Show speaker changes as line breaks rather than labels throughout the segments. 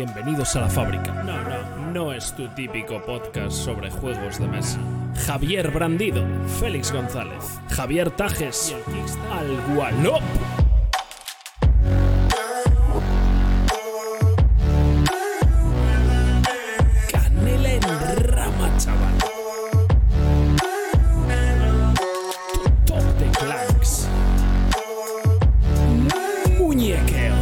Bienvenidos a la fábrica. No, no, no es tu típico podcast sobre juegos de mesa. Javier Brandido, Félix González, Javier Tajes, Al Gualop. Canela en rama, chaval. Top de Clanks. Muñequeo.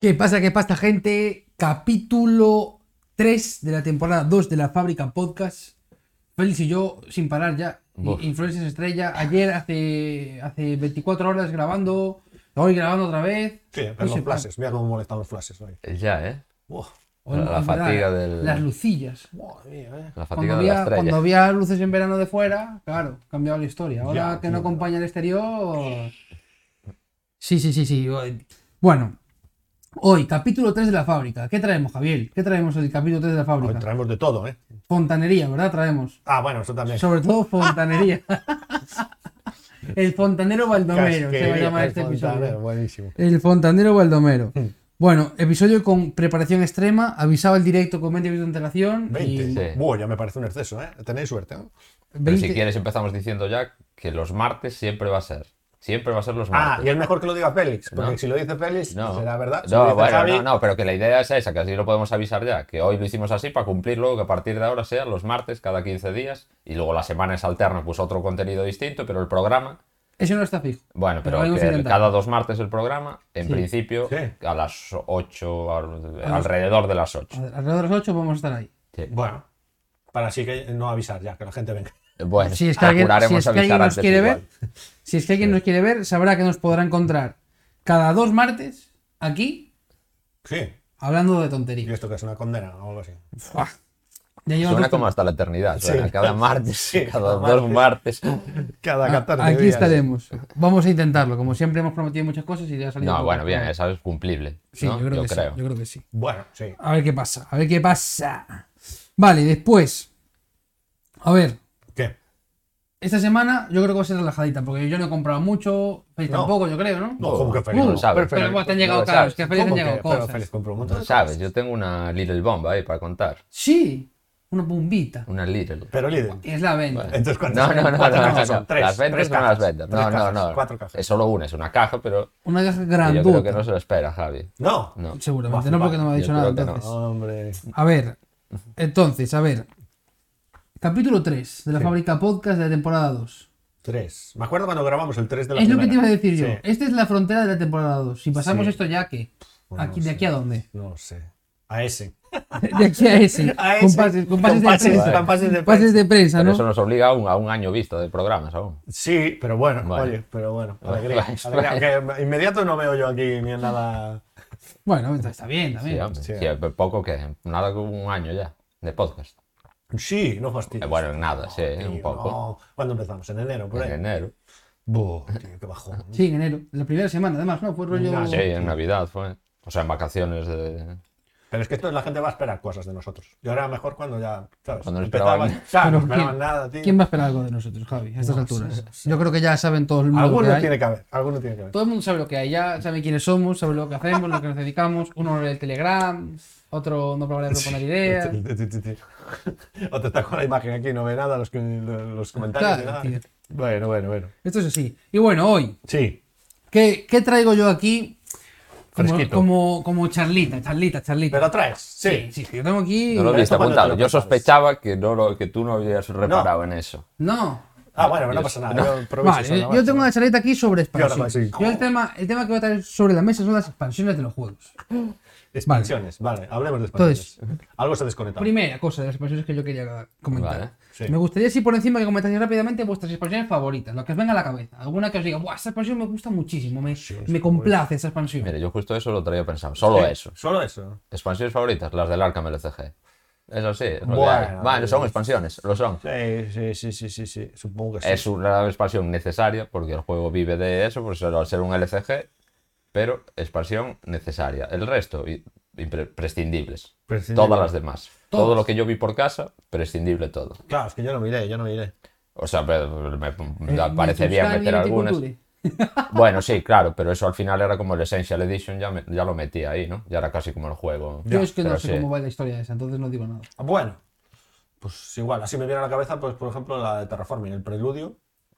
¿Qué pasa? ¿Qué pasa, gente? Capítulo 3 de la temporada 2 de la Fábrica Podcast. Félix y yo, sin parar ya.
Vos.
Influencers Estrella, ayer hace, hace 24 horas grabando, hoy grabando otra vez.
Sí, pero
No
los
sé,
flashes, mira cómo molestan los flashes hoy.
Ya, ¿eh?
Buah,
hoy
la- la
es verdad,
fatiga del-
Las lucillas.
madre mía, eh.
Cuando
La fatiga de la
había,
estrella.
cuando había luces en verano de fuera, claro, cambiaba la historia. Ahora
Ya,
que no
tío.
acompaña el exterior. Sí, sí, sí, sí. Bueno, hoy, capítulo 3 de la fábrica. ¿Qué traemos, Javier? ¿Qué traemos el capítulo 3 de la
Hoy
fábrica?
traemos de todo, ¿eh?
Fontanería, ¿verdad? Traemos.
Ah, bueno, eso también.
Sobre todo fontanería. el fontanero Baldomero se va a
Casquería,
llamar este
el fontanero,
episodio.
¿eh? Buenísimo.
El fontanero Baldomero.
Hmm.
Bueno, episodio con preparación extrema. Avisaba el directo con 20 minutos de antelación.
20.
Y
Sí.
Buah, ya me parece un exceso, ¿eh? Tenéis suerte, ¿no?
Pero
20.
si quieres empezamos diciendo ya que los martes siempre va a ser. Siempre va a ser los
Ah, y
martes.
es mejor que lo diga Félix, porque
No.
si lo dice Félix,
no.
será verdad. Si lo
No,
dice
bueno,
Javi,
no, no, pero que la idea es esa, que así lo podemos avisar ya, que hoy lo hicimos así para cumplir luego que a partir de ahora sea los martes cada 15 días y luego las semanas alternas pues otro contenido distinto, pero el programa,
Eso no está fijo.
bueno, pero,
vamos
que
a intentar.
cada dos martes el programa, en
Sí.
principio
Sí.
a las 8, al- alrededor de las 8.
Alrededor de las 8 vamos a estar ahí.
Bueno, para así que no avisar ya, que la gente venga.
Bueno,
Si es que alguien, si
procuraremos
es que
Pues avisar
alguien nos
antes
quiere
igual.
ver, si es que alguien nos quiere ver, sabrá que nos podrá encontrar cada dos martes aquí
Sí.
hablando de
Y
tonterías.
esto que es una condena o algo así.
Ya llevamos
Suena
esto-
como hasta la eternidad. suena
Sí.
Cada martes,
Sí,
cada
cada
dos martes.
Cada
Ah,
14
aquí
días.
estaremos. Vamos a intentarlo. Como siempre hemos prometido muchas cosas y ya ha salido.
No,
todo.
bueno, bien, eso es cumplible.
Sí,
¿no?
yo creo que sí. Yo creo que sí.
Bueno, sí.
A ver qué pasa. A ver qué pasa. Vale, después. A ver.
¿Qué?
Esta semana yo creo que va a ser relajadita porque yo no he comprado mucho. Félix
No.
tampoco, yo creo, ¿no?
No, como que Félix
Uh,
no
lo sabe.
Pero, pero, bueno, te han llegado
No lo
caras.
sabes.
Que a Félix
¿Cómo
han llegado
que? Pero
cosas.
Félix compró un montón
Lo
de
sabes, yo tengo una little bomba ahí para contar.
Sí. Una bombita.
Una little.
Pero líder.
Es la venta.
Entonces,
No,
¿cuántas?
no, no, no,
Cuatro
no,
cajas
no.
son, tres,
las ventas
tres
son las
cajas,
ventas.
tres
No, no,
cajas,
no.
Cuatro cajas.
Es solo una, es una caja, pero
Una caja
yo creo que
grandota.
no se lo espera, Javi.
Ah,
No.
No.
Seguramente, no porque no me ha
Yo
dicho nada.
creo que no.
Entonces.
Hombre.
A ver. Entonces, a ver. Capítulo 3 de la fábrica podcast de la temporada 2.
Tres. Me acuerdo cuando grabamos el 3 de la
Es lo que te iba
primera.
a decir yo.
Sí.
Esta es la frontera de la temporada 2. Si pasamos
Sí.
esto ya, ¿qué?
Bueno,
aquí,
no
¿De
sé.
aquí a dónde?
No sé. A ese.
De aquí a ese.
A
con
ese.
pases, con
Con
pases
pases,
de prensa.
con pases de
Pases de prensa,
Pero
¿no?
eso nos obliga a un, a un año visto de programas aún.
Sí, pero bueno,
Vale.
oye, pero bueno. Alegría.
Vale,
alegría, que inmediato no veo yo aquí ni en nada.
Bueno, está, está bien también.
Sí, hombre.
sí.
Sí, poco que, nada que un año ya de podcast.
Sí, no
Eh,
fastidies.
Bueno, nada, sí,
Tío,
un poco.
no. ¿Cuándo empezamos? ¿En enero? Por ahí.
En enero.
Buh, tío, qué bajón.
Sí, en enero. La primera semana, además, ¿no? Fue rollo.
No,
Sí, en Navidad fue. O sea, en vacaciones de.
Pero es que esto la gente va a esperar cosas de nosotros. Yo era mejor cuando ya, ¿sabes?
Cuando no
Empezabas-
esperaban.
Claro, Ah, no
Pero
esperaban
¿quién-
nada, tío.
¿Quién va a esperar algo de nosotros, Javi, a estas alturas? Yo creo que ya saben todo el mundo. lo que
Alguno
hay.
tiene que haber, alguno tiene que haber.
Todo el mundo sabe lo que hay, ya sabe quiénes somos, sabe lo que hacemos, lo que nos dedicamos. Uno lee el Telegram, otro no probará de proponer ideas.
O te estás con la imagen aquí, no ve nada, los, que- los comentarios.
Claro,
ni nada.
tío.
Bueno, bueno, bueno.
Esto es así. Y bueno, hoy,
Sí,
¿qué, qué traigo yo aquí? Como,
Fresquito.
como, como charlita, charlita, charlita.
pero traes.
sí, sí, sí, yo tengo aquí.
No lo
Pero
viste
esto cuando
apuntado.
te lo
Yo
pasabas.
sospechaba que, no lo- que tú no habías reparado en eso.
No.
Ah, bueno, pero no
Yo-
pasa nada.
no.
Yo, improviso
Vale,
solo,
yo
macho.
tengo una charleta aquí sobre
Yo ahora
expansiones.
sí.
Yo el tema, el tema que voy a traer sobre la mesa son las expansiones de los juegos.
Expansiones, vale. hablemos de expansiones. Algo se desconecta.
Primera cosa de las expansiones que yo quería comentar.
Vale,
sí.
Me gustaría, si por encima, que comentaseis rápidamente vuestras expansiones favoritas, lo que os venga a la cabeza. Alguna que os diga, ¡buah, esta expansión me gusta muchísimo! Me, me
pues.
complace esa expansión.
Mire, yo justo eso lo traía pensado. Solo eso.
Solo eso.
Expansiones favoritas, las del Arkham LCG. Eso sí. es lo que
Bueno,
hay. Vale, son
es-
expansiones, lo son.
Sí, sí, sí, sí, sí, sí. Supongo que sí.
Es una expansión necesaria porque el juego vive pues de eso, por eso al ser un LCG, pero expansión necesaria. El resto, y impre- prescindibles.
Prescindible.
Todas las demás. Todo lo que yo vi por casa, prescindible todo.
Claro, es que yo no miré, yo no miré.
O sea, me, me- me
Eh,
parecería
Tuscany
meter algunas.
Horticulture.
Bueno, sí, claro, pero eso al final era como el Essential Edition, ya, me- ya lo metí ahí, ¿no? Ya era casi como el juego.
Yo es que no
pero
sé
sí.
cómo va la historia esa, entonces no digo nada.
Ah, Bueno, pues igual, así me viene a la cabeza, pues por ejemplo, la de Terraforming, el preludio.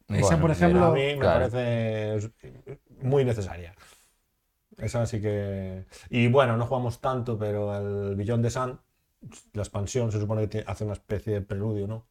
esa,
Bueno,
por
mira,
A
ejemplo,
mí me
Claro.
parece muy necesaria. Esa sí que. Y bueno, no jugamos tanto, pero el Billón de Sun, la expansión, se supone que te- hace una especie de preludio, ¿no?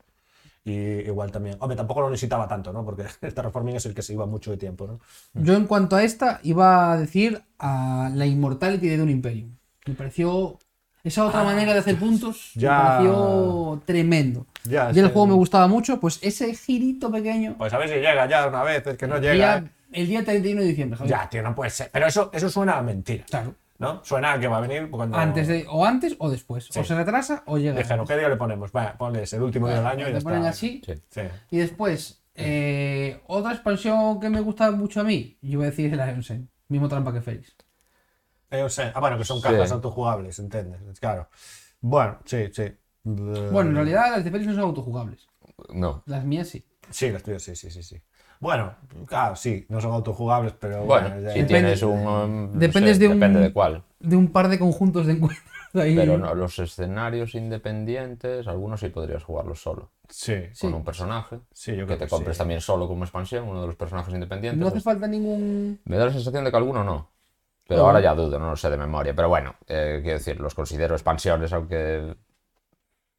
Y igual también. Hombre, tampoco lo necesitaba tanto, ¿no? Porque el terraforming es el que se iba mucho de tiempo, ¿no?
Mm.
yo en cuanto a esta iba a decir a la inmortality de un imperio. Me pareció esa
Ah,
otra manera de hacer puntos,
ya.
me pareció tremendo.
Ya,
y
es
el
que-
juego me gustaba mucho, pues ese girito pequeño
Pues a ver si llega ya una vez, es que no Pues llega.
día- el día 31 de diciembre,
¿eh?
Javier.
Ya, tío, no puede ser. Pero eso, eso suena a mentira,
Claro.
¿no? Suena a que va a venir cuando.
Antes de, o antes o después. O se retrasa o llega.
Dijeron, ¿qué día le ponemos? Vaya, ponles el último día del año y ya
Te ponen
está.
así.
Sí.
Sí.
Y después, eh, otra expansión que me gusta mucho a mí, yo voy a decir es la Eonsen. Mismo trampa que Félix.
Eh, o sea, ah, bueno, que son
Sí.
cartas autojugables, ¿entiendes? Claro. Bueno, sí, sí. Bueno,
Bueno, en realidad las de Félix no son autojugables.
No.
Las mías sí.
Sí, las tuyas, sí, sí, sí, sí. Bueno, claro, sí, no son autojugables, pero
Bueno,
bueno, ya-
si
Depende-
tienes un. um, no
Dependes
sé,
de un-
Depende de cuál.
De un par de conjuntos de encuentros ahí.
Pero no, los escenarios independientes, algunos sí podrías jugarlos solo.
sí,
Sí.
Con un personaje.
Sí, yo creo
que te
que
compres
sí.
también solo como expansión, uno de los personajes independientes.
No hace
es-
falta ningún.
Me da la sensación de que alguno no. Pero
Ah.
ahora ya dudo, no lo sé de memoria. Pero bueno, eh, quiero decir, los considero expansiones, aunque.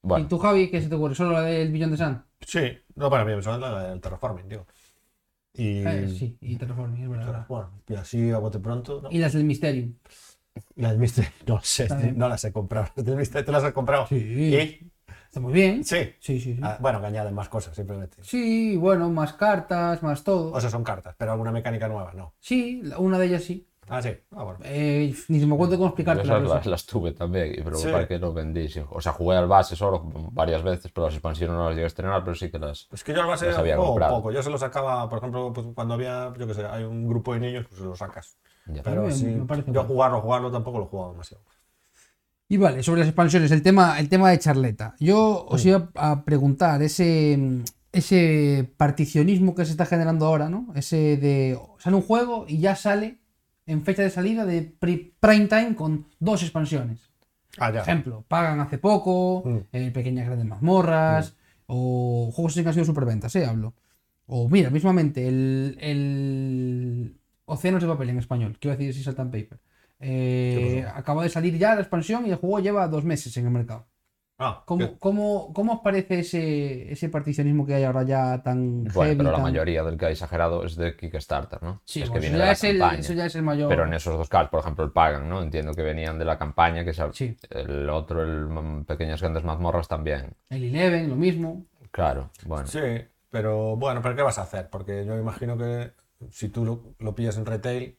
Bueno,
¿Y tú, Javi, qué se te ocurre? ¿Solo la del billón de San?
Sí, no, para mí me suena la del terraforming, digo. Y.
Eh, sí, y Terraforming, es verdad.
Bueno, y así a bote pronto. ¿no?
Y las del Mysterium.
Las del Mister, no sé,
Está bien.
no las he comprado. Las del Mister, ¿tú las has comprado?
Sí.
¿Y?
Está muy bien.
Sí.
Sí, sí, sí.
Ah, bueno, que añaden más cosas, simplemente.
Sí, bueno, más cartas, más todo.
O sea, son cartas, pero alguna mecánica nueva, no.
Sí, la- una de ellas sí.
Ah, sí. Ah, bueno.
Eh, ni se me acuerdo cómo
yo
explicarte la
esas las,
cosa.
las tuve también, y- pero
Sí.
para que no vendí. sí. O sea, jugué al base solo varias veces, pero las expansiones no las llegué a estrenar, pero sí que las.
Pues que yo al base
Los
juego
había comprado.
poco. Yo se lo sacaba, por ejemplo, pues, cuando había, yo que sé, hay un grupo de niños, pues se lo sacas.
Ya.
Pero
A mí me-
sí,
me parece
yo
mal.
jugarlo, jugarlo tampoco lo jugaba demasiado.
Y vale, sobre las expansiones, el tema, el tema de Charleta. Yo os iba a preguntar ese, mm, ese particionismo que se está generando ahora, ¿no? Ese de sale un juego y ya sale en fecha de salida de pri- prime time con dos expansiones.
Ah,
Por
ya.
ejemplo, Pagan hace poco,
Mm.
eh, Pequeñas Grandes Mazmorras,
Mm.
o juegos que han sido superventas, ¿eh? Hablo. O mira, mismamente, el, el Océanos de Papel en español, quiero decir si Salt and Paper. Eh, acaba de salir ya la expansión y el juego lleva dos meses en el mercado.
Ah,
¿Cómo,
que-
cómo, cómo os parece ese, ese particionismo que hay ahora ya tan
Bueno,
heavy,
pero la
tan-
mayoría del que ha exagerado es de Kickstarter, ¿no?
Sí,
es
bueno,
que
eso,
viene de
ya
la
es el,
campaña.
eso ya es el mayor.
Pero en esos dos casos, por ejemplo, el Pagan, ¿no? Entiendo que venían de la campaña, que es el-
Sí.
el otro, el mm, Pequeñas Grandes Mazmorras también.
El Eleven, lo mismo.
Claro, bueno.
Sí, pero bueno, pero ¿qué vas a hacer? Porque yo imagino que si tú lo, lo pillas en retail,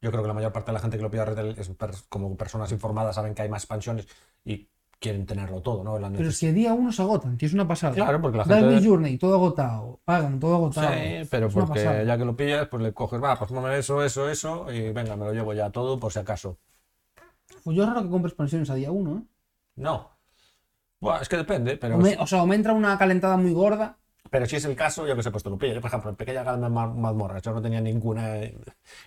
yo creo que la mayor parte de la gente que lo pilla en retail es per- como personas informadas, saben que hay más expansiones y quieren tenerlo todo, ¿no? La
Pero
neces-
si el día uno se agotan, tío, es una pasada.
Claro, porque la
Darby
gente-
Journey, todo agotado. Pagan, todo agotado.
Sí, eh, pero
Es una
porque
pasada.
ya que lo pillas, pues le coges, va, pues tómame eso, eso, eso, y venga, me lo llevo ya todo por si acaso.
Pues yo es raro que compre expansiones a día uno, ¿eh?
No. Buah, es que depende, pero,
O, me- o sea, o me entra una calentada muy gorda.
pero si es el caso, yo que sé, pues te lo pillo. Yo, por ejemplo, en Pequeña Gran Ma- Mazmorra, yo no tenía ninguna. eh,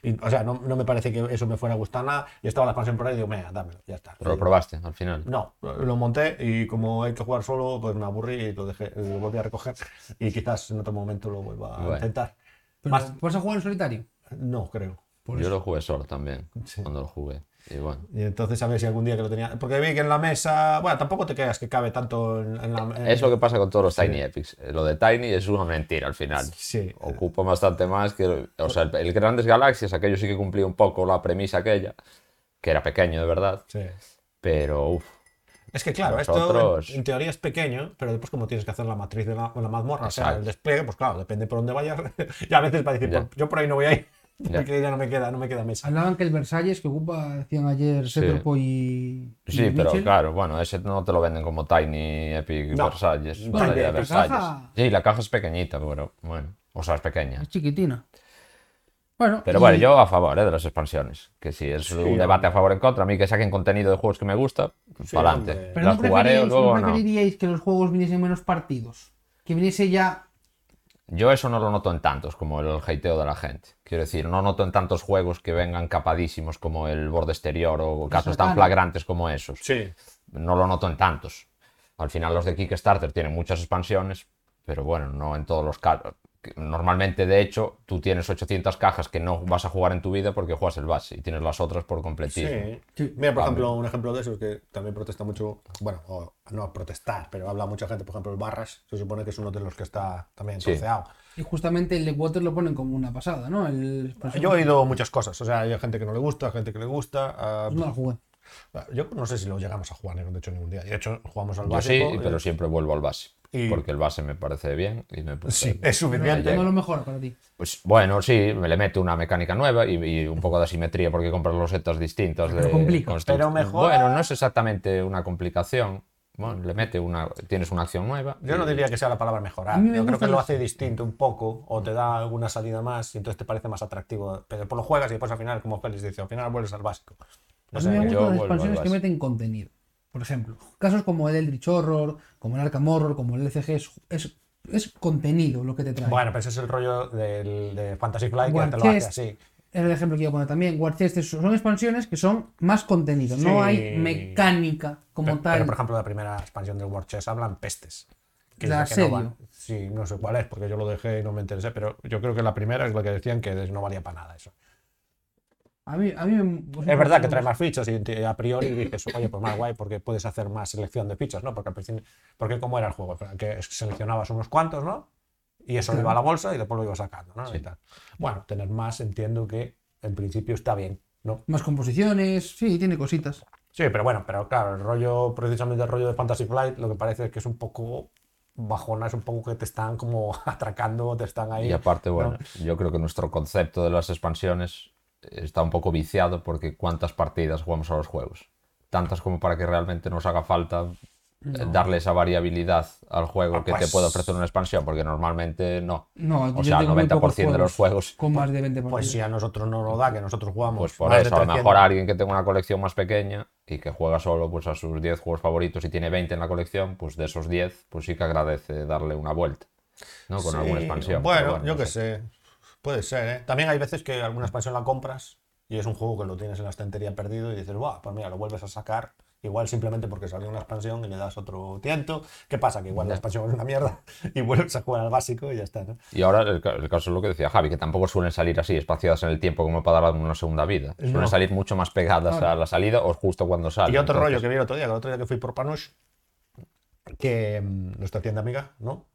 y- o sea, no, no me parece que eso me fuera a gustar nada. Y estaba la expansión por ahí y digo, mira, dámelo, ya está.
Pero lo probaste al final.
No, lo monté y como hay que jugar solo, pues me aburrí y lo dejé, lo volví a recoger. Y quizás en otro momento lo vuelva a
Bueno.
intentar.
Pero
Más-
¿Vas a jugar en solitario?
No, creo.
Pues
Yo lo jugué solo también, cuando lo jugué. Y bueno.
Y entonces a ver si algún día que lo tenía. Porque vi que en la mesa. Bueno, tampoco te creas que cabe tanto en, en la
Eh,
mesa.
Es lo que pasa con todos los Tiny Epics. Eh, Lo de Tiny es una mentira al final.
Sí.
Ocupa bastante más que... O sea, el, el Grandes Galaxias, aquello sí que cumplía un poco la premisa aquella, que era pequeño de verdad,
sí.
pero uff,
Es que claro,
Nosotros-
esto en, en teoría es pequeño, pero después como tienes que hacer la matriz de la, o la mazmorra, o sea,
Exacto.
el despliegue, pues claro, depende por dónde vayas. ya a veces va a decir,
Ya.
"Pues yo por ahí no voy a ir,
Ya.
porque ya no me queda, no me queda mesa.
Hablaban que el Versalles, que ocupa, decían ayer Setropo y.
Sí,
y
pero
Mitchell.
claro, bueno, ese no te lo venden como Tiny Epic
No.
Versalles.
Tiny
Batalla de
Epic.
Versalles.
La caja-
Sí, la caja es pequeñita, pero bueno, o sea, es pequeña.
Es chiquitina. Bueno,
Pero
y-
bueno, yo a favor eh, de las expansiones. Que si es un
hombre.
debate a favor o en contra, a mí que saquen contenido de juegos que me gusta,
Sí,
para
hombre.
adelante.
Pero
Las
no
jugaré o
preferiríais,
luego
no
no.
preferiríais que los juegos viniesen menos partidos. Que viniese ya.
Yo eso no lo noto en tantos como el hateo de la gente. Quiero decir, no noto en tantos juegos que vengan capadísimos como el borde exterior o casos tan
Satán.
flagrantes como esos.
Sí.
No lo noto en tantos. Al final los de Kickstarter tienen muchas expansiones, pero bueno, no en todos los casos. Normalmente, de hecho, tú tienes 800 cajas que no vas a jugar en tu vida porque juegas el base y tienes las otras por
Sí.
completismo.
Sí.
Mira, por
Vale.
ejemplo, un ejemplo de eso que también protesta mucho, bueno, o no protestar, pero habla mucha gente, por ejemplo, el Barras, se supone que es uno de los que está también
Sí.
troceado.
Y justamente el de Water lo ponen como una pasada, ¿no? El,
Yo he oído muchas cosas, o sea, hay gente que no le gusta, gente que le gusta. ah,
pues No lo jugué.
Yo no sé si lo llegamos a jugar, ni- de hecho, ningún día. De hecho, jugamos al
Yo sí,
básico.
pero siempre vuelvo al base.
Y-
Porque el base me parece bien y me parece
Sí, es suficiente.
No lo mejora para ti.
Pues bueno, sí, me le meto una mecánica nueva y, y un poco de asimetría porque compras los setas distintos.
Pero
de
complica.
construct-
Pero mejor-
Bueno, no es exactamente una complicación. Bueno, le mete una, tienes una acción nueva.
Yo no
y-
diría que sea la palabra mejorar.
A mí me
Yo creo que
gustan
lo
las-
hace distinto un poco, o te da alguna salida más, y entonces te parece más atractivo. Pero después lo juegas y después al final, como Félix dice, al final vuelves al básico. No
A
sé,
mí me
yo
gustan las
vuelvo al
expansiones que
base.
meten contenido. Por ejemplo, casos como el Eldritch Horror, como el Arkham Horror, como el LCG, es, es, es contenido lo que te trae.
Bueno, pero ese es el rollo del, de Fantasy Flight que
War
te lo hace
Chest.
así.
Es el ejemplo que iba a poner también. War Chest es- son expansiones que son más contenido.
Sí.
No hay mecánica como
Pero,
tal.
pero, por ejemplo, la primera expansión del War Chess hablan pestes. es
De
la no
asedio.
val- sí, no sé cuál es, porque yo lo dejé y no me interesé, pero yo creo que la primera es la que decían que no valía para nada eso.
a mí, a mí me-
Es verdad que trae más fichas y te- a priori dices, oye, pues más guay porque puedes hacer más selección de fichas, ¿no? Porque, al principio- porque como era el juego, que seleccionabas unos cuantos, ¿no? Y eso iba a la bolsa y después lo iba sacando, ¿no? Y tal. Bueno, tener más entiendo que en principio está bien, ¿no?
más composiciones. Sí, tiene cositas.
Sí, pero bueno, pero claro, el rollo, precisamente el rollo de Fantasy Flight, lo que parece es que es un poco bajona, es un poco que te están como atracando, te están ahí.
Y aparte,
¿no?
bueno, yo creo que nuestro concepto de las expansiones está un poco viciado porque cuántas partidas jugamos a los juegos. Tantas como para que realmente nos haga falta eh, darle esa variabilidad al juego
Ah,
que te
pues-
puede ofrecer una expansión, porque normalmente no.
No,
o
yo
sea, el
tengo muy
90%
pocos
de los juegos
Con más de 20
Pues
partidos.
si a nosotros no nos da, que nosotros jugamos.
Pues por
más de
eso, a lo
300.
mejor alguien que tenga una colección más pequeña y que juega solo pues, a sus 10 juegos favoritos y tiene 20 en la colección, pues de esos 10, pues sí que agradece darle una vuelta, ¿no? Con alguna
Sí,
expansión.
Bueno,
pero
yo
no
qué sé. Puede ser, ¿eh? También hay veces que alguna expansión la compras y es un juego que lo tienes en la estantería perdido y dices, "Buah, pues mira, lo vuelves a sacar. Igual simplemente porque salió una expansión y le das otro tiento. ¿Qué pasa? Que igual la expansión es una mierda y vuelves a jugar al básico y ya está, ¿no?
Y ahora el, ca- el caso es lo que decía Javi, que tampoco suelen salir así, espaciadas en el tiempo como para dar una segunda vida. Suelen
No.
salir mucho más pegadas a la salida o justo cuando salen.
Y otro
Entonces,
rollo que vi el otro día, que el otro día que fui por Panush, que mm, nuestra tienda amiga, ¿no?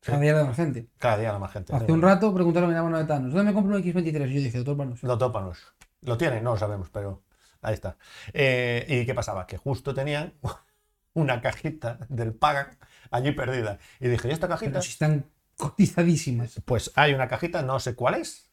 Cada día de más gente.
Cada día la más gente.
Hace
sí.
un rato preguntaron a mi hermano de Thanos, ¿dónde me compro un X23? Y yo dije, doctor Panos.
Lo tópanos. Lo tienen, no lo sabemos, pero ahí está. Eh, ¿Y qué pasaba? Que justo tenían una cajita del Pagan allí perdida. Y dije, ¿y esta cajita?
Pero si están cotizadísimas.
Pues hay una cajita, no sé cuál es.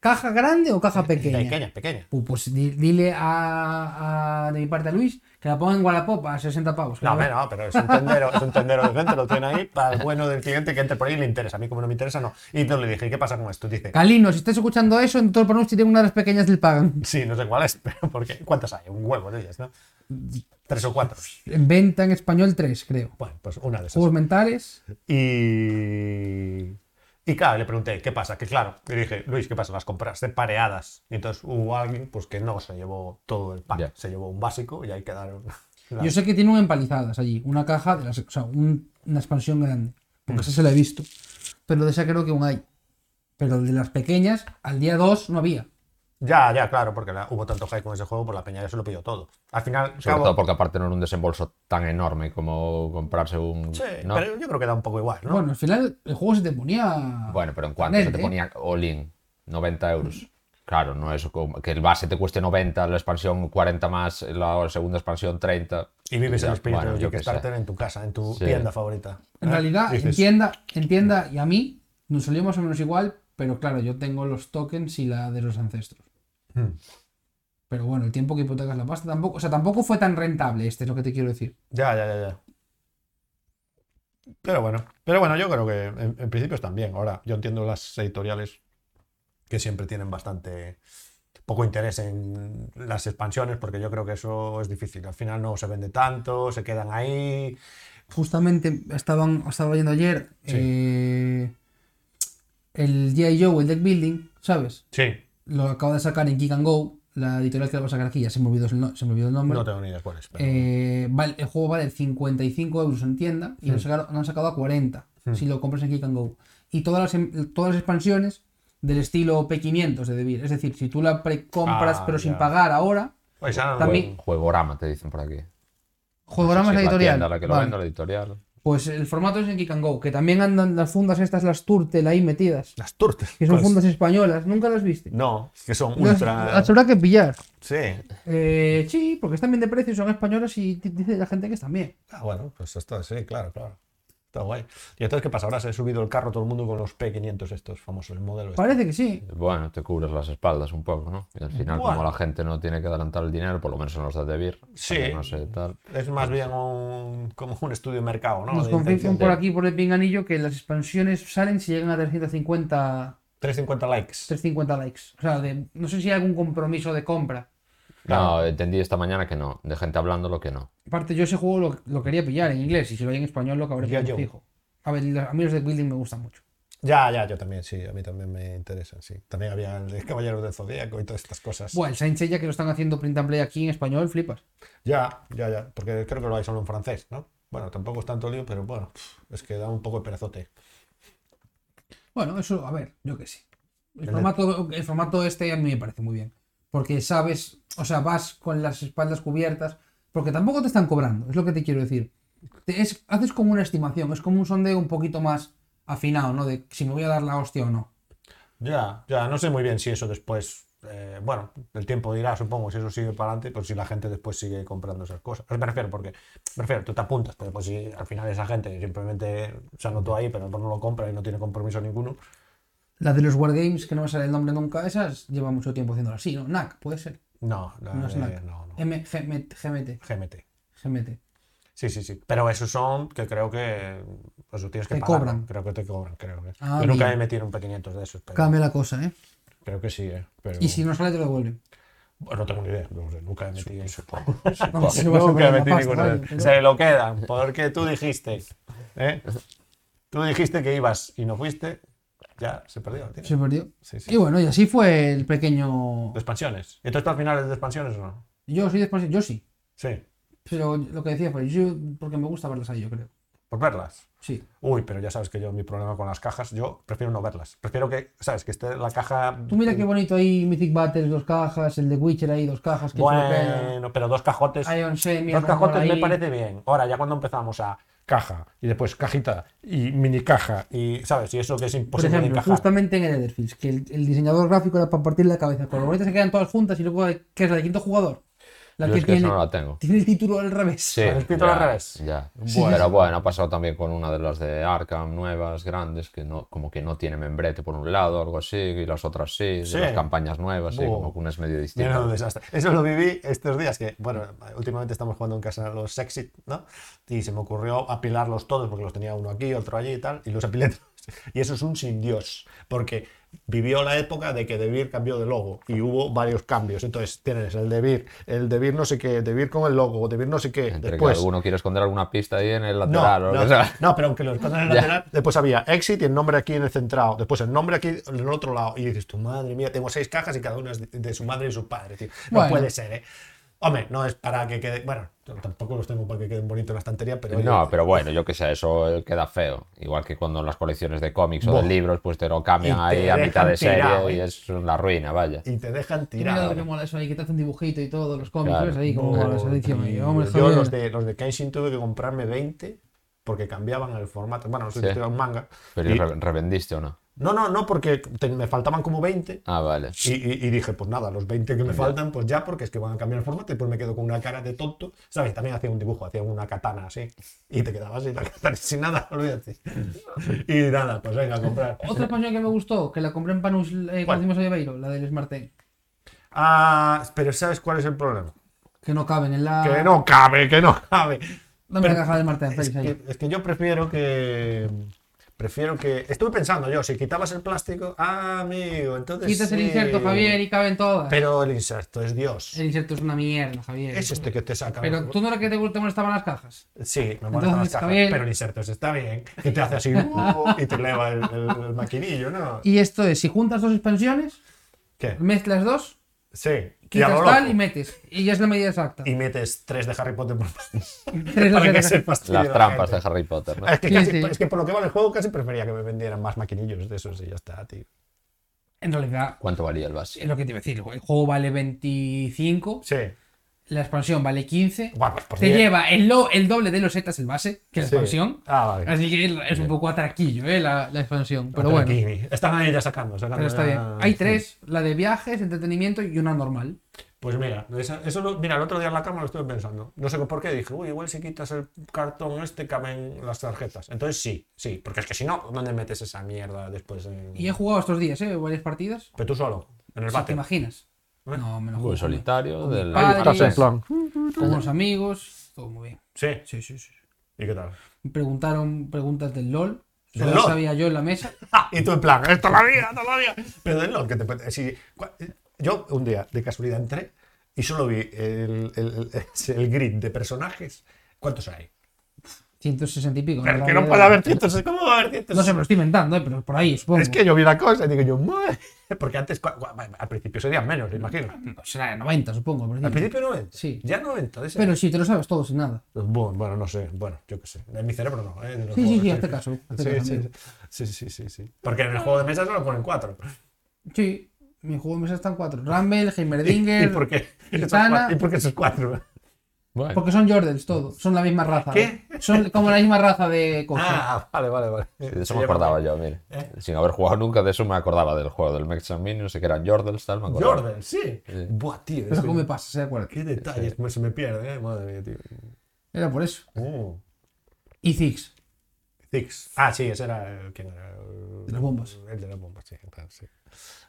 ¿Caja grande o
Eh,
caja pequeña?
Pequeña, pequeña.
Pu- Pues di- dile a, a- de mi parte a Luis que la ponga en Wallapop a 60 pavos. que
No,
la ve-
hombre, no, pero es un tendero, es un tendero de gente, lo tiene ahí para el bueno del cliente que entre por ahí y le interesa. A mí como no me interesa, no. Y entonces le dije, ¿y qué pasa con esto? Dice,
Calino, si estás escuchando eso, en Doctor Panos tiene una de las pequeñas del Pagan.
sí, no sé cuál es, pero porque ¿cuántas hay? Un huevo de ellas, ¿no? Tres o cuatro.
En venta en español 3, creo.
Bueno, pues una de esas.
Juegos mentales.
Y, y claro, le pregunté, ¿qué pasa? Que claro, le dije, Luis, ¿qué pasa? Las compraste pareadas. Y entonces hubo alguien pues, que no se llevó todo el pack,
Ya.
se llevó un básico y ahí quedaron. las-
Yo sé que tiene un empalizadas allí, una caja, de las- o sea, un- una expansión grande. Porque
Mm.
esa se la he visto. Pero de esa creo que aún hay. Pero de las pequeñas, al día 2 no había.
Ya, ya, claro, porque la- hubo tanto hype con ese juego, por la peña ya se lo pidió todo. Al final,
Sobre
cabo-
todo porque aparte no era un desembolso tan enorme como comprarse un...
Sí,
¿no?
pero yo creo que da un poco igual, ¿no?
Bueno, al final el juego se te ponía.
Bueno, pero en cuanto se te
Nel, ¿eh?
ponía all-in, 90 euros. Claro, no es como que el base te cueste 90, la expansión 40 más, la segunda expansión 30.
y vives
ya,
el espíritu
bueno,
de
yo qué sé.
Kickstarter en tu casa, en tu
Sí.
tienda favorita.
En
¿Eh?
realidad,
Dices,
en tienda, en tienda y a mí nos salió más o menos igual, pero claro, yo tengo los tokens y la de los ancestros.
"Hmm,
Pero bueno, el tiempo que hipotecas la pasta tampoco, o sea, tampoco fue tan rentable, este es lo que te quiero decir.
Ya, ya, ya, ya. Pero bueno, pero bueno, yo creo que en, en principio están bien. Ahora, yo entiendo las editoriales que siempre tienen bastante poco interés en las expansiones, porque yo creo que eso es difícil. Al final no se vende tanto, se quedan ahí.
Justamente estaban, estaba leyendo ayer
Sí.
eh, el G.I. Joe, el deck building, ¿sabes?
Sí,
Lo acaba de sacar en Kick and Go, la editorial que lo va a sacar aquí, ya se me olvidó el, no- se me olvidó el nombre.
no tengo ni idea cuál es. pero-
Eh, vale, el juego vale 55 euros en tienda y lo, sacaron- lo han sacado a 40 si lo compras en Kick and Go. Y todas las, em- todas las expansiones del estilo P500 de Devir. Es decir, si tú la precompras
Ah,
pero sin
ya.
pagar ahora,
Oye, esa Pues no-
también-
Jue- Juegorama, te dicen por aquí.
Juegorama
Sí,
es la editorial.
tienda la que lo
Vale.
vende, la editorial.
Pues el formato es en Kick and Go, que también andan las fundas estas, las Turtel ahí metidas,
Las turtes.
que son
Pues,
fundas españolas, nunca las viste.
No, que son
Las-
ultra.
Las habrá que pillar.
Sí.
Eh, sí, porque están bien de precio, son españolas y t- dice la gente que están bien.
Ah, bueno, pues esto sí, claro, claro. Está guay. ¿Y entonces qué pasa? Ahora se ha subido el carro todo el mundo con los P500 estos famosos, el modelo este.
Parece que sí.
Bueno, te cubres las espaldas un poco, ¿no? Y al final,
Bueno.
como la gente no tiene que adelantar el dinero, por lo menos en los de Debir,
Sí.
para que no sé, tal. Pues
Es más bien un, como un estudio de mercado, ¿no?
Nos
De
confirman
intención
por
de-
aquí, por el pinganillo, que las expansiones salen si llegan a 350,
350 likes.
350 likes. O sea, de- no sé si hay algún compromiso de compra.
No, entendí esta mañana que no, de gente hablando lo que no.
Aparte, yo ese juego lo, lo quería pillar en inglés y si lo hay en español lo acabaré
Ya
pillando
yo.
fijo. A ver, la- a mí los de Building me gustan mucho.
Ya, ya, yo también, sí, a mí también me interesan, sí. También había el de Caballeros del Zodíaco y todas estas cosas.
Buah, el Saint Seiya que lo están haciendo print and play aquí en español, flipas.
Ya, ya, ya, porque creo que lo hay solo en francés, ¿no? Bueno, tampoco es tanto lío, pero bueno, es que da un poco de perezote.
Bueno, eso, a ver, yo qué sé. El
El-
formato, el formato este a mí me parece muy bien. Porque sabes, o sea, vas con las espaldas cubiertas, porque tampoco te están cobrando, es lo que te quiero decir. Te- es- haces como una estimación, es como un sondeo un poquito más afinado, ¿no? De si me voy a dar la hostia o no.
Ya, ya, no sé muy bien si eso después, eh, bueno, el tiempo dirá, supongo, si eso sigue para adelante, pues si la gente después sigue comprando esas cosas. Me refiero, porque, me refiero, tú te apuntas, pero pues si al final esa gente simplemente se anotó ahí, pero pues no lo compra y no tiene compromiso ninguno.
La de los Wargames, que no me sale el nombre nunca, esas lleva mucho tiempo haciéndola así, ¿no? NAC, puede ser.
No, la
No es
de-
NAC.
no, no.
M- GMT, GMT,
GMT.
GMT.
Sí, sí, sí. Pero esos son que creo que. Pues tienes que
Te
pagar,
cobran.
¿no? Creo que te cobran, creo. ¿eh?
Ah,
Yo nunca
bien.
me he metido en un pequeñito de esos, pero
Cambia la cosa, ¿eh?
creo que sí, ¿eh? Pero,
Y si no sale, te lo devuelven.
Bueno, no tengo ni idea. No sé, nunca he metido.
No, si no vas a
Pues nunca
perder la
he metido
pasta,
ninguna
vaya,
vez.
pero-
Se lo quedan, porque tú dijiste. ¿eh? Tú dijiste que ibas y no fuiste, ya se perdió. tío.
Se perdió.
Sí, sí.
Y bueno, y así fue el pequeño.
¿De expansiones? ¿Y tú estás al final de expansiones o no?
Yo soy de expansión, yo sí.
Sí,
Pero lo que decía fue, yo, porque me gusta verlas ahí, yo creo.
por verlas.
Sí.
Uy, pero ya sabes que yo, mi problema con las cajas, yo prefiero no verlas. Prefiero que, ¿sabes? Que esté la caja.
Tú mira qué bonito ahí, Mythic Battles, dos cajas, el de Witcher ahí, dos cajas. Que se
Bueno, pero dos cajotes.
lo Ion Semi,
Dos
Armor
cajotes me
ahí.
parece bien. Ahora, ya cuando empezamos a caja y después cajita y mini caja y, ¿sabes? Y eso que es
Por
imposible de
ejemplo,
encajar.
justamente en el Ederfields, que el, el diseñador gráfico era para partir la cabeza, pero ahorita se quedan todas juntas y luego, ¿qué es la de quinto jugador? La
Yo
que
es que
tiene,
eso no la tengo.
tiene el título al revés.
Sí,
el título
ya,
al revés.
ya. Pero bueno, ha pasado también con una de las de Arkham nuevas, grandes, que no, como que no tiene membrete por un lado, algo así, y las otras sí, de
Sí.
las campañas nuevas, sí,
Buh.
como que una es medio
Mira, un
distinta.
desastre. Eso lo viví estos días, que, bueno, últimamente estamos jugando en casa a los Sexit, ¿no? Y se me ocurrió apilarlos todos, porque los tenía uno aquí, otro allí y tal, y los apilé todos. Y eso es un sin Dios, porque vivió la época de que Debir cambió de logo y hubo varios cambios. Entonces tienes el Debir, el Debir no sé qué, Debir con el logo, Debir no sé qué.
Entre
después,
que alguno quiere esconder alguna pista ahí en el lateral o lo que sea.
no, pero aunque lo escondan en el
Ya.
lateral, después había exit y el nombre aquí en el centrado, después el nombre aquí en el otro lado. Y dices, tu madre mía, tengo seis cajas y cada una es de, de su madre y su padre, tío. No
Bueno.
puede ser, ¿eh? Hombre, no es para que quede. Bueno, yo tampoco los tengo para que queden bonitos en la estantería, pero. oye,
No, pero bueno, yo que sé, eso eh, queda feo. Igual que cuando en las colecciones de cómics o
Buah.
de libros, pues te lo
Y
cambian
te
ahí a
dejan
mitad de serie
tirado,
y
¿eh?
es la ruina, vaya.
Y te dejan
Y Mira lo que
tirado.
mola Ah, eso ahí, que te hace un dibujito y todo, los cómics,
Claro.
¿ves? Ahí como
Oh,
la selección. ahí,
tío.
hombre,
yo
Javier.
los de, los de Kenshin tuve que comprarme 20 porque cambiaban el formato. Bueno, no sé si
Sí.
estoy un manga.
Pero
Y-
re- revendiste o no.
no, no, no, porque te- me faltaban como 20
Ah, vale.
Y, y- y dije, pues nada, los 20 que me faltan, pues ya, porque es que van a cambiar el formato y pues me quedo con una cara de tonto. ¿Sabes? También hacía un dibujo, hacía una katana así. Y te quedabas sin la katana, sin nada, olvídate. Y nada, pues venga, a comprar.
Otra expansión que me gustó, que la compré en Panus eh,
¿Cuál?
cuando hicimos a Beiro, la del Smarten,
Ah, pero ¿sabes cuál es el problema?
que no caben en la.
Que no cabe, que no cabe.
Dame la
Pero-
caja del Martín,
Es
Félix. ahí.
que, es que yo prefiero que. Prefiero que. Estuve pensando yo, si quitabas el plástico. Ah, amigo, entonces.
Quitas el
sí.
inserto, Javier, y caben todas.
Pero el inserto es Dios.
El inserto es una mierda, Javier.
Es este que te saca.
Pero tú no era que te, te molestaban las cajas.
Sí, me molestan las
Entonces,
cajas,
Javier-
pero el inserto ese está bien. Y te hace así uh, y te eleva el, el- el maquinillo, ¿no?
Y esto es, si juntas dos expansiones,
¿Qué?
mezclas dos,
Sí. Y, a
quitas
lo
tal
loco.
y metes. Y ya es la medida exacta.
Y metes tres de Harry Potter por
Tres
para
de
que
Harry-
se fastidie
Las
la
trampas
gente.
de Harry Potter, ¿no?
Es que,
Sí,
casi-
sí.
es que por lo que vale el juego, casi prefería que me vendieran más maquinillos de esos y ya está, tío.
En realidad,
¿Cuánto valía el base?
es lo que te iba a decir. El juego vale 25,
Sí.
la expansión vale 15.
Guau, pues por
Te
10.
lleva el, lo- el doble de los zetas el base, que la
Sí.
expansión.
Ah, vale.
Así que es un poco atraquillo, ¿eh? La, la expansión. Pero bueno,
Tranquini. Están ahí ya sacando, sacando.
pero está bien.
ya-
Hay
sí.
tres: la de viajes, entretenimiento y una normal.
Pues mira, esa- eso lo- mira, el otro día en la cama lo estuve pensando. No sé por qué dije, uy, igual si quitas el cartón este caben las tarjetas. Entonces sí, sí, porque es que si no, ¿dónde metes esa mierda después? en-
Y he jugado estos días, ¿eh? Varias partidas.
Pero tú solo, en el
Si ¿Te
bate.
imaginas?
¿Eh?
No, me lo
Muy
juego.
solitario, del
padre.
Harry Potter.
Estás en Con unos amigos, todo muy bien.
Sí.
Sí, sí, sí.
¿Y qué tal?
Me preguntaron preguntas del LOL.
¿Del
Solo
LOL?
sabía yo en la mesa.
Ah, y tú en plan, esto la vida, esto la vida. Pero es lo que te puede- si- cua- Yo un día de casualidad entré y solo vi el, el, el- el grid de personajes. ¿Cuántos hay?
160 y pico.
Pero
la
que no
verdad.
puede haber cientos. ¿Cómo va a haber cientos?
No sé, me lo estoy inventando, ¿eh? pero por ahí supongo.
Es que yo vi la cosa y digo yo, "Madre". Porque antes, cua- cua- al principio serían menos, me imagino.
Será de 90, supongo. por
Al
ejemplo.
principio 90.
Sí.
Ya 90. de ese.
Pero sí, te lo sabes todo sin nada.
Bueno, bueno, no sé. Bueno, yo qué sé. En mi cerebro no. ¿eh? De los
Sí, sí,
juegos,
sí, hazte caso, hazte
Sí,
caso,
sí,
amigo.
sí, sí, sí, sí. Porque en el juego de mesa solo ponen cuatro.
Sí, mi juego de mesa están cuatro. Rumble,
¿Y
Heimerdinger.
por qué? esos
Gitana.
cuatro- ¿Y por qué esos cuatro?
Bueno,
Porque son Jordans todos, son la misma raza.
¿Qué?
¿eh? Son como la misma raza de cosas.
Ah, vale, vale, vale.
de eso
Se
me
llama-
acordaba yo, mire. Sin haber jugado nunca, de eso me acordaba del juego del Max and Minions, que eran Jordans, tal, me acordaba.
Jordan, sí.
Sí.
Buah, tío.
Pero
ese-
¿cómo me pasa? ¿Se acuerda?
Qué detalles cómo se me pierde, eh. Madre mía, tío.
Era por eso.
Mm.
Y Ziggs.
Six. Ah, sí, ese era el, ¿quién era? El-
De las bombas.
El de las bombas, sí. claro, sí.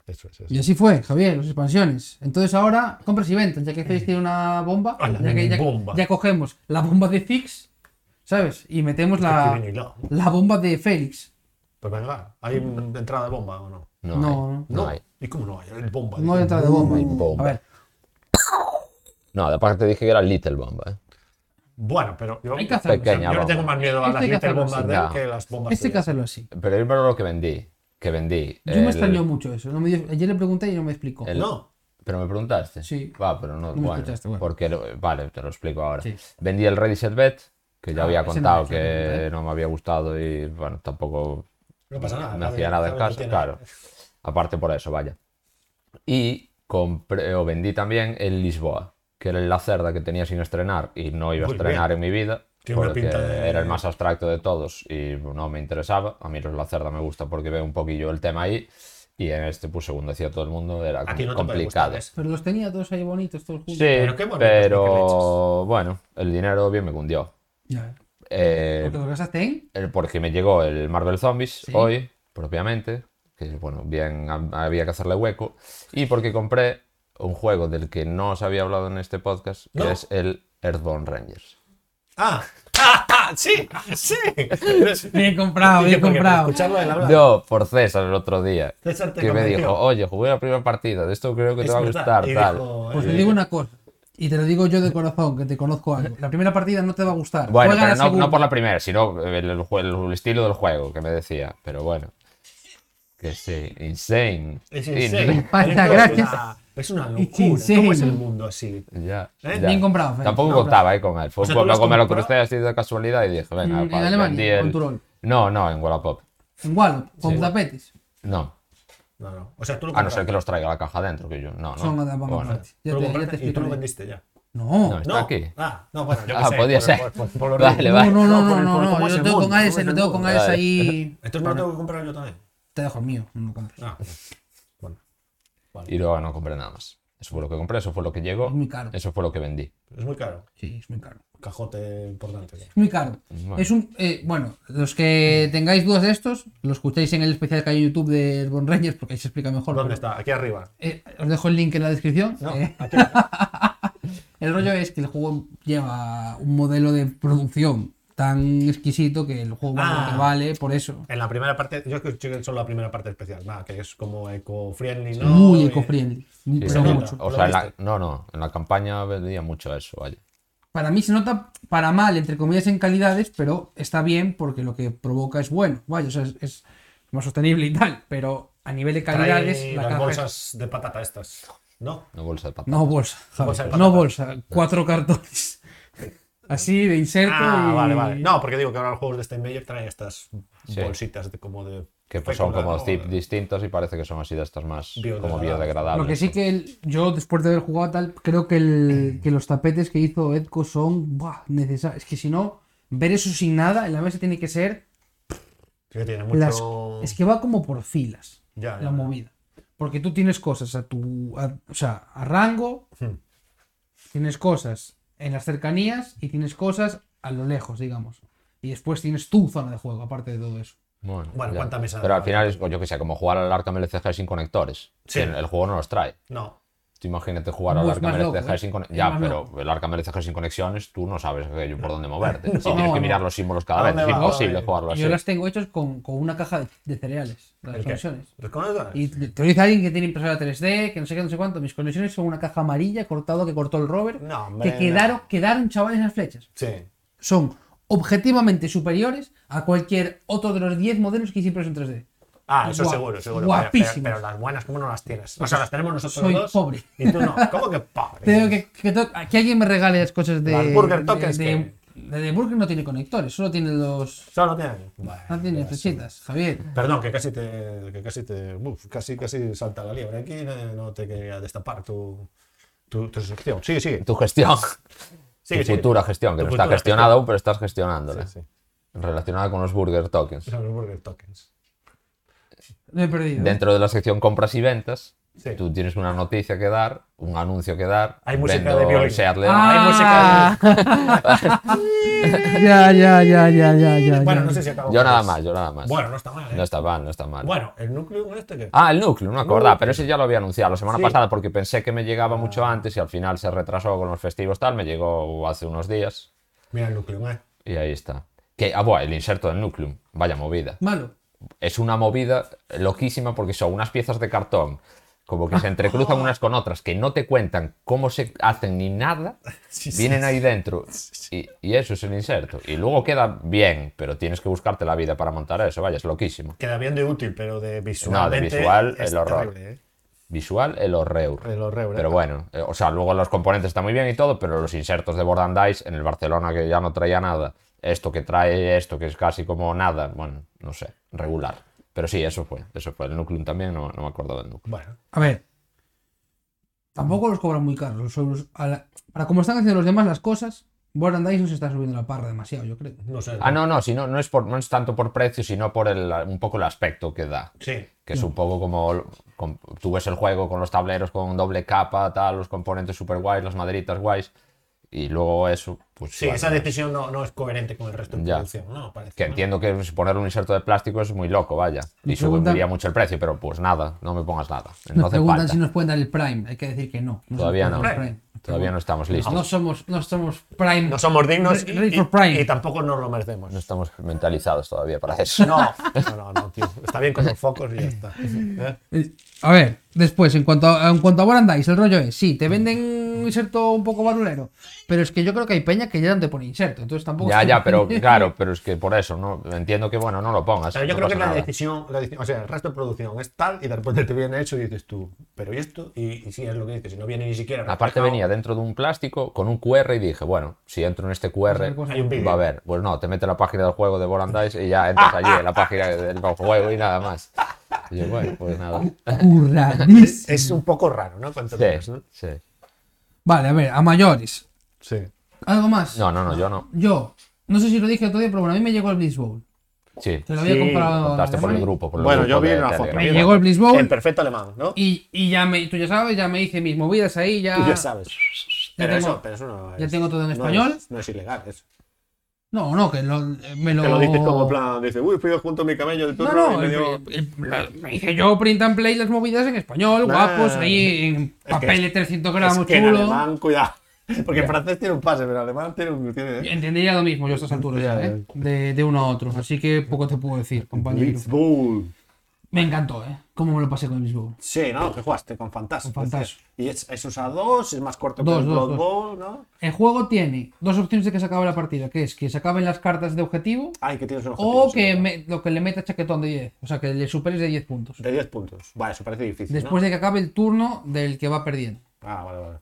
Eso es, eso.
Y así fue, Javier, las expansiones. Entonces ahora compras y ventas, ya que Ziggs tiene una bomba,
Ah, la
ya, que, ya,
bomba.
ya cogemos la bomba de Ziggs, ¿sabes? Y metemos
Qué
la,
bien hilado.
la bomba de Félix.
Pues venga, ¿hay
Mm.
un- entrada de bomba o no?
No, eh.
No,
hay,
no.
no hay.
¿Y cómo no hay? El bomba.
No
dice.
hay otra de bomba.
hay bomba.
A ver,
No, de parte te dije que era Little Bomba, ¿eh?
Bueno, pero yo,
Hay que hacerlo.
Pequeña
yo le
bomba.
tengo más miedo a
Este
las
hay que
little
hacerlo
bombas
así.
de él
No.
que las bombas
este hay que
suyas.
hacerlo así.
Pero yo primero lo que vendí, que vendí.
Yo me
el-
extrañó mucho eso. No me dio- ayer le pregunté y no me explicó.
el-
No.
Pero me preguntaste.
Sí.
Va, pero no.
me
bueno,
escuchaste, bueno.
Porque, lo- vale, te lo explico ahora.
Sí.
Vendí el Ready Set Bet, que ya
Ah,
había
ese no
contado
me
que
hacía
no me había gustado y, bueno, tampoco
No pasa nada.
no
nadie-
hacía nada en
nadie
casa,
tiene-
claro. Aparte por eso, vaya. Y compré o vendí también el Lisboa, que era la cerda que tenía sin estrenar y no iba a
Muy
estrenar en mi vida.
Tiene una
Porque
pinta de-
era el más abstracto de todos y no me interesaba. A mí los Lacerda me gusta porque veo un poquillo el tema ahí. Y en este, pues, según decía todo el mundo, era
A ti no te puede gustar
complicado.
ese.
Pero los tenía todos ahí bonitos, todos juntos.
Sí, pero,
Pero qué bonitos microlechos.
bueno, el dinero bien me cundió.
Ya.
Eh,
Porque los gastaste en.
el- porque me llegó el Marvel Zombies
Sí.
hoy, propiamente, que bueno, bien ha- había que hacerle hueco, y porque compré un juego del que no os había hablado en este podcast, que
No.
es el Earthbound Rangers.
Ah, ah, ah, sí, sí.
Bien comprado,
Porque
bien
para
Ah, comprado.
Escucharlo de la verdad.
Yo, por César el otro día,
César te
que me
convenció.
dijo, oye, jugué la primera partida, de esto creo que
Es
te va a
verdad.
gustar,
Y
tal.
dijo,
Pues
eh,
te digo una cosa, y te lo digo yo de corazón, que te conozco algo. La primera partida no te va a gustar.
Bueno,
juega
pero
la
no,
segunda.
no por la primera, sino el, el jue- el estilo del juego que me decía. Pero bueno. Que sí, insane.
Es
In-
insane.
Pasta,
Es
gracias.
una- Es una
Es
locura. ¿Cómo es
insane.
el mundo así?
Ya,
¿Eh?
ya.
Bien comprado, Félix,
Tampoco
no,
contaba eh, con él. Fue
O sea,
un
tú lo has
poco, me lo
comprado-
crucé así de casualidad y dije, venga,
Mm, en
pa,
Alemania,
vendí el-
con Turol.
No, no, en Wallapop.
En Wallop, con tapetes.
No.
No, no. O sea, tú lo
A no ser
compraste.
que los traiga la caja adentro, que yo. No, no.
Son de van
Bueno,
aparte. Ya
Tú lo
te, ya te
compraste y tú lo
explicaré.
vendiste ya.
No,
No,
no,
Está
no.
aquí.
Ah, no, bueno, yo qué
Ah,
sé,
podía
por-
ser.
por- por- por lo
Vale,
horrible.
vale.
no, no,
por
no,
el- por
no,
cómo es
yo
el
lo tengo con
mundo,
AES,
cómo es
lo
el
tengo con
mundo.
AES ahí.
Entonces me lo tengo que comprar yo también.
Te dejo el mío, no lo compres.
Ah, bueno.
Y luego no compré nada más. Eso fue lo que compré, eso fue lo que llegó.
Es muy caro.
Eso fue lo que vendí.
Es muy caro.
Sí, es muy caro.
Cajote importante. ¿no?
Es muy caro.
Bueno.
Es un, eh, bueno, los que tengáis dudas de estos, lo escucháis en el especial que hay en YouTube de Airborne Rangers, porque ahí se explica mejor. pero-
¿Dónde está? Aquí arriba.
Eh, os dejo el link en la descripción.
No,
eh.
aquí.
El rollo es que el juego lleva un modelo de producción tan exquisito que el juego vale lo que
Ah.
vale por eso.
En la primera parte, yo creo que solo la primera parte especial, va, que es como eco-friendly, ¿no?
Muy
Eh,
eco-friendly.
Sí,
pero
se nota.
mucho.
O sea, en la-
¿Lo
no, no, en la campaña vendía mucho eso, vaya.
Para mí se nota para mal, entre comillas, en calidades, pero está bien porque lo que provoca es bueno. Vaya, o sea, es, es más sostenible y tal, pero a nivel de
trae
calidades, la
las
caja es-
bolsas de patata estas, ¿no?
Una bolsa de patatas.
No bolsa, Javi,
Bolsa de
no
patatas.
bolsa, cuatro cartones. Así de inserto.
Ah,
y-
vale, vale. No, porque digo que ahora los juegos de Steinmeier traen estas
Sí.
bolsitas de, como de.
que pues, son como
fécula,
zip distintos y parece que son así de estas más como
Biodegradables.
biodegradables.
Lo que sí que el- yo, después de haber jugado tal, creo que,
Mm.
el- que los tapetes que hizo Edco son buah, necesarios. Es que si no, ver eso sin nada en la mesa tiene que ser.
Que tiene mucho.
las- Es que va como por filas
Ya,
la
ya.
movida. Porque tú tienes cosas a tu. a- o sea, a rango,
Hmm.
tienes cosas en las cercanías y tienes cosas a lo lejos, digamos. Y después tienes tu zona de juego, aparte de todo eso.
Bueno,
Bueno,
ya.
¿cuánta mesa?
Pero al final es, yo que sé, como jugar al Arkham LCG sin conectores.
Sí.
Que El juego no los trae.
No.
Tú imagínate jugar
Pues
al
más
Arkham
loco,
LCG
¿eh?
sin
Es
conexiones. Ya,
más
pero el Arkham LCG sin conexiones, tú no sabes aquello por dónde moverte. Sí,
No,
tienes que
no.
mirar los símbolos
¿A
cada vez.
dónde
Es
va?
imposible
Vale.
jugarlo
Y
así.
Yo las tengo hechas con, con una caja de, de cereales, las
¿El qué?
conexiones.
¿Los conectores?
Y te lo dice alguien que tiene impresora 3D, que no sé qué, no sé cuánto. Mis conexiones son una caja amarilla cortado que cortó el Robert.
No, hombre,
que quedaron,
no.
quedaron chavales las flechas.
Sí.
Son objetivamente superiores a cualquier otro de los 10 modelos que hice impreso en 3D.
Ah, eso
Guap-
seguro, seguro. Pero-
Guapísimas.
Pero, pero las buenas, ¿cómo no las tienes? O sea, las tenemos nosotros
Pues soy
dos.
pobre.
Y tú no. ¿Cómo que pobre?
Tengo que, que, to- que alguien me regale las cosas de.
Las Burger Tokens
de, de, de- de Burger no tiene conectores, solo tiene los.
Solo no tienen. Bueno,
No tiene flechitas, Javier.
Perdón, que casi te. Que casi te. uf, casi, casi salta la liebre aquí. No, no te quería destapar tu, tu, tu sección. Sí, sí.
Tu gestión.
sí,
tu futura gestión, que no está gestionado, pero estás gestionándola. Relacionada con los burger tokens.
Los burger tokens.
Me he perdido.
Dentro de la sección compras y ventas,
Sí.
tú tienes una noticia que dar, un anuncio que dar.
Hay música
vendo
de violín.
Seat León.
Ah, ya, ya, ya, ya, ya, ya.
Bueno,
ya.
no sé si acabo.
Yo
con
nada
eso.
más, yo nada más.
Bueno, no está mal, ¿eh?
No está mal, no está mal.
Bueno, el núcleo este que.
Ah, el núcleo, no me acordaba, pero ese ya lo había anunciado la semana
Sí. Ah.
pasada porque pensé que me llegaba mucho antes y al final se retrasó con los festivos tal, me llegó hace unos días
Mira el núcleo, ¿eh?
y ahí está. Que, ah, bueno, el inserto del núcleo, vaya movida.
Malo.
Es una movida loquísima porque son unas piezas de cartón como que se entrecruzan unas con otras que no te cuentan cómo se hacen ni nada, vienen ahí dentro y, y eso es el inserto. Y luego queda bien, pero tienes que buscarte la vida para montar eso, vaya, es loquísimo.
Queda bien de útil, pero de visualmente.
visual,
es
el horror.
terrible, ¿eh?
Visual, el horreur.
El horror, ¿eh?
Pero bueno, eh, o sea, luego los componentes están muy bien y todo, pero los insertos de Bordandais en el Barcelona que ya no traía nada, esto que trae esto que es casi como nada, bueno, no sé, regular. Pero sí, eso fue, eso fue. El Nucleum también, no, no me acuerdo del Nucleum.
Bueno,
A ver. Tampoco los cobran muy caros. los euros. A la- Para como están haciendo los demás las cosas, Warren Dyson se está subiendo la parra demasiado, yo creo.
no sé.
Ah, no, no, si no, no es, por, no es tanto por precio, sino por el, un poco el aspecto que da.
Sí.
Que es un poco como, com- tú ves el juego con los tableros con doble capa, tal, los componentes super guays, las maderitas guays, y luego eso, pues...
Sí,
bueno,
esa
no sé.
decisión no, no es coherente con el resto de
Ya.
producción, ¿no? Parece.
Que
¿no?
entiendo que poner un inserto de plástico es muy loco, vaya.
Me
Y
preguntan-
subiría mucho el precio, pero pues nada, no me pongas nada.
Nos
No hace
preguntan
falta.
si nos pueden dar el Prime. Hay que decir que no. no se
Todavía
nos
no.
puede dar el Prime.
Todavía no estamos listos.
No
No,
somos, no somos Prime.
No somos dignos y,
Re- Ready
y-
for Prime.
y tampoco nos lo merecemos. No,
estamos mentalizados todavía para eso.
no, no, no, tío. Está bien con los focos y ya está. ¿Eh?
Eh, A ver, después, en cuanto a, en cuanto a Warren Dyson, el rollo es, sí, te venden un inserto un poco barulero, pero es que yo creo que hay peña que ya no te pone inserto, entonces tampoco...
Ya, ya, pero claro, pero es que por eso, no entiendo que bueno, no lo pongas.
Pero yo
no
creo que
pasa
la
nada.
decisión, la decisión- o sea, el resto de producción es tal y de repente te viene hecho y dices tú, pero ¿y esto? Y, y sí, es lo que dices, si no viene ni siquiera.
Aparte
reflejado,
venía dentro de un plástico con un QR y dije, bueno, si entro en este QR
Hay un vídeo.
va a ver. Pues no, te mete la página del juego de Borandice y ya entras allí en la página del juego y nada más. Y yo, bueno, pues nada.
Curradísimo.
Es un poco raro, ¿no? Cuando te
pues,
miras,
Sí,
¿no?
sí.
Vale, a ver, a mayores.
Sí.
¿Algo más?
No, no, no, yo no.
Yo, no sé si lo dije otro día, pero bueno, a mí me llegó el Blitz Bowl.
Sí.
Te lo había
Sí,
comprado...
Contaste por el
además,
grupo. Por el
Bueno,
grupo
yo vi
de
una
Telegram.
foto.
Me llegó el Blitz Bowl.
En perfecto alemán, ¿no?
Y, y ya me, tú ya sabes, ya me hice mis movidas ahí, ya...
Tú ya sabes. Pero,
tengo-
eso, pero eso no
ya
es-
tengo todo en
no
español.
es- no es ilegal, eso.
No, no, que lo- eh, me lo...
Te lo dices como plan, dice, uy, fui junto a mi camello del
No,
turno y
no,
me
el-
dio...
el- la- me dije yo print and play las movidas en español,
Nah.
guapos, ahí en
Es que-
papel de 300
Es
gramos,
que en
chulo.
alemán, cuidado. Porque en francés tiene un pase, pero en alemán tiene un. Tiene...
Entendería lo mismo yo a estas alturas,
Ya,
¿eh? de, de uno a otro. Así que poco te puedo decir, compañero.
Blitzball.
Me encantó, ¿eh? Cómo me lo pasé con el Lisboa.
Sí, ¿no? Que jugaste con Fantasma.
Con Fantasma.
Y es, es usa dos, es más corto
Dos,
que el
dos,
Blood
dos.
Bowl, ¿no?
El juego tiene dos opciones de que se acabe la partida, que es que se acaben las cartas de objetivo
Ay, que tienes un
o
objetivo. sí,
Oh, que
¿verdad?
me- lo que le meta chaquetón de 10, o sea, que le superes de 10 puntos.
De 10 puntos. Vale, eso parece difícil.
Después de que acabe el turno del que va perdiendo.
¿no? Ah, vale, vale.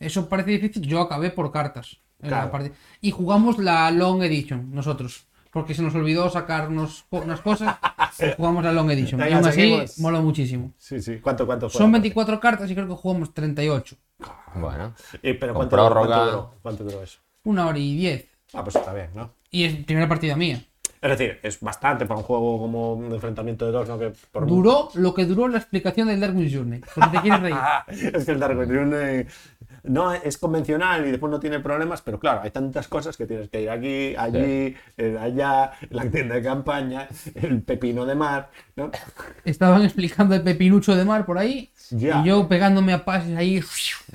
Eso parece difícil, yo acabé por cartas. en la
Claro.
partida. Y jugamos la Long Edition, nosotros. Porque se nos olvidó sacar unos co- unas cosas. y jugamos la Long Edition. Y
Venga,
aún así,
seguimos.
mola muchísimo.
Sí, sí. ¿Cuánto, cuánto fue?
Son 24 cartas y creo que jugamos 38.
Bueno,
Eh, pero
Con
¿cuánto, cuánto,
prórroga.
duró? ¿Cuánto duró eso?
Una hora y 10.
Ah, pues está bien, ¿no?
Y es primera partida mía.
Es decir, es bastante para un juego como un enfrentamiento de dos, ¿no? Que por
Duró lo que duró la explicación del Darwin Journey. Por si te quieres reír.
Ah, es que el Dark Union eh, no es convencional y después no tiene problemas, pero claro, hay tantas cosas que tienes que ir aquí, allí, eh, allá, la tienda de campaña, el pepino de mar, ¿no?
Estaban explicando el pepinucho de mar por ahí.
Ya.
Y yo pegándome a pases ahí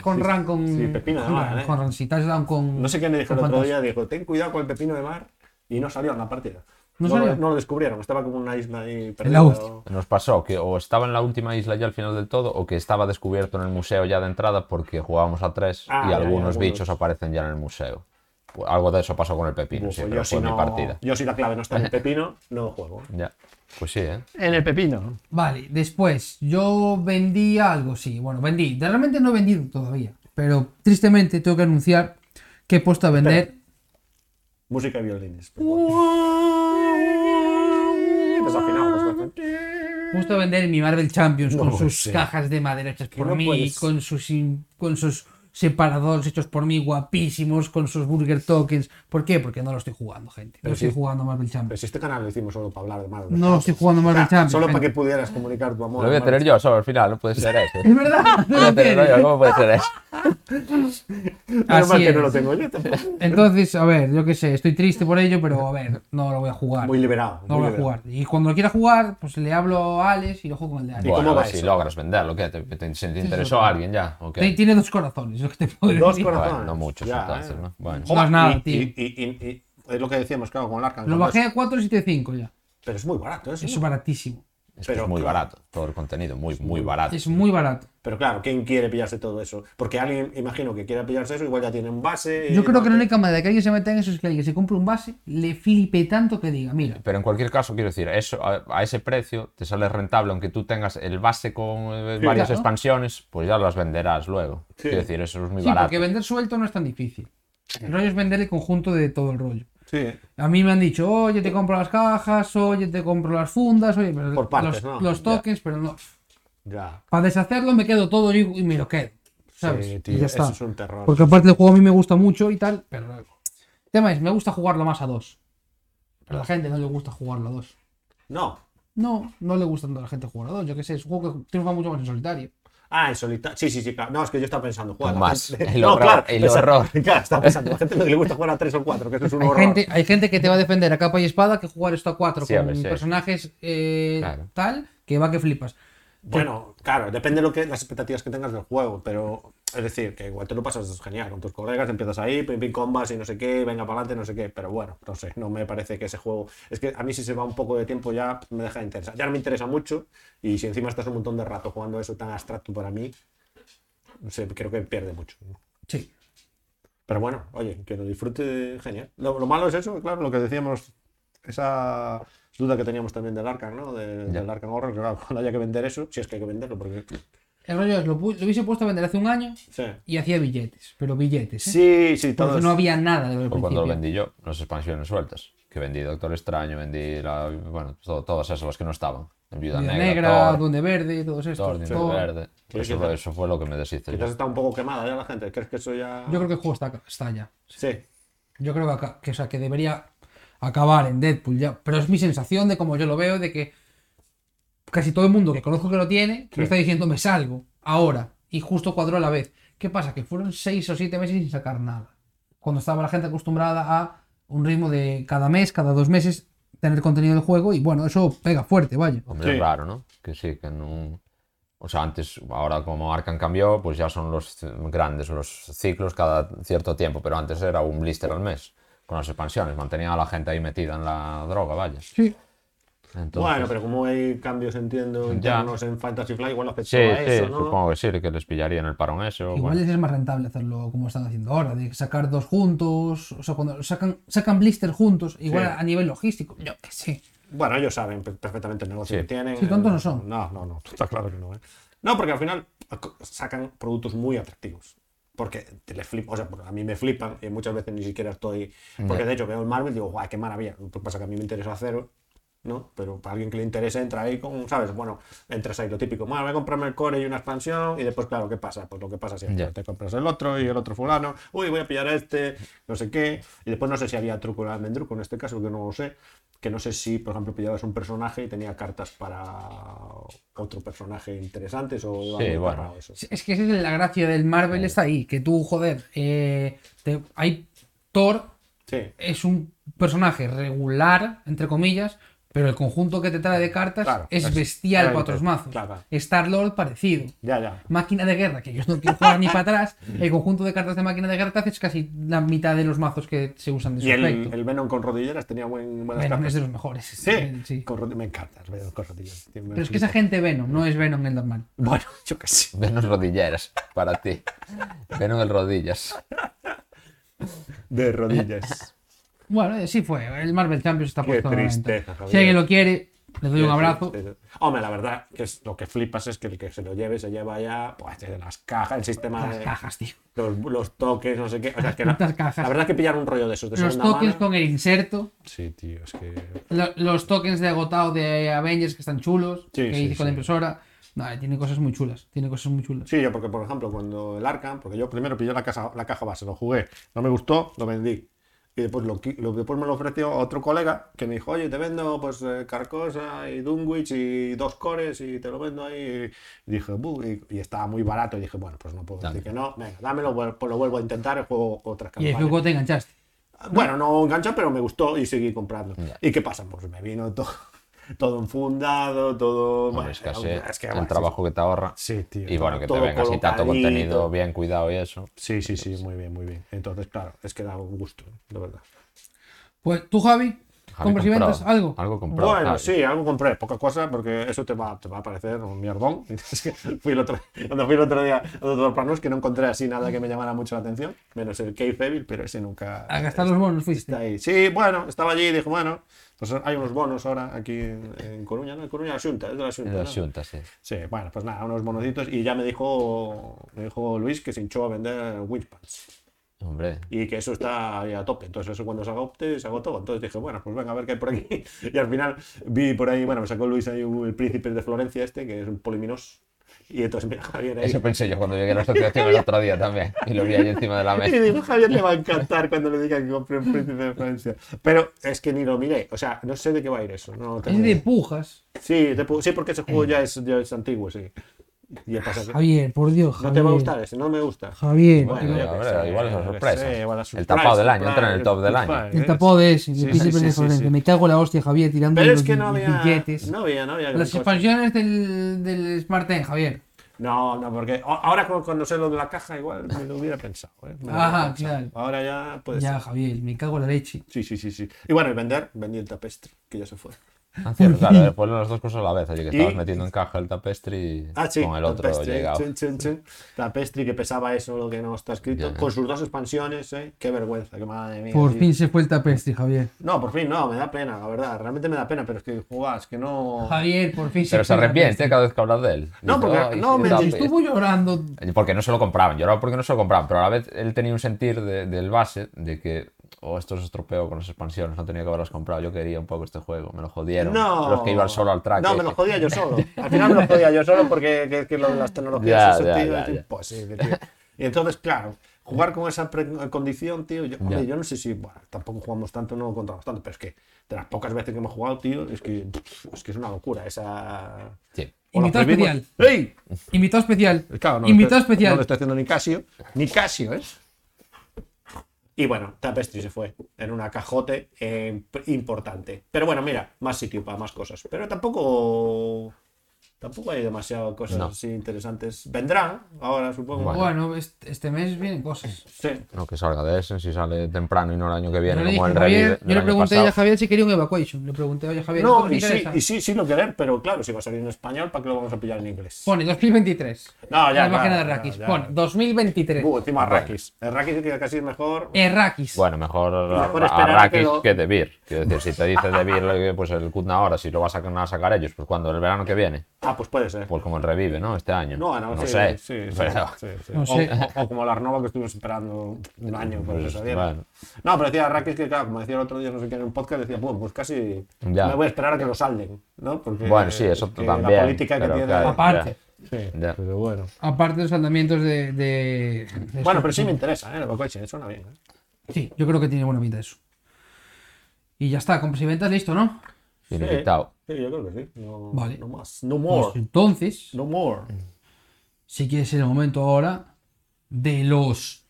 con
Sí,
ran, con.
sí, pepino de mar,
con ran,
¿eh?
Con ran, si touchdown, con.
No sé quién me dijo el
con
otro
fantasma.
día, dijo, ten cuidado con el pepino de mar y no salió en la partida.
¿No
lo-
salió?
no lo descubrieron, estaba como una isla ahí
la
perdida.
hostia.
o-
nos pasó que o estaba en la última isla ya al final del todo o que estaba descubierto en el museo ya de entrada porque jugábamos a tres
Ah,
y
ya, ya,
algunos
algunos.
bichos aparecen ya en el museo. Pues Algo de eso pasó con el pepino,
Uf,
sí, pero
Pues yo, si
fue mi
no-
partida.
yo si la clave no está en el pepino, no juego.
Ya. Pues sí, ¿eh?
En el pepino.
Vale, después yo vendí algo, sí, bueno, vendí. De- Realmente no he vendido todavía, pero tristemente tengo que anunciar que he puesto a vender.
Música y violines. por favor. Desafinado, pues, bastante.
he puesto a vender mi Marvel Champions
No
con
puede
sus
ser.
cajas de madera hechas por
no
mí,
puedes.
con sus in- con sus separadores hechos por mí, guapísimos, con sus burger tokens. ¿Por qué? Porque no lo estoy jugando, gente. No estoy jugando Marvel
Pero
Champions.
si este canal lo hicimos solo para hablar de Marvel.
No lo estoy jugando Marvel Champions.
Solo para que
gente.
pudieras comunicar tu amor.
Lo voy a
hermano.
tener yo solo al final, no puede ser eso.
Es verdad, no
Ah,
Voy a
lo
tenerlo
tienes.
yo, ¿Cómo puede ser eso?
Menos mal
Así
que no lo
es.
tengo yo tampoco.
Entonces, a ver, yo qué sé, estoy triste por ello, pero a ver, no lo voy a jugar.
Muy liberado.
No voy
muy
a
liberado.
jugar. Y cuando lo quiera jugar, pues le hablo a Alex y lo juego con el de Alex.
cómo
Bueno, a
va
ver si
eso?
logras venderlo, ¿qué? ¿Te, te- te interesó
sí.
a alguien ya? ¿O qué?
Te- Tiene dos corazones, es lo que te puedo
Dos
decir.
corazones.
Bueno, no muchos
Ya,
entonces,
¿eh?
¿no? Bueno.
Más
Y-
nada,
y,
tío.
Y, y- y- es lo que decíamos, claro, con el Arkham.
Lo
cuando
bajé
es-
a 475 ya.
Pero es muy barato ¿eh? eso.
Es baratísimo.
Es que es
Pero
muy
claro.
barato, todo el contenido, muy, muy barato.
Es muy barato.
Pero claro, ¿quién quiere pillarse todo eso? Porque alguien, imagino que quiera pillarse eso, igual ya tiene un base.
Yo
y-
creo que la única manera de que alguien se meta en eso es que alguien se compre un base, le flipe tanto que diga, mira,
Pero en cualquier caso, quiero decir, eso a, a ese precio te sale rentable, aunque tú tengas el base con eh, varias
Claro.
expansiones, pues ya las venderás luego. Quiero decir, eso es muy
sí,
barato.
porque vender suelto no es tan difícil. El rollo es vender el conjunto de todo el rollo.
Sí.
A mí me han dicho, oye, te compro las cajas, oye, te compro las fundas, oye, pero
Por partes,
los,
¿no?
los tokens, pero no.
Ya.
Para deshacerlo me quedo todo y y me lo quedo. ¿Sabes?
Sí,
Y
tío,
ya
eso
está. Pues-
es un terror.
Porque aparte el juego a mí me gusta mucho y tal, pero... El tema es, me gusta jugarlo más a dos. Pero a la gente no le gusta jugarlo a dos.
No.
No, no le gusta tanto a la gente jugar a dos. Yo qué sé, es un juego que triunfa mucho más en solitario.
Ah, en solitario. Sí, sí, sí, claro. No, es que yo estaba pensando, jugar a
Tomás,
la gente-
el
no,
horror,
claro,
el
pensaba-
horror.
Claro, estaba pensando, la gente no le gusta jugar a tres o cuatro, que eso es un
Hay
horror.
gente, hay gente que te va a defender a capa y espada que jugar esto a cuatro
Sí,
con
hombre, sí.
personajes eh,
Claro.
tal, que va que flipas.
Bueno, claro, depende de lo que, las expectativas que tengas del juego, pero es decir, que igual te lo pasas genial con tus colegas, empiezas ahí, pim pim combas y no sé qué, venga para adelante, no sé qué, pero bueno, no sé, no me parece que ese juego, es que a mí si se va un poco de tiempo ya me deja de interesar, ya no me interesa mucho y si encima estás un montón de rato jugando eso tan abstracto para mí, no sé, creo que pierde mucho.
Sí.
Pero bueno, oye, que lo disfrute genial. Lo, lo malo es eso, claro, lo que decíamos, esa duda que teníamos también del Arkham, ¿no? De-
Ya.
del Arkham Horror, que claro, cuando haya que vender eso, si es que hay que venderlo, porque...
El rollo es, lo, pu- lo hubiese puesto a vender hace un año
Sí,
y hacía billetes, pero billetes. ¿eh?
sí, sí,
Porque
todo
no había nada desde el
Por Pues cuando
principio.
lo vendí yo, las expansiones sueltas. Que vendí Doctor Extraño, vendí la- bueno, to- todas esas, las que no estaban. Viuda
Viuda
Negra,
negra,
Thor,
Duende Verde, todos
Thor,
estos.
Dinero
Thor.
Verde.
Sí,
Eso,
quizás-
eso fue lo que me deshice.
Quizás
yo.
está un poco quemada ya la gente, ¿crees que eso ya...?
Yo creo que el juego está, está ya.
Sí,
Yo creo que, aca- que, o sea, que debería acabar en Deadpool ya. Pero es mi sensación de como yo lo veo, de que casi todo el mundo que conozco que lo tiene, que me está diciendo me salgo ahora. Y justo cuadró a la vez. ¿Qué pasa? Que fueron seis o siete meses sin sacar nada. Cuando estaba la gente acostumbrada a un ritmo de cada mes, cada dos meses,
Oh,
tener contenido del juego. Y bueno, eso pega fuerte, vaya.
Hombre,
Sí.
es raro, ¿no? Que sí, que no... O sea, antes, ahora como Arkham cambió, pues ya son los c- grandes los ciclos cada cierto tiempo, pero antes era un blister al mes con las expansiones, mantenía a la gente ahí metida en la droga, vaya.
Sí.
Entonces,
Bueno, pero como hay cambios, entiendo, internos en Fantasy Flight, igual afectó
sí,
a
sí,
eso, ¿no?
supongo que sí, que les pillarían el parón eso.
Igual
bueno.
les es más rentable hacerlo como están haciendo ahora, de sacar dos juntos, o sea, cuando sacan, sacan blister juntos, igual
Sí.
a nivel logístico, yo qué sé.
Bueno, ellos saben per- perfectamente el negocio
Sí.
que tienen.
Sí, tontos no son.
No, no, no, está claro que no. ¿eh? No, porque al final ac- sacan productos muy atractivos. Porque te les flip, o sea, a mí me flipan y muchas veces ni siquiera estoy.
Mm.
Porque de hecho veo el Marvel y digo, guau, qué maravilla. Lo que pasa es que a mí me interesa cero, ¿no? Pero para alguien que le interese, entra ahí con, ¿sabes? Bueno, entras ahí lo típico. Bueno, voy a comprarme el core y una expansión y después, claro, ¿qué pasa? Pues lo que pasa siempre.
Ya.
Te compras el otro y el otro fulano. Uy, voy a pillar a este, no sé qué. Y después no sé si había truco de almendruco en este caso, que no lo sé. Que no sé si, por ejemplo, pillabas un personaje y tenía cartas para otro personaje interesantes o iba
Sí,
muy
bueno.
cerrado eso.
Es que esa es la gracia del Marvel, está ahí, que tú, joder, eh, te- hay Thor,
Sí.
es un personaje regular, entre comillas, pero el conjunto que te trae de cartas
Claro,
es,
es-
bestial
claro,
para otros
claro,
mazos.
claro.
Star-Lord parecido.
Ya, ya.
Máquina de guerra, que yo no quiero jugar ni para atrás. El conjunto de cartas de máquina de guerra te haces casi la mitad de los mazos que se usan de su
Y el,
aspecto.
el Venom con rodilleras tenía buen, buenas
Venom es
cartas.
de los mejores.
Sí,
sí.
con rodi- me encanta el Venom con rodilleras. tío, me
Pero es que
flipa.
esa gente Venom, no es Venom el normal.
Bueno, yo qué sé.
Venos rodilleras para ti. Venos del rodillas.
De rodillas.
Bueno, eh, sí fue. El Marvel Champions está
Qué
puesto. de momento.
tristeza, Javier.
si alguien lo quiere, le doy un abrazo.
Sí, sí, sí. Hombre, la verdad que es- lo que flipas es que el que se lo lleve se lleva ya pues, de las cajas, el sistema
Las
de
cajas, tío.
los, los toques, no sé qué. O sea, que la,
putas cajas.
la verdad es que pillar un rollo de esos de
Los
segunda
toques
mano.
con el inserto.
Sí, tío, es que.
Lo- los tokens de agotado de Avengers que están chulos,
Sí,
que
sí,
hice con la
sí.
impresora. No, eh, tiene cosas muy chulas, tiene cosas muy chulas.
Sí, yo, porque por ejemplo, cuando el Arkham, porque yo primero pillé la, casa, la caja base, lo jugué, no me gustó, lo vendí. Y después, lo, qui- lo- después me lo ofreció otro colega que me dijo, oye, te vendo pues eh, Carcosa y Dunwich y dos cores y te lo vendo ahí. Y dije, "Bu", y, y estaba muy barato. Y dije, bueno, pues no puedo decir que no, venga, dámelo, vuel- pues lo vuelvo a intentar y juego
y
otras
el
campañas.
truco te enganchaste.
Bueno, no engancha, pero me gustó y seguí comprando. ¿Y qué pasa? Pues me vino todo, todo enfundado, todo...
Bueno, es que
era un-
así,
es que,
el
bueno,
trabajo que te ahorra.
Sí, tío,
Y bueno, que te
todo
venga así tanto
colocadito.
contenido bien cuidado y eso.
Sí, sí, sí, muy bien, muy bien. Entonces, claro, es que da un gusto, de verdad.
Pues tú, Javi,
Javi
compras y
compró-
ventas algo.
Algo Ah, compró.
bueno,
Javi.
sí, algo compré, poca cosa, porque eso te va, te va a parecer un mierdón. Es que fui el otro, cuando fui el otro día a los planos que no encontré así nada que me llamara mucho la atención, menos el Cave Evil, pero ese nunca...
Ah,
A gastar los bonos fuiste.
Está ahí. Sí, bueno, estaba allí y dije, bueno, pues hay unos bonos ahora aquí en, en Coruña, ¿no? En Coruña, la Xunta, es de la Xunta.
En la
¿no?
Xunta, sí.
Sí, bueno, pues nada, unos bonocitos y ya me dijo, me dijo Luis que se hinchó a vender Witchpants.
Hombre.
y que eso está ahí a tope. Entonces, eso cuando se agote, se agotó. Entonces dije, bueno, pues venga, a ver qué hay por aquí. Y al final vi por ahí, bueno, me sacó Luis ahí un- el príncipe de Florencia este, que es un poliminos. Y entonces mira, Javier ahí.
Eso pensé yo cuando llegué a la asociación el otro día también. Y lo vi ahí encima de la
Y
mesa.
digo, Javier le va a encantar cuando le diga que compre un príncipe de Florencia. Pero es que ni lo miré. O sea, no sé de qué va a ir eso. No tengo
Es de
idea.
pujas.
Sí, de pu- sí, porque ese juego ya es, ya es antiguo, sí. Y el pasa que-
Javier, por Dios, Javier.
No te va a gustar ese, no me gusta.
Javier,
Bueno,
que no-
yo
ya
qué
verás,
sé,
igual es una
yo qué
sorpresa.
sé, igual es
El tapado del año,
surprise,
entra en el top del año.
surprise,
el
¿eh?
tapado de ese, el
Sí, sí,
príncipe
sí,
de
sí,
Florencia.
sí.
Me cago en la hostia, Javier, tirando
Pero
los
es que no había.
billetes.
No había, no había.
Las
cosas.
expansiones del, del Smart End, Javier.
No, no, porque a- ahora cu- cuando sé lo de la caja, igual me lo hubiera pensado. ¿eh? Me lo hubiera
Ajá,
pensado.
Ah, claro.
Ahora ya puede
Ya,
ser.
Javier, me cago en la leche.
Sí, sí, sí, sí. Y bueno, y vender, vendí el tapestre, que ya se fue.
Ah, cierto, claro, después las dos cosas a la vez. Oye, que
Y-
estabas metiendo en caja el tapestre y
Ah, sí,
con el otro
tapestre,
llegado.
chun, chun, chun. Tapestri, que pesaba eso, lo que no está escrito.
Ya.
Con sus dos expansiones, ¿eh? Qué vergüenza, qué madre mía.
Por
tío.
fin se fue el tapestre, Javier.
No, por fin, no, me da pena, la verdad. Realmente me da pena, pero es que jugás, que no.
Javier, por fin se
Pero se
fue el
arrepiente cada vez que hablas de él.
No,
Dice,
porque-
"Ay,
no,
sí,
me-
tapestre.
el tapestre".
Estuvo llorando
Porque no se lo compraban, lloraba porque no se lo compraban, pero a la vez él tenía un sentir de- del base de que, oh, esto se estropeó con las expansiones, no tenía que haberlas comprado, yo quería un poco este juego, me lo jodieron.
No.
Los que iban solo al track.
No, me
ese.
lo jodía yo solo. Al final me lo jodía yo solo porque que, que lo de las tecnologías
Ya,
eso,
ya,
tío,
ya,
es
ya.
imposible, tío. Y entonces, claro, jugar con esa pre- eh, condición, tío, yo, hombre, yo no sé si, bueno, tampoco jugamos tanto, no encontramos tanto, pero es que de las pocas veces que hemos jugado, tío, es que es, que es una locura esa...
Sí.
O lo
Invitado
prohibimos-
especial.
¡Ey! Eh,
Invitado especial.
Claro, no lo
Invitado
estoy-
especial.
No lo está haciendo ni Casio. Ni Casio, ¿eh? Y bueno, Tapestry se fue en una cajote eh, importante. Pero bueno, mira, más sitio para más cosas. Pero tampoco Tampoco hay demasiado cosas
No.
así interesantes. Vendrán ahora, supongo.
Bueno.
Bueno, este, este mes vienen cosas.
Sí.
No, que salga de Essen, si sale temprano y no el año que viene,
Yo le,
como
dije,
el rally
Javier-
de- del
yo le
año
pregunté
pasado.
a Javier si quería un evacuation. Le pregunté a Javier. ¿esto
No,
me
y sí,
interesa?
y sí, sí lo querer, pero claro, si va a salir en español, ¿para qué lo vamos a pillar en inglés?
Pone 2023.
No, ya,
La página
claro,
de Rakis.
ya, ya.
Pone 2023.
Uh, encima
Vale.
Rakis. El Rakis que casi es
Eh.
mejor.
Errakis.
Bueno, mejor,
Mejor
a- a
esperar
Rakis
que lo-
que De Beer. Quiero decir, si te dices De Beer, pues el Kutna ahora, si lo vas a van a sacar ellos, pues cuando el verano que viene,
Ah, pues puede ser.
pues como el revive, ¿no? Este año.
No, no, sí,
sé.
sí, sí,
pero-
sí, sí.
No
O-
sé.
O, o como la Arnova que estuvimos esperando un año para que
Pues,
saliera.
bueno.
No, pero decía Rakis que, claro, como decía el otro día, no sé quién en un podcast, decía, bueno, pues casi
Ya.
me voy a esperar a que lo salden, ¿no? Porque
Bueno, sí, eso
es que
también,
La política que
pero
tiene.
claro.
Aparte.
Sí,
Ya.
pero bueno.
Aparte de los andamientos de. de- de-
Bueno, pero sí me interesa, ¿eh? El coche, suena bien. ¿eh?
Sí, yo creo que tiene buena pinta eso. Y ya está, compras y ventas, listo, ¿no?
Finiquitao.
Sí, yo creo que sí. No,
Vale.
no más. No
Pues
more.
entonces,
No more.
si quieres el momento ahora de los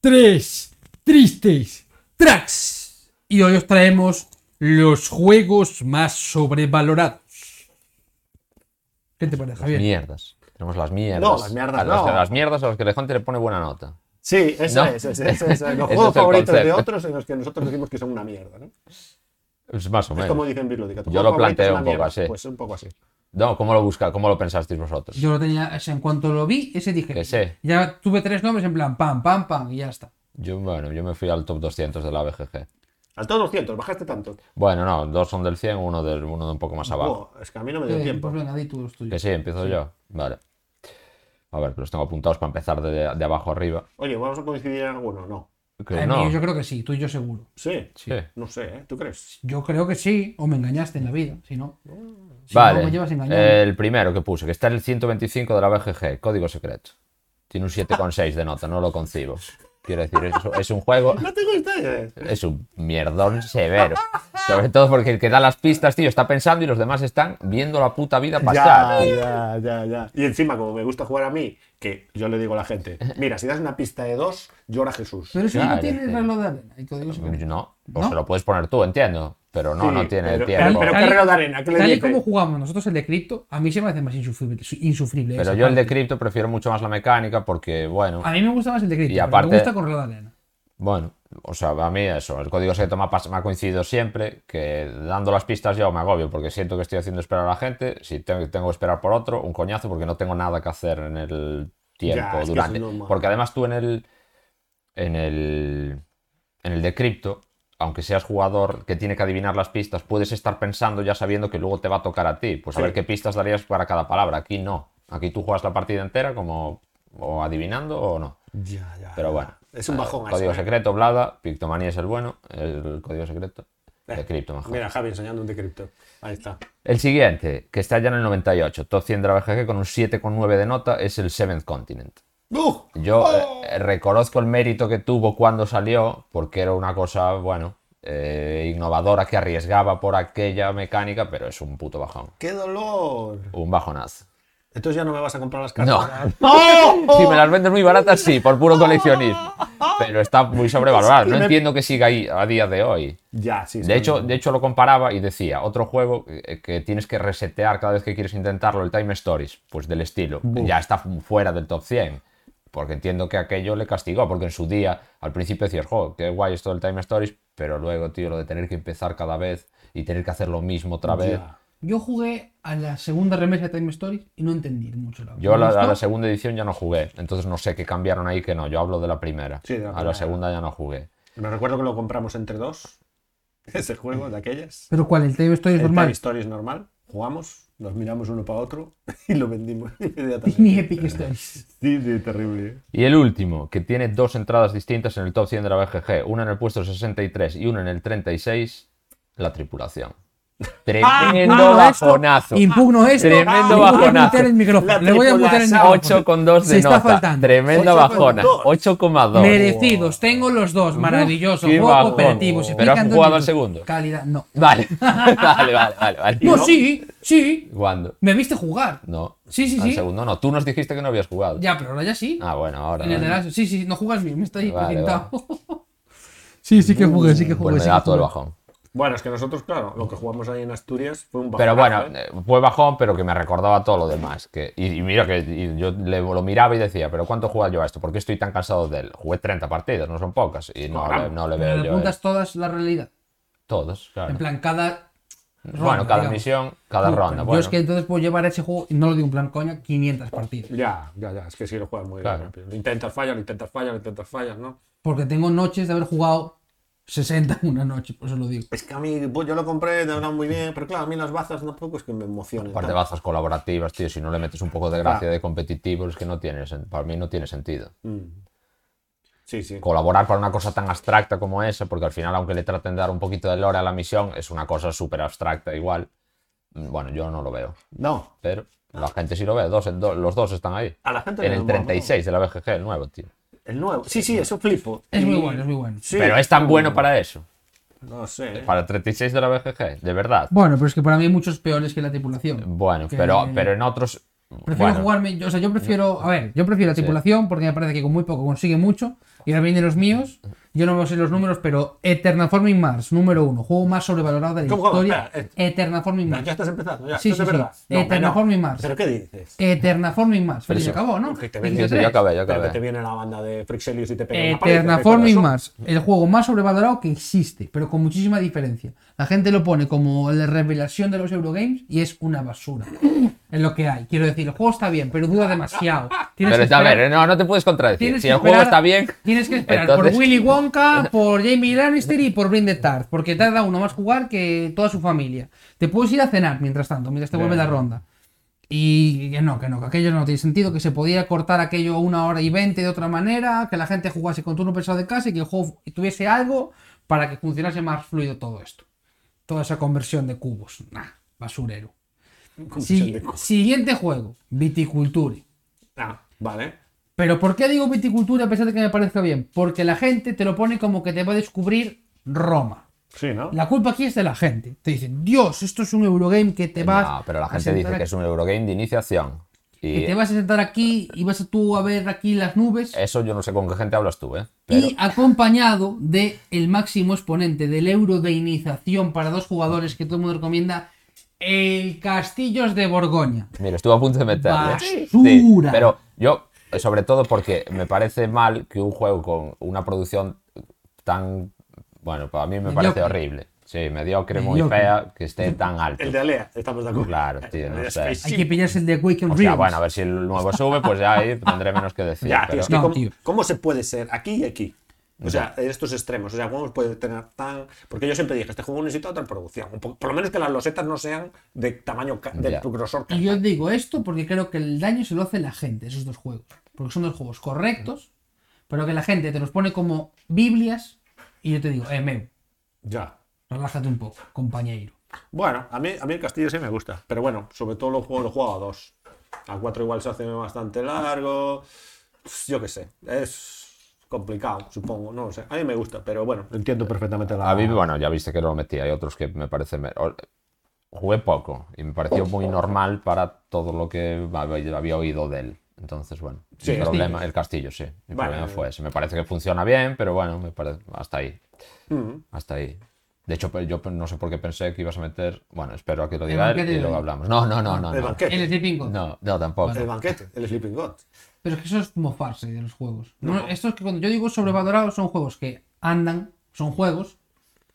tres tristes tracks. Y hoy os traemos los juegos más sobrevalorados. ¿Qué te parece, Javier?
Mierdas. Tenemos las mierdas.
No, las mierdas
a los,
no.
a las mierdas a los que Alejandro le pone buena nota.
Sí, eso
No.
es, eso es, eso es. Los
Ese
juegos
es el
favoritos de
concepto.
otros en los que nosotros decimos que son una mierda, ¿no?
Es más o
Es
menos.
como dicen Biblioteca.
Yo lo planteo un poco así.
Pues un poco así.
No, ¿cómo lo busca? ¿Cómo lo pensasteis vosotros?
Yo lo tenía, o sea, en cuanto lo vi, ese dije.
Que sé.
Ya tuve tres nombres en plan, pam, pam, pam, y ya está.
Yo, bueno, yo me fui al top 200 de la BGG.
Al todo 200, bajaste tanto.
Bueno, no, dos son del 100, uno, del, uno de un poco más abajo.
Buah, es que a mí no me dio
Eh,
tiempo.
pues venga, di tú los
Que
tuyos.
sí, empiezo yo. Vale. A ver, que los tengo apuntados para empezar de, de abajo arriba.
Oye, ¿vamos a coincidir en alguno? No.
Que
Eh,
no.
Yo creo que sí, tú y yo seguro.
Sí.
Sí.
No sé, ¿eh? ¿Tú crees?
Yo creo que sí, o me engañaste en la vida, si no. Si
vale. Eh,
no, me llevas engañado.
el primero que puse, que está en el 125 de la BGG, código secreto. Tiene un 7,6 de nota, no lo concibo. Quiero decir, es, es un juego.
No tengo ustedes.
Es un mierdón severo. Sobre todo porque el que da las pistas, tío, está pensando y los demás están viendo la puta vida pasar.
Ya,
tío.
ya, ya, ya. Y encima, como me gusta jugar a mí, que yo le digo a la gente, mira, si das una pista de dos, llora Jesús.
Pero si no
claro,
tiene
sí.
reloj de arena, el código secreto.
No, o
¿No?
se lo puedes poner tú, entiendo. Pero no,
Sí,
no tiene
pero-
tiempo.
pero-
Pero,
qué reloj de arena, ¿qué le
tal y
dice?
como jugamos nosotros el de cripto, a mí se me hace más insufrible. su- insufrible esa
yo el de
parte.
cripto prefiero mucho más la mecánica porque, bueno,
A mí me gusta más el de cripto,
Y
pero
aparte-
me gusta con reloj de arena.
bueno, o sea, a mí eso, el código secreto me ha, pas- me ha coincidido siempre, que dando las pistas yo me agobio porque siento que estoy haciendo esperar a la gente, si tengo, tengo que esperar por otro, un coñazo porque no tengo nada que hacer en el tiempo
Ya, es que
durante.
es normal.
porque además tú en el en el en el de cripto, aunque seas jugador que tiene que adivinar las pistas, puedes estar pensando ya sabiendo que luego te va a tocar a ti. Pues a
Sí.
ver qué pistas darías para cada palabra. Aquí no. Aquí tú juegas la partida entera como o adivinando o no.
Ya, ya.
Pero bueno.
Es un
Eh,
bajón
Código
eso, ¿eh?
secreto, Blada, Pictomanía es el bueno, el código secreto.
Eh,
De cripto, mejor.
Mira, Javi enseñando un decrypto. Ahí está.
El siguiente, que está ya en el 98, top 100 de la BGG con un 7,9 de nota, es el Seventh Continent.
¡Uf!
Yo
Oh.
eh, reconozco el mérito que tuvo cuando salió, porque era una cosa, bueno, eh, innovadora que arriesgaba por aquella mecánica, pero es un puto bajón.
¡Qué dolor!
Un bajonazo.
Entonces ya no me vas a comprar las
No.
cartas. Oh,
Si me las vendes muy baratas, sí, por puro coleccionismo. Pero está muy sobrevalorado. No entiendo que siga ahí a día de hoy.
Ya, sí.
De hecho, de hecho, lo comparaba y decía, otro juego eh, que tienes que resetear cada vez que quieres intentarlo, el Time Stories, pues del estilo, ya está fu- fuera del top 100. Porque entiendo que aquello le castigó, porque en su día, al principio decías, jo, qué guay esto del Time Stories, pero luego, tío, lo de tener que empezar cada vez y tener que hacer lo mismo otra vez.
Ya.
Yo jugué a la segunda remesa de Time Stories y no entendí mucho la
Yo a
me
la, a
gustó,
la segunda edición ya no jugué, entonces no sé qué cambiaron ahí que no, yo hablo de la primera.
Sí, de la
a la
primera.
segunda ya no jugué.
Me recuerdo que lo compramos entre dos. Ese juego de aquellas.
Pero ¿cuál? ¿El Time Stories
El
normal?
Time Stories normal. Jugamos, nos miramos uno para otro y lo vendimos inmediatamente.
Ni Epic
Eh,
Stories.
Sí, sí, terrible. ¿eh?
Y el último, que tiene dos entradas distintas en el top 100 de la BGG, una en el puesto 63 y una en el 36, la tripulación. Tremendo
Impugno Ah, esto,
bajonazo.
Impugno esto.
Tremendo
le voy a
bajonazo.
mutear el micrófono,
La
Le voy a mutear el
tripulación.
micrófono.
8,2
Se
de
está
nota.
faltando.
Tremenda
8,2.
bajona. 8,2.
Merecidos, tengo los dos, maravilloso,
qué
juego
bajón.
cooperativo. se
Pero has
explican dos
jugado al
minutos.
segundo.
Calidad, no.
Vale. vale, vale, vale, vale.
No, sí, sí,
¿Cuándo?
me viste jugar.
No.
Sí, sí,
Al
sí.
segundo no. Tú nos dijiste que no habías jugado.
Ya, pero ahora ya sí.
Ah, bueno, ahora.
En el de
vale.
las- Sí, sí, no jugas bien, me estoy
Vale,
presentado. sí, sí que jugué, sí que jugué.
Pues me
sí
da
que
todo el
jugué.
bajón.
Bueno, es que nosotros, claro, lo que jugamos ahí en Asturias fue un
Pero
bajonazo,
bueno,
¿eh?
eh, fue bajón, pero que me recordaba todo lo demás. Que, y, y mira que y yo le- lo miraba y decía, pero ¿cuánto juega yo a esto? ¿Por qué estoy tan cansado de él? Jugué 30 partidas, no son pocas. Y no, le, no le
Pero
veo
le
yo eh.
apuntas
el-
todas la realidad.
todos, claro.
En plan, cada.
bueno, cada
digamos.
misión, cada
Tú,
ronda.
Yo
Bueno,
es que entonces puedo llevar ese juego, y no lo digo en plan coña, 500 partidas.
Ya, ya, ya, es que sí lo juegas muy
Claro.
rápido. Lo intentas fallar, lo intentas fallar, lo intentas fallar, ¿no?
Porque tengo noches de haber jugado 60 en una noche, por eso lo digo.
Es que a mí, pues yo lo compré, te habrán muy bien, pero claro, a mí las bazas tampoco es que me emocionen.
aparte
tanto.
bazas colaborativas, tío, si no le metes un poco de gracia
Claro.
de competitivo, es que no tiene, sen- para mí no tiene sentido.
Mm. Sí, sí.
colaborar para una cosa tan abstracta como esa, porque al final, aunque le traten de dar un poquito de lore a la misión, es una cosa súper abstracta igual. Mm, Bueno, yo no lo veo,
No,
pero la gente sí lo ve, dos, do- los dos están ahí.
a la gente
En
le
el
mola,
36 de la BGG, el nuevo, tío.
¿no? El nuevo. Sí, sí, eso flipo.
Es muy
Y-
bueno, es muy bueno.
Sí.
Pero es tan bueno para eso,
No sé. ¿eh?
para el 36 de la BGG, de verdad.
Bueno, pero es que para mí hay muchos peores que la
Eh,
tripulación.
Bueno,
Que-
pero, pero en otros...
Prefiero
bueno,
jugarme, yo- o sea, yo prefiero, a ver, yo prefiero la tripulación porque me parece que con muy poco consigue mucho. Y ahora vienen los míos, yo no sé los números, pero Eternaforming Mars, número uno, juego más sobrevalorado de la
¿Cómo, cómo?
historia.
Espera, eh.
Eternaforming
Ya
Mars.
estás empezando, ya.
Sí,
esto es
sí, sí.
de verdad. No, hombre,
Eternaform
no.
y Mars.
¿Pero qué dices?
Eternaforming Mars. Pero ya
Pero sí.
acabó, ¿no?
Que te
sí, sí,
vendes.
yo
23.
acabé, yo
Pero que te
acabé.
viene la banda de Frixelius y te pega una paliza, hijo de
Eternaforming
eso.
Mars, el juego Eh, más sobrevalorado que existe, pero con muchísima diferencia. La gente lo pone como la revelación de los Eurogames y es una basura. Es lo que hay. Quiero decir, el juego está bien, pero dura demasiado. Tienes
Pero
que
a
esperar-
ver, no, no te puedes contradecir.
tienes
Si
que
el juego
esperar-
está bien...
Tienes que esperar
entonces-
por Willy Wonka, por Jamie Lannister y por Brind the Tart, porque tarda uno más jugar que toda su familia. Te puedes ir a cenar mientras tanto, mientras te vuelve la ronda. Y que no, que no, que aquello no tiene sentido, que se podía cortar aquello a una hora y veinte de otra manera, que la gente jugase con turno pesado de casa y que el juego tuviese algo para que funcionase más fluido todo esto. Toda esa conversión de cubos. Nah, basurero.
Conversión
Si-
de cubos.
siguiente juego, Viticulture.
Ah, vale.
Pero ¿por qué digo viticultura a pesar de que me parezca bien? Porque la gente te lo pone como que te va a descubrir Roma.
Sí, ¿no?
La culpa aquí es de la gente. Te dicen, Dios, esto es un Eurogame que te vas.
Eh, No, pero la
a
gente dice
sentar
que es un Eurogame de iniciación.
aquí- que
Y
te vas a sentar aquí y vas a tú a ver aquí las nubes.
eso yo no sé con qué gente hablas tú, ¿eh? Pero-
Y acompañado de el máximo exponente del euro de iniciación para dos jugadores que todo el mundo recomienda, el Castillos de Borgoña.
Mira, estuve a punto de meterlo.
Basura.
pero yo, eh, sobre todo porque me parece mal que un juego con una producción tan. Bueno, para mí me parece
Mediocre.
horrible. Sí, mediocre, muy
Mediocre.
fea, que esté tan alto.
El de Alea, estamos de acuerdo.
Claro, tío, no
El de
sé.
Space
Hay
Ship.
que pillarse el de Quake and
O sea,
Realms.
bueno, a ver si el nuevo sube, pues ya ahí tendré menos que decir.
Ya, tío,
pero-
es que
No,
¿cómo,
tío.
cómo se puede ser aquí y aquí? O sea, en estos extremos. O sea, ¿cómo puede tener tan...? Porque yo siempre dije, este juego necesita otra producción. Un po- Por lo menos que las losetas no sean de tamaño, ca- de
Ya.
grosor. ca-
Y yo digo esto porque creo que el daño se lo hace la gente, esos dos juegos. Porque son dos juegos correctos, pero que la gente te los pone como Biblias. Y yo te digo, eh, Meu,
Ya.
relájate un poco, compañero.
Bueno, a mí, a mí el castillo sí me gusta. Pero bueno, sobre todo lo juego, lo juego a dos. A cuatro igual se hace bastante largo. Yo qué sé. Es complicado, supongo. No lo sé. A mí me gusta, pero bueno. Entiendo perfectamente la...
A mí, bueno, ya viste que no lo metí. Hay otros que me parece. me- o- Jugué poco y me pareció muy normal para todo lo que había había oído de él. Entonces, bueno,
Sí,
el
castillo.
problema, el castillo, sí. Mi
Vale.
problema fue ese. Me parece que funciona bien, pero bueno, me parece, hasta ahí.
Mm.
Hasta ahí. De hecho, pe- yo pe- no sé por qué pensé que ibas a meter. Bueno, espero a que lo
El
diga él
banquete
y
de
luego
hoy.
hablamos. No, no, no, no.
El
No,
banquete.
LC5.
no, no, tampoco.
El banquete. El Sleeping God.
Pero es que eso es mofarse de los juegos. No,
No.
Estos que cuando yo digo sobrevalorados son juegos que andan, son juegos,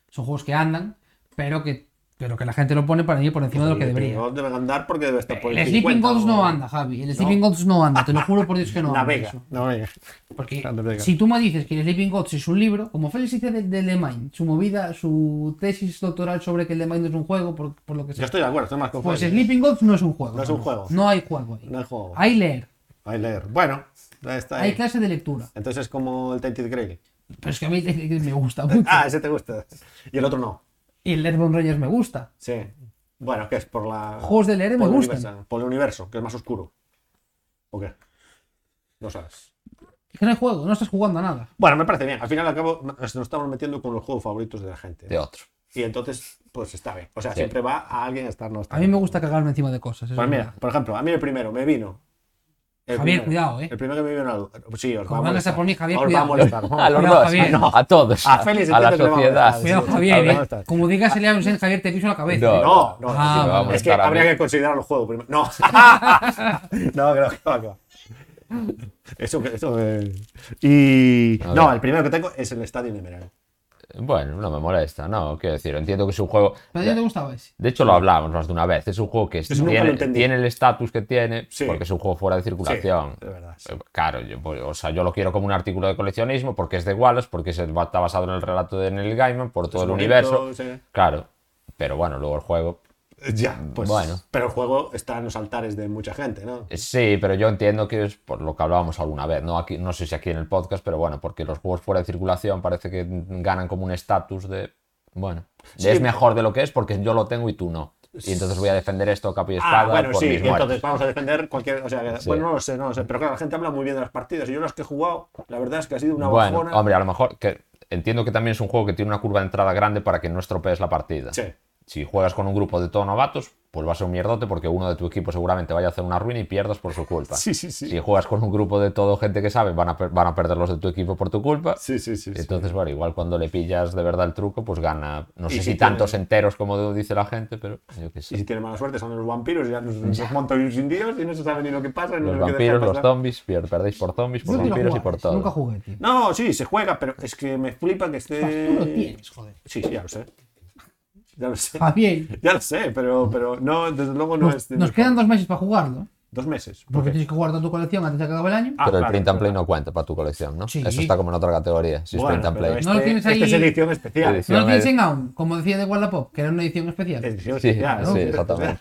son juegos que andan, pero que, pero que la gente lo pone para ir por encima de lo que
Pues El Sleeping
debería.
God debe andar porque debe estar por el
El Sleeping
50
Gods
o-
no anda, Javi. El Sleeping Gods no anda, te lo juro por Dios que no anda.
Navega.
eso.
Navega.
Porque
Anda, venga.
si tú me dices que el Sleeping Gods es un libro, como Félix dice del de, Mind, su movida, su tesis doctoral sobre que el The Mind es un juego, por, por lo que
Yo
sea.
estoy de acuerdo, estoy más con
Pues
Félix.
Sleeping Gods no es un juego.
No es un
Javi.
juego.
No hay juego ahí.
No hay juego.
Hay leer,
Hay leer. Bueno, ahí está ahí.
hay clase de lectura.
Entonces es como el Tainted Grail.
Pero es que a mí me gusta mucho.
Ah, ese te gusta. Y el otro no.
Y el Airborne Rangers me gusta.
Sí. Bueno, que es por la.
Juegos de leer me
por el
gustan.
universo- por el universo, que es más oscuro. ¿O qué? No sabes.
Es que no hay juego, no estás jugando a nada.
Bueno, me parece bien. Al final acabo, nos nos estamos metiendo con los juegos favoritos de la gente.
De otro.
Y entonces, pues está bien. O sea,
Sí.
siempre va a alguien a estarnos.
A mí me gusta cagarme encima de cosas. eso
Pues
es
mira, por ejemplo, a mí el primero me vino El
Javier,
primero.
cuidado, eh.
El primero que me viene a la luz. Sí, os va a
Como vengas a
molestar.
por mí, Javier,
Os va a
cuidado.
A
molestar.
los
Cuidado,
dos,
Javier.
no, a todos.
A Félix
a la
entiendo que le va a
sociedad.
Cuidado,
molestar, sí,
Javier,
ahora no
eh.
está.
Como digas Elia Vicente, Javier, te piso la cabeza.
No.
eh.
No, no,
Ah,
sí,
vale.
vamos, es que
Estar a
habría
mí.
que considerar el juego primero. No, no, creo que va, que va. Eso, que- eso, eh. Y.
A
No,
ver.
el primero que tengo es el Estadio de verano.
Bueno, no me molesta, no, quiero decir, entiendo que es un juego...
Pero a ti te gustaba ese.
De hecho, lo hablábamos más de una vez. Es un juego que
nunca lo
tiene,
entendí.
tiene el estatus que tiene
Sí.
porque es un juego fuera de circulación.
de verdad, sí.
Eh, Claro, yo, pues, o sea, yo lo quiero como un artículo de coleccionismo porque es de Wallace, porque se va- está basado en el relato de Neil Gaiman por todo el
bonito,
universo.
sí.
Claro, pero bueno, luego el juego.
Ya, pues.
Bueno.
Pero el juego está en los altares de mucha gente, ¿no?
eh, Sí, pero yo entiendo que es por lo que hablábamos alguna vez, no aquí, no sé si aquí en el podcast, pero bueno, porque los juegos fuera de circulación parece que ganan como un estatus de, bueno, de
Sí.
es mejor de lo que es porque yo lo tengo y tú no. Y entonces voy a defender esto a capa y espada
Ah, bueno,
por
sí,
mis
y
muertes.
entonces vamos a defender cualquier. O sea, que-
Sí.
bueno, no lo sé, no lo sé. Pero claro, la gente habla muy bien de las partidas. Y yo las que he jugado, la verdad es que ha sido una
bueno,
bajona.
hombre, a lo mejor que entiendo que también es un juego que tiene una curva de entrada grande para que no estropees la partida.
Sí.
Si juegas con un grupo de todo novatos, pues va a ser un mierdote porque uno de tu equipo seguramente vaya a hacer una ruina y pierdas por su culpa.
Sí, sí, sí.
Si juegas con un grupo de todo gente que sabe, van a, per- van a perder los de tu equipo por tu culpa.
Sí, sí, sí. sí.
Entonces, bueno, igual cuando le pillas de verdad el truco, pues gana, no
Y
sé
si
si
tiene-
tantos enteros como dice la gente, pero yo qué
Y si
sé.
tiene mala suerte, son los vampiros, ya nos, nos montan los indios y no se sabe ni lo que pasa. ni
Los
lo que deja
vampiros, los
pasar.
zombies, pier- perdéis por zombies, por
Yo quiero
vampiros y
jugar
por
ese,
todo.
Nunca jugué, tío.
No, sí, se juega, pero es que me flipa que esté.
Tú lo tienes, joder.
Sí, sí, ya lo sé. Ya lo sé.
Javier,
Ya lo sé, pero, pero no, desde luego este no es.
nos,
de
nos
mi-
quedan dos meses para jugarlo.
dos meses.
Porque
Ok.
tienes que guardar tu colección antes de que acabe el año.
Ah,
pero el
claro,
print and play
claro.
no cuenta para tu colección, ¿no?
Sí.
Eso está como en otra categoría, si
Bueno,
es print and
pero
play.
Este,
No lo tienes ahí-
esta es edición especial.
Edición.
No lo tienes
es-
en Aun, como decía de Wallapop, que era una edición especial.
Edición
Sí,
especial, ¿no?
sí, exactamente.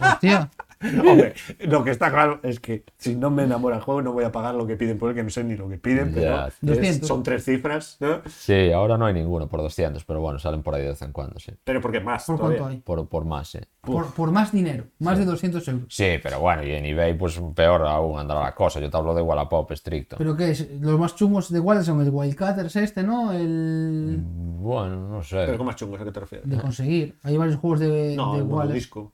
Hostia.
Hombre, lo que está claro es que si no me enamora el juego, no voy a pagar lo que piden por él, que no sé ni lo que piden, pero
Ya.
es-
200.
son tres cifras, ¿no?
Sí, ahora no hay ninguno por 200, pero bueno, salen por ahí de vez en cuando, sí.
Pero porque más.
¿Por
todavía.
cuánto hay?
Por, por más, sí.
Por, por más dinero, más de 200 euros.
Sí, pero bueno, y en eBay, pues peor aún andará la cosa. Yo te hablo de Wallapop estricto.
¿Pero qué es? Los más chungos de Wild son el Wildcatters este, ¿no? El
Mm, Bueno, no
Pero
sé.
con más chungos, ¿a qué te refieres?
de conseguir. Hay varios juegos de,
Mm. No,
de
el mundo
Wild.
disco.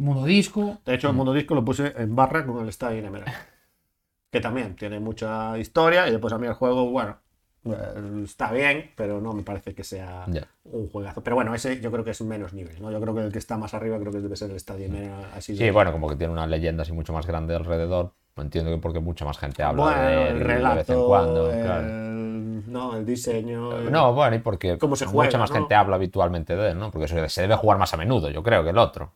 Monodisco.
De hecho, el mundo disco lo puse en barra con el Estadio Nemera. Que también tiene mucha historia y después a mí el juego, bueno, eh, está bien, pero no me parece que sea
Ya.
un juegazo. Pero bueno, ese yo creo que es menos nivel, ¿no? Yo creo que el que está más arriba creo que debe ser el Estadio Nemera. Así de-
Mm. Sí, bueno, como que tiene una leyenda así mucho más grande alrededor. Entiendo que porque mucha más gente habla
Bueno,
de él
el
de vez en
relato, eh,
cuando.
el-
claro.
no, el diseño. el-
No, bueno, y porque
eh, cómo se juega,
mucha más
¿no?
gente habla habitualmente de él, ¿no? Porque se se debe jugar más a menudo, yo creo, que el otro.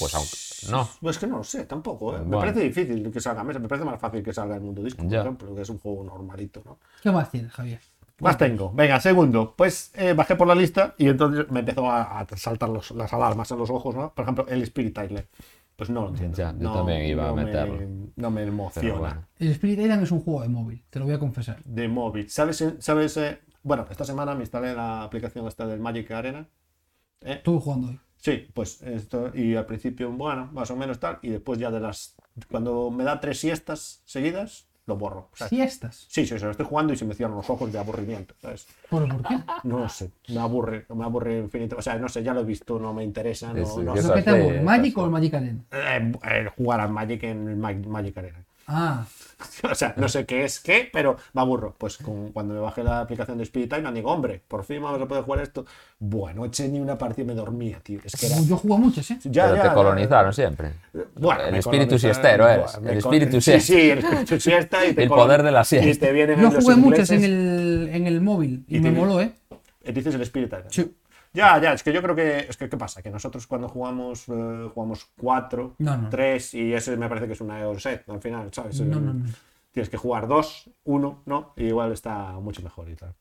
Pues aunque. No.
Pues que no lo sé, tampoco. ¿eh? Me
Bueno.
parece difícil que salga a mesa. Me parece más fácil que salga el mundo disco, por
Ya.
ejemplo, que es un juego normalito, ¿no?
¿Qué más tienes, Javier?
Más tengo. Venga, segundo. Pues eh, bajé por la lista y entonces me empezó a, a saltar los- las alarmas en los ojos, ¿no? Por ejemplo, el Spirit Island. Pues no lo entiendo.
Ya, yo
No-
también iba a
no me-
meterlo.
no me
Pero
emociona.
bueno.
El Spirit Island es un juego de móvil, te lo voy a confesar.
De móvil. ¿Sabes? sabes eh, bueno, esta semana me instalé la aplicación esta del Magic Arena. ¿eh?
Estuve jugando hoy.
Sí, pues esto, y al principio, bueno, más o menos tal, y después ya de las, cuando me da tres siestas seguidas, lo borro. O sea,
Siestas.
sí, sí, se lo estoy jugando y se me cierran los ojos de aburrimiento, ¿sabes?
¿Pero por qué?
No
Ah.
lo sé, me aburre, me aburre infinito, o sea, no sé, ya lo he visto, no me interesa, no,
Es-
no
es-
sé.
¿Pero qué te
sí,
aburre? ¿Magic
sí.
o el Magic Arena?
Eh, eh, jugar al Magic en el Ma- Magic Arena.
Ah,
O sea, no sé qué es qué, pero me aburro. Pues con- cuando me bajé la aplicación de Spirit Time, digo, hombre, por fin vamos a poder jugar esto. Bueno, eché ni una partida y me dormía, tío. Es que era...
yo jugué muchas, ¿eh?
Ya,
pero
ya,
te
ya.
colonizaron siempre.
Bueno,
El
me
espíritu
colonizaron,
siestero eres,
bueno, me
el
col-
espíritu
sí,
siesta.
sí, el espíritu siesta y te
El
colon-
poder de la siesta.
Y te vienen
Yo
los
jugué muchas en
ingleses
el, en el móvil y,
Y
me
te-
moló, ¿eh?
y dices el espíritu.
Sí.
Ya, ya, es que yo creo que. Es que, ¿qué pasa? Que nosotros cuando jugamos, eh, jugamos cuatro,
No, no.
tres, y ese me parece que es una Euro set al final, ¿sabes?
No,
Eh,
no, no.
Tienes que jugar dos, uno, ¿no? Y igual está mucho mejor y tal.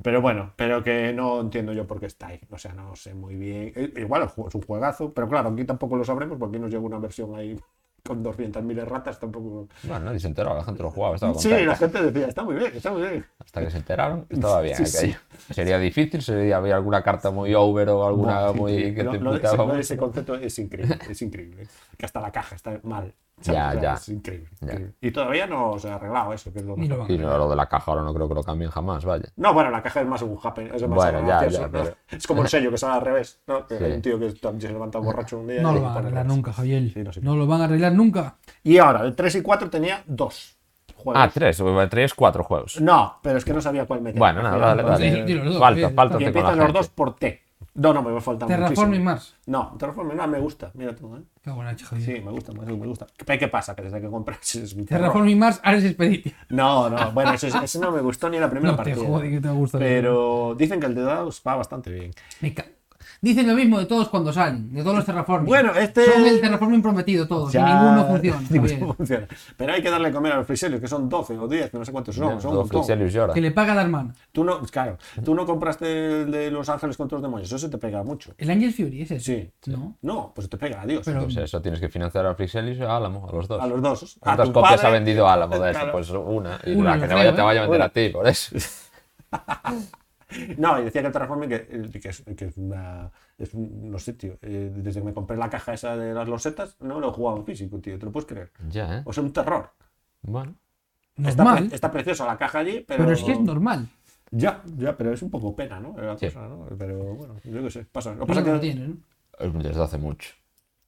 Pero bueno, pero que no entiendo yo por qué está ahí. O sea, no sé muy bien. Eh, Igual el juego es un juegazo, pero claro, aquí tampoco lo sabremos porque nos llegó una versión ahí con 200.000 erratas, tampoco.
Bueno, nadie se enteró, la gente lo jugaba, estaba
Sí,
contenta.
la gente decía, está muy bien, está muy bien.
Hasta que se enteraron, estaba bien
Sí, sí.
aquello. Sería difícil, sería había alguna carta muy over o alguna
Buah,
muy
increíble.
que
Oh, Lo-
te
lo de ese-
imputaba
lo de
mucho.
ese concepto es increíble, es increíble. Que hasta la caja está mal.
Ya,
O sea,
ya.
Es increíble.
Ya.
increíble. Y todavía no se ha arreglado eso, que es lo
Ni lo van
mejor.
a
Y lo, lo de la caja ahora no creo que lo cambien jamás, vaya.
No, bueno, la caja es más un happen, es más
Bueno, ya,
gracioso,
ya,
¿no?
pero-
Es como el sello que sale al revés, ¿no? Que
Sí.
Hay un tío que también se levanta borracho un día
No
y
lo
le
van a
pone
arreglar
revés.
nunca, Javier.
Sí, no sé.
No lo van a arreglar nunca.
Y ahora, el 3 y 4 tenía dos juegos.
Ah, tres, o- tres, cuatro juegos.
No, pero es que no sabía cuál meter.
Bueno, nada, dale,
Sí,
dale.
sí, dilo los dos,
Falta,
bien, está.
falta
Y
con la
empiezan los
gente.
dos por T. No, no, me falta
Terraform y
muchísimo.
Mars.
No, Terraform no, me gusta. Mira tú, ¿eh?
Qué buena, Javier.
Sí, me gusta, me me gusta. ¿Qué qué pasa? Que desde que compras es un terror.
Terraform y Mars, Ares Expedition.
No, no, bueno, eso, eso no me gustó ni la primera
No te
partida.
jode que te gusta.
Pero dicen que el de dados va bastante bien.
Me ca- Dicen lo mismo de todos cuando salen, de todos los terraforming.
Bueno, este-
Son el terraforming prometido todos, y ninguno funciona.
Ninguno
Javier.
funciona. Pero hay que darle de comer a los friselios, que son 12 o 10, no sé cuántos son. son un
Dos
montón.
Friselius llora.
Que le paga la hermana.
Tú no, claro, tú no compraste el de Los Ángeles contra los demonios, eso se te pega mucho.
El Angel Fury es ese.
Sí.
¿No?
No, pues te pega, adiós.
Pero-
Pues eso, tienes que financiar a Friselius y a Álamo, a los dos.
a los dos. A
¿Cuántas
tu
copias
padre-
ha vendido Álamo de eso?
Claro.
Pues una. Y
Una,
la
yo
que te
creo,
vaya, te
¿eh?
vaya a vender
Una.
a ti, por eso.
No, y decía que el Terraforming que, que es, que es una. Es un, no sé, tío. eh, desde que me compré la caja esa de las losetas, no lo he jugado en físico, tío. ¿Te lo puedes creer?
Ya, ¿eh?
O sea, un terror.
Bueno.
Está,
Normal.
pre- está preciosa la caja allí, pero.
Pero es que es normal.
Ya, ya, pero es un poco pena, ¿no? La
Sí.
cosa, ¿no? Pero bueno, yo qué sé. Pasa. Lo que
Pero
pasa
no
que-
lo tiene, ¿no?
eh, Desde hace mucho.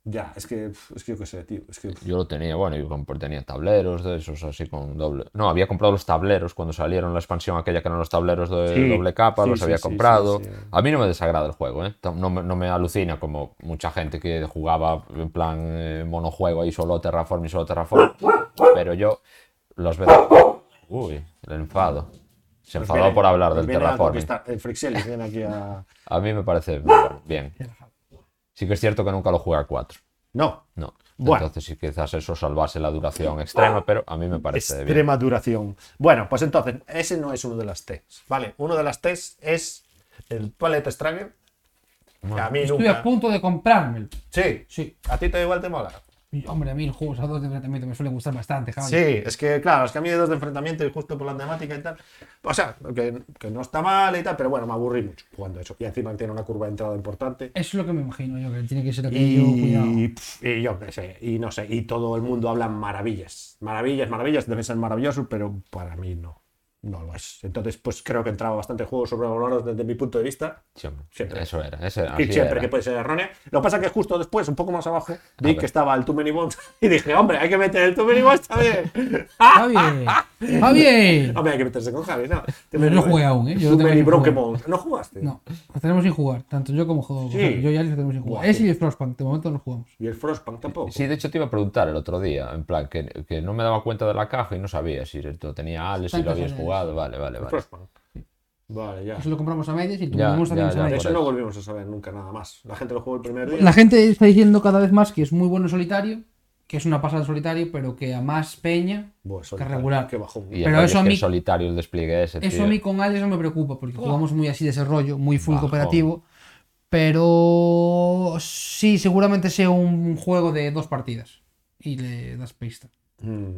Ya, es que, pf, es que yo qué sé, tío. Es que. pf,
Yo lo tenía, bueno, yo compré- tenía tableros de esos así con doble. No, había comprado los tableros cuando salieron la expansión aquella que eran los tableros de
Sí.
doble capa,
Sí,
los
sí,
había
sí,
comprado.
sí, sí.
A mí no me desagrada el juego, ¿eh? Tam- No, me- no me alucina como mucha gente que jugaba en plan eh, monojuego ahí solo Terraform y solo Terraform. Pero yo las veces. Uy, el enfado. Se
nos
enfadó
Pues viene-
por hablar del
nos viene a
Terraform.
conquistar. El Frixel viene aquí a.
A mí me parece bien. Sí que es cierto que nunca lo jugué a 4.
No.
No.
Bueno.
Entonces sí, quizás eso salvase la duración extrema, pero a mí me parece bien.
Extrema duración. Bueno, pues entonces, ese no es uno de las T's. Vale, uno de las T's es el Toilet Stranger. que a mí
Estuve a
nunca.
punto de comprármelo.
Sí,
Sí.
a ti te igual te mola.
Y, Hombre, a mí los juegos a dos de enfrentamiento me suelen gustar bastante,
Sí,
Javier.
es que claro, es que a mí de dos de enfrentamiento y justo por la temática y tal. O sea, que, que no está mal y tal, pero bueno, me aburrí mucho jugando eso. Y encima tiene una curva de entrada importante.
Eso es lo que me imagino yo, que tiene que ser aquello, cuidado.
Y, pf, y yo qué sé, y no sé, y todo el mundo habla maravillas. Maravillas, maravillas, deben ser maravillosos, pero para mí no. No lo es. Entonces, pues creo que entraba bastante juegos sobrevalorados desde mi punto de vista.
Siempre.
Siempre.
Eso era, ese era,
Y
así
siempre
era.
que puede ser errónea. Lo que pasa es que justo después, un poco más abajo, vi
ver.
que estaba el Too Many Bombs y dije, hombre, hay que meter el Too Many Bombs también.
¡Javier! ¡Javier!
Hombre, hay que meterse con Javi, no. Te
No jugué aún, ¿eh? Yo
Too
tengo
Many
que
Broken
jugar.
Bones. ¿No jugaste?
No, los tenemos sin jugar, tanto yo como juego.
Sí.
Yo y Alex los tenemos sin jugar.
Buah,
Ese
sí.
y el Frostpunk, de momento no los jugamos.
Y el Frostpunk tampoco.
Sí, de hecho te iba a preguntar el otro día, en plan, que, que no me daba cuenta de la caja y no sabía si lo tenía Alex,
Está
si
en
lo
casa
habías
de
jugado. Vale, vale,
El
vale.
Frostpunk. Vale, ya.
Eso lo compramos a medias y
Ya,
tuvimos también
ya,
a
ya,
De
medias.
hecho,
por
no
eso.
volvimos a saber nunca nada más. La gente lo jugó el primer día.
La gente está diciendo cada vez más que es muy bueno en solitario, que es una pasada en solitario, pero que a más peña.
Buah, eso
que
tal,
regular.
Qué bajón.
Y el
Pero
rollo
eso
es
a
que
mí-
es solitario el despliegue ese,
Eso
tío.
a mí con Alex no me preocupa, porque jugamos muy así de ese rollo, muy full
Bajón.
cooperativo. Pero sí, seguramente sea un juego de dos partidas. Y le das pista.
Mm.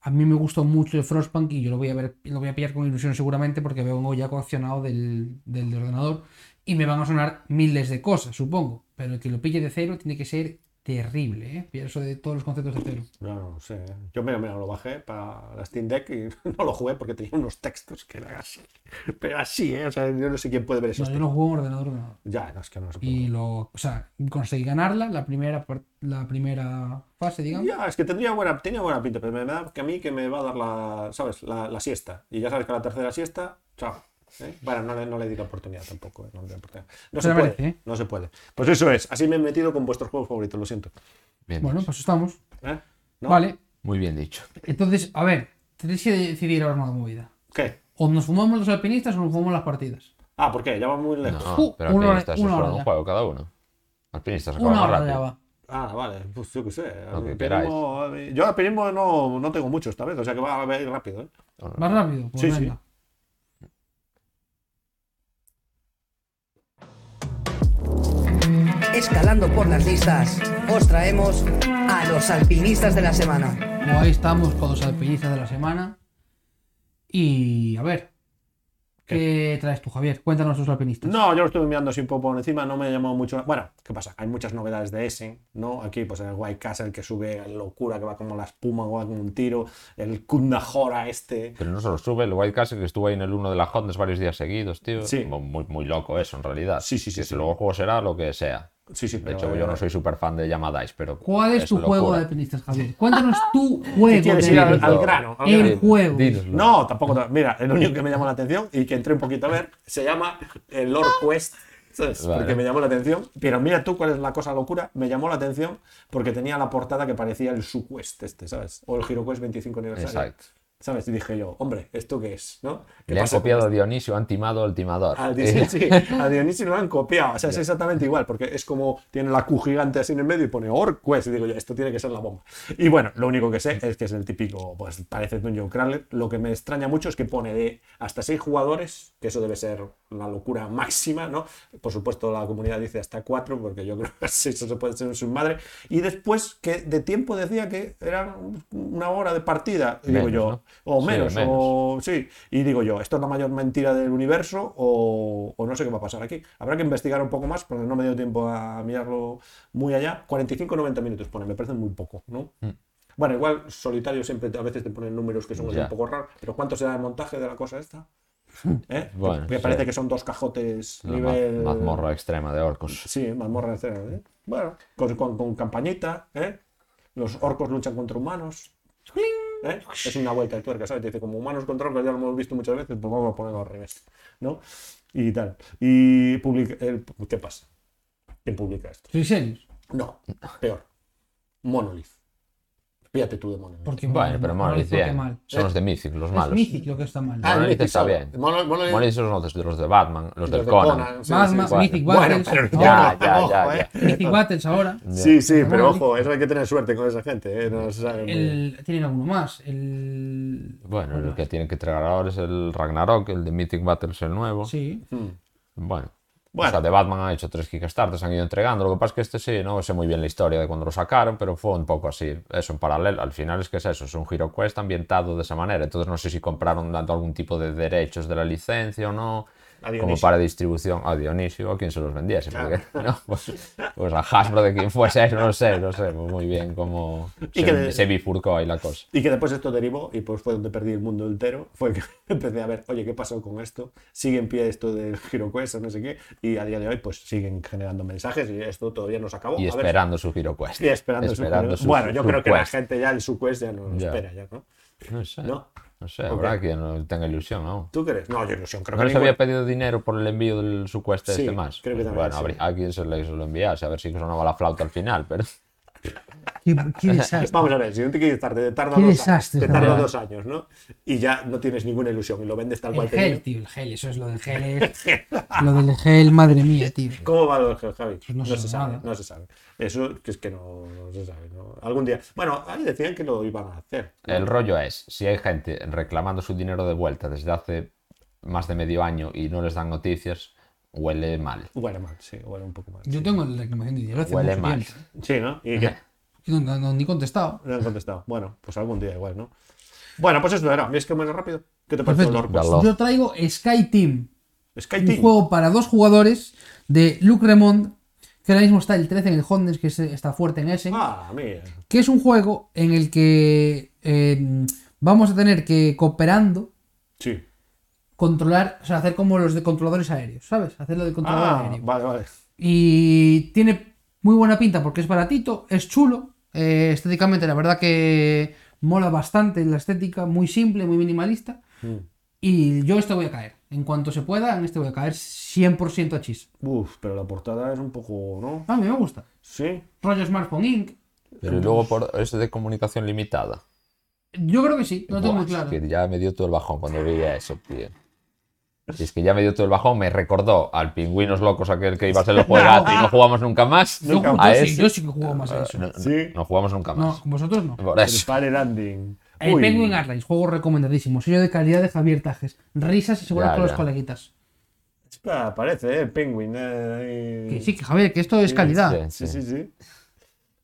A mí me gustó mucho el Frostpunk y yo lo voy a ver, lo voy a pillar con ilusión seguramente porque vengo ya coaccionado del, del ordenador y me van a sonar miles de cosas, supongo. Pero el que lo pille de cero tiene que ser terrible, ¿eh? Pienso de todos los conceptos de cero.
No, no sé. ¿eh? Yo, mira, mira, lo bajé para la Steam Deck y no lo jugué porque tenía unos textos que eran así. Pero así, ¿eh? O sea, yo no sé quién puede ver
No,
esos
yo
textos.
lo juego en ordenador, ordenador.
Ya, no, es que no se puede.
Y lo, o sea, conseguí ganarla la primera, par- la primera fase, digamos.
Ya, es que tendría buena, tenía buena pinta, pero me da que a mí que me va a dar la, ¿sabes? La, la siesta. Y ya sabes que a la tercera siesta, chao. ¿eh? Bueno, no le, no le di la oportunidad tampoco. ¿eh? No, le di la oportunidad. No se
Pero
puede,
merece, ¿eh?
no se puede. Pues eso es. Así me he metido con vuestros juegos favoritos, lo siento.
Bien
Bueno,
dicho.
pues estamos.
¿Eh? ¿No?
Vale.
Muy bien dicho.
Entonces, a ver, tenéis que decidir ahora una movida.
¿Qué?
O nos fumamos los alpinistas o nos fumamos las partidas.
Ah, ¿por qué? Ya va muy lejos.
No,
Ju-
pero
una hora-
alpinistas es
una
solo
hora
un
ya.
juego cada uno. Alpinistas se acaba
Una
Pues más
hora ya va.
rápido.
Ah, vale, pues yo qué sé.
Lo que
Alpinismo,
queráis.
a mí- yo alpinismo no, no tengo mucho esta vez, o sea que va a ir rápido. ¿eh?
¿Más rápido? Pues
Sí, sí.
venga.
Escalando por las listas, os traemos a los alpinistas de la semana.
Pues Bueno, ahí estamos con los alpinistas de la semana. Y a ver, ¿Qué traes tú, Javier? Cuéntanos tus
Pues
alpinistas.
No, yo lo estuve mirando así un poco por encima, no me ha llamado mucho. Bueno, ¿qué pasa? Hay muchas novedades de ese, ¿no? Aquí, pues el White Castle que sube la locura, que va como la espuma, va como un tiro. El Kundahora este.
Pero no solo sube, el White Castle que estuvo ahí en el 1 de la Hotness varios días seguidos, tío.
Sí.
Mo- Muy, muy loco eso, en realidad.
Sí, sí, sí,
Que
sí.
Luego el juego será lo que sea.
Sí, sí,
De
pero. eh,
hecho, yo no soy súper fan de Yamadais, pero.
¿Cuál es, tu juego de
locura.
alpinistas, Javier? Cuéntanos tu juego
¿Qué
de
quieres ir al,
alpinistas.
al grano? al
El
grano.
juego.
Dinoslo.
No, tampoco. ta- Mira, el único que me llamó la atención y que entré un poquito a ver se llama el Lord Quest. ¿sabes?
Vale.
Porque me llamó la atención. Pero mira tú cuál es la cosa locura. Me llamó la atención porque tenía la portada que parecía el Quest este, ¿sabes? O el HeroQuest 25 aniversario.
Exacto.
¿Sabes? Y dije yo, hombre, ¿esto qué es? ¿No? ¿Qué
Le han
pasa con
copiado a Dionisio, han timado al timador.
a
Eh,
Dionisio, sí, a Dionisio lo han copiado. O sea, es exactamente igual, porque es como tiene la Q gigante así en el medio y pone Orquest. Y digo yo, esto tiene que ser la bomba. Y bueno, lo único que sé es que es el típico, pues parece Dungeon Crawler. Lo que me extraña mucho es que pone de hasta seis jugadores, que eso debe ser la locura máxima, ¿no? Por supuesto, la comunidad dice hasta cuatro, porque yo creo que así eso se puede ser su madre. Y después, que de tiempo decía que era una hora de partida. Y digo
Menos,
yo,
¿no?
o
Sí,
menos,
menos.
o o- sí, y digo yo, esto es la mayor mentira del universo o, o no sé qué va a pasar aquí. Habrá que investigar un poco más porque no me dio tiempo a mirarlo muy allá. 45-90 minutos pone, me parece muy poco, ¿no?
Mm.
Bueno, igual solitario siempre te- a veces te ponen números que son
Ya.
un poco raros, pero ¿cuánto será el montaje de la cosa esta? ¿Eh?
Bueno,
Porque
sí.
parece que son dos cajotes
la ma-
nivel...
mazmorra extrema de orcos.
Sí, mazmorra de cero, ¿eh? Bueno, con, con- con campañita, ¿eh? Los orcos luchan contra humanos. ¿eh? Es una vuelta de tuerca, ¿sabes? Dice, como humanos contra orcos, ya lo hemos visto muchas veces, pues vamos a ponerlo al revés, ¿no? Y tal. Y publica... el- ¿Qué pasa? ¿Quién publica esto?
¿Sois serios?
No, peor. Monolith. Fíjate tú de Monolith.
Porque
Bueno, pero Monolith
Mm, porque
bien.
mal.
Son los de Mythic, los
Es
malos.
Mythic lo que está mal.
Ah, Monolith
Mythic
está
Saga.
bien.
Mono- Monolith-
Monolith son los de los de Batman, los
los
del
de
Conan.
sí,
Más-
sí,
más
sí.
Mythic
Bueno,
Battles.
pero
Ya,
ya,
ya,
ojo,
ya,
¿eh?
ya.
Mythic Battles ahora.
Sí, sí, pero
Monolith.
ojo, eso hay que tener suerte con esa gente, ¿eh? No se sabe muy bien.
El, tienen alguno más. El.
Bueno, el que tienen que entregar ahora es el Ragnarok, el de Mythic Battles el nuevo.
Sí.
Bueno. O
Bueno.
sea, de Batman han hecho tres Kickstarters, han ido entregando. Lo que pasa es que este sí, no sé muy bien la historia de cuando lo sacaron, pero fue un poco así, eso en paralelo. Al final es que es eso, es un Hero Quest ambientado de esa manera. Entonces no sé si compraron dando algún tipo de derechos de la licencia o no,
A Dionisio.
como para distribución a Dionisio o a quien se los vendiese. porque, ¿no? pues, pues a Hasbro de quien fuese, no sé, no sé muy bien cómo
Y
se,
que de-
se bifurcó ahí la cosa.
Y que después esto derivó, y pues fue donde perdí el mundo entero, fue que empecé a ver, oye, ¿qué pasó con esto? Sigue en pie esto del HeroQuest o no sé qué, y a día de hoy pues siguen generando mensajes y esto todavía no se acabó.
Y
A ver,
esperando su Hero Quest.
y esperando, su-
su-
Bueno, yo
su
creo que la
quest.
gente ya en su quest ya no lo
Ya.
espera, ya, ¿no?
No sé,
¿No?
no, sé, habrá
Ok.
quien no tenga ilusión aún.
¿Tú crees? No, yo ilusión, creo
¿No
que
les había
ninguna.
pedido dinero por el envío del su cuesta
Sí,
este más?
creo que
Pues
también,
bueno,
sí.
habría- a quien se le se lo enviase, a ver si sonaba la flauta al final, pero...
Qué, qué desastre.
Vamos a ver, si un ticket tarde, tarda,
Qué
dos, años,
desastre,
te tarda
cabrón.
dos años, ¿no? Y ya no tienes ninguna ilusión y lo vendes tal cual
El
te
gel,
viene.
tío. El gel, eso es lo del gel. es- lo del gel, madre mía, tío.
¿Cómo va lo del gel, Javi?
Pues no se
se
sabe
sabe,
nada.
no se sabe. Eso que es que no, no se sabe. ¿no? Algún día. Bueno, ahí decían que lo iban a hacer.
El rollo es, si hay gente reclamando su dinero de vuelta desde hace más de medio año y no les dan noticias, huele mal.
Huele mal, sí, huele un poco mal.
Yo tengo la reclamación de dinero hace
Huele
mucho
mal.
tiempo.
Sí, ¿no? ¿Y qué?
Yo no, no- ni he contestado.
No han contestado. Bueno, pues algún día igual, ¿no? Bueno, pues eso era. ¿Ves que más rápido? ¿Qué te pareció el
Perfecto.
Orcus?
Dalo.
Yo traigo Sky Team.
Sky
un
Team.
juego para dos jugadores de Luc Remond, que ahora mismo está el 13 en el Hotness, que se- está fuerte en ese,
Ah, mira.
que es un juego en el que eh, vamos a tener que cooperando
Sí.
controlar, o sea, hacer como los de controladores aéreos, ¿sabes? Hacer lo de controlador
Ah,
aéreo.
vale, vale.
Y tiene muy buena pinta porque es baratito, es chulo, eh, estéticamente la verdad que mola bastante la estética, muy simple, muy minimalista.
Mm.
Y yo este voy a caer. En cuanto se pueda, en este voy a caer 100% a chis.
Uf, pero la portada es un poco, ¿no?
A mí me gusta.
Sí.
rollo Smartphone Inc.
Pero y luego por es de comunicación limitada.
Yo creo que sí, no tengo
Buah,
muy claro.
es que ya me dio todo el bajón cuando veía eso, tío.
Pues
Y es que ya me dio todo el bajón, me recordó al Pingüinos Locos, aquel que iba a ser el juego y no jugamos nunca más.
Yo,
Nunca
yo
a
sí,
ese. Ah,
yo sí que juego más a eso.
No,
Sí.
no jugamos nunca
No,
más.
con vosotros no.
Por eso.
Spider Landing.
El
Uy.
Penguin Airlines, juego recomendadísimo. Sello de calidad de Javier Tajes. Risas y seguro
Ya,
con los
ya.
coleguitas.
Ah, parece, ¿eh? Penguin. eh, ahí.
Que sí, que Javier, que esto es calidad.
Sí,
Sí, sí, sí.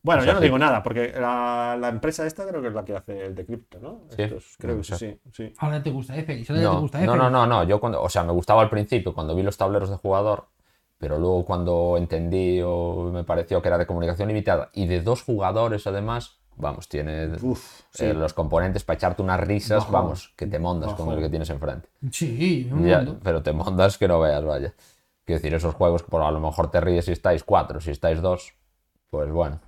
Bueno,
O
yo
sea,
no
sí.
digo nada, porque la, la empresa esta creo que es la que hace el decrypto, ¿no?
Sí.
Estos, creo que
O sea.
sí, sí.
Ahora te gusta, eh, Félix. Ahora ya te
No,
gusta, eh.
no, no,
Félix.
no, no, Yo cuando, o sea, me gustaba al principio cuando vi los tableros de jugador, pero luego cuando entendí o me pareció que era de comunicación limitada y de dos jugadores además, vamos, tiene
Uf, sí.
eh, los componentes para echarte unas risas,
Bajón.
vamos, que te mondas con
Bajón.
el que tienes enfrente.
Sí, un
Ya,
mundo.
pero te mondas que no veas, vaya. Quiero decir, esos juegos que por a lo mejor te ríes si estáis cuatro, si estáis dos, pues bueno.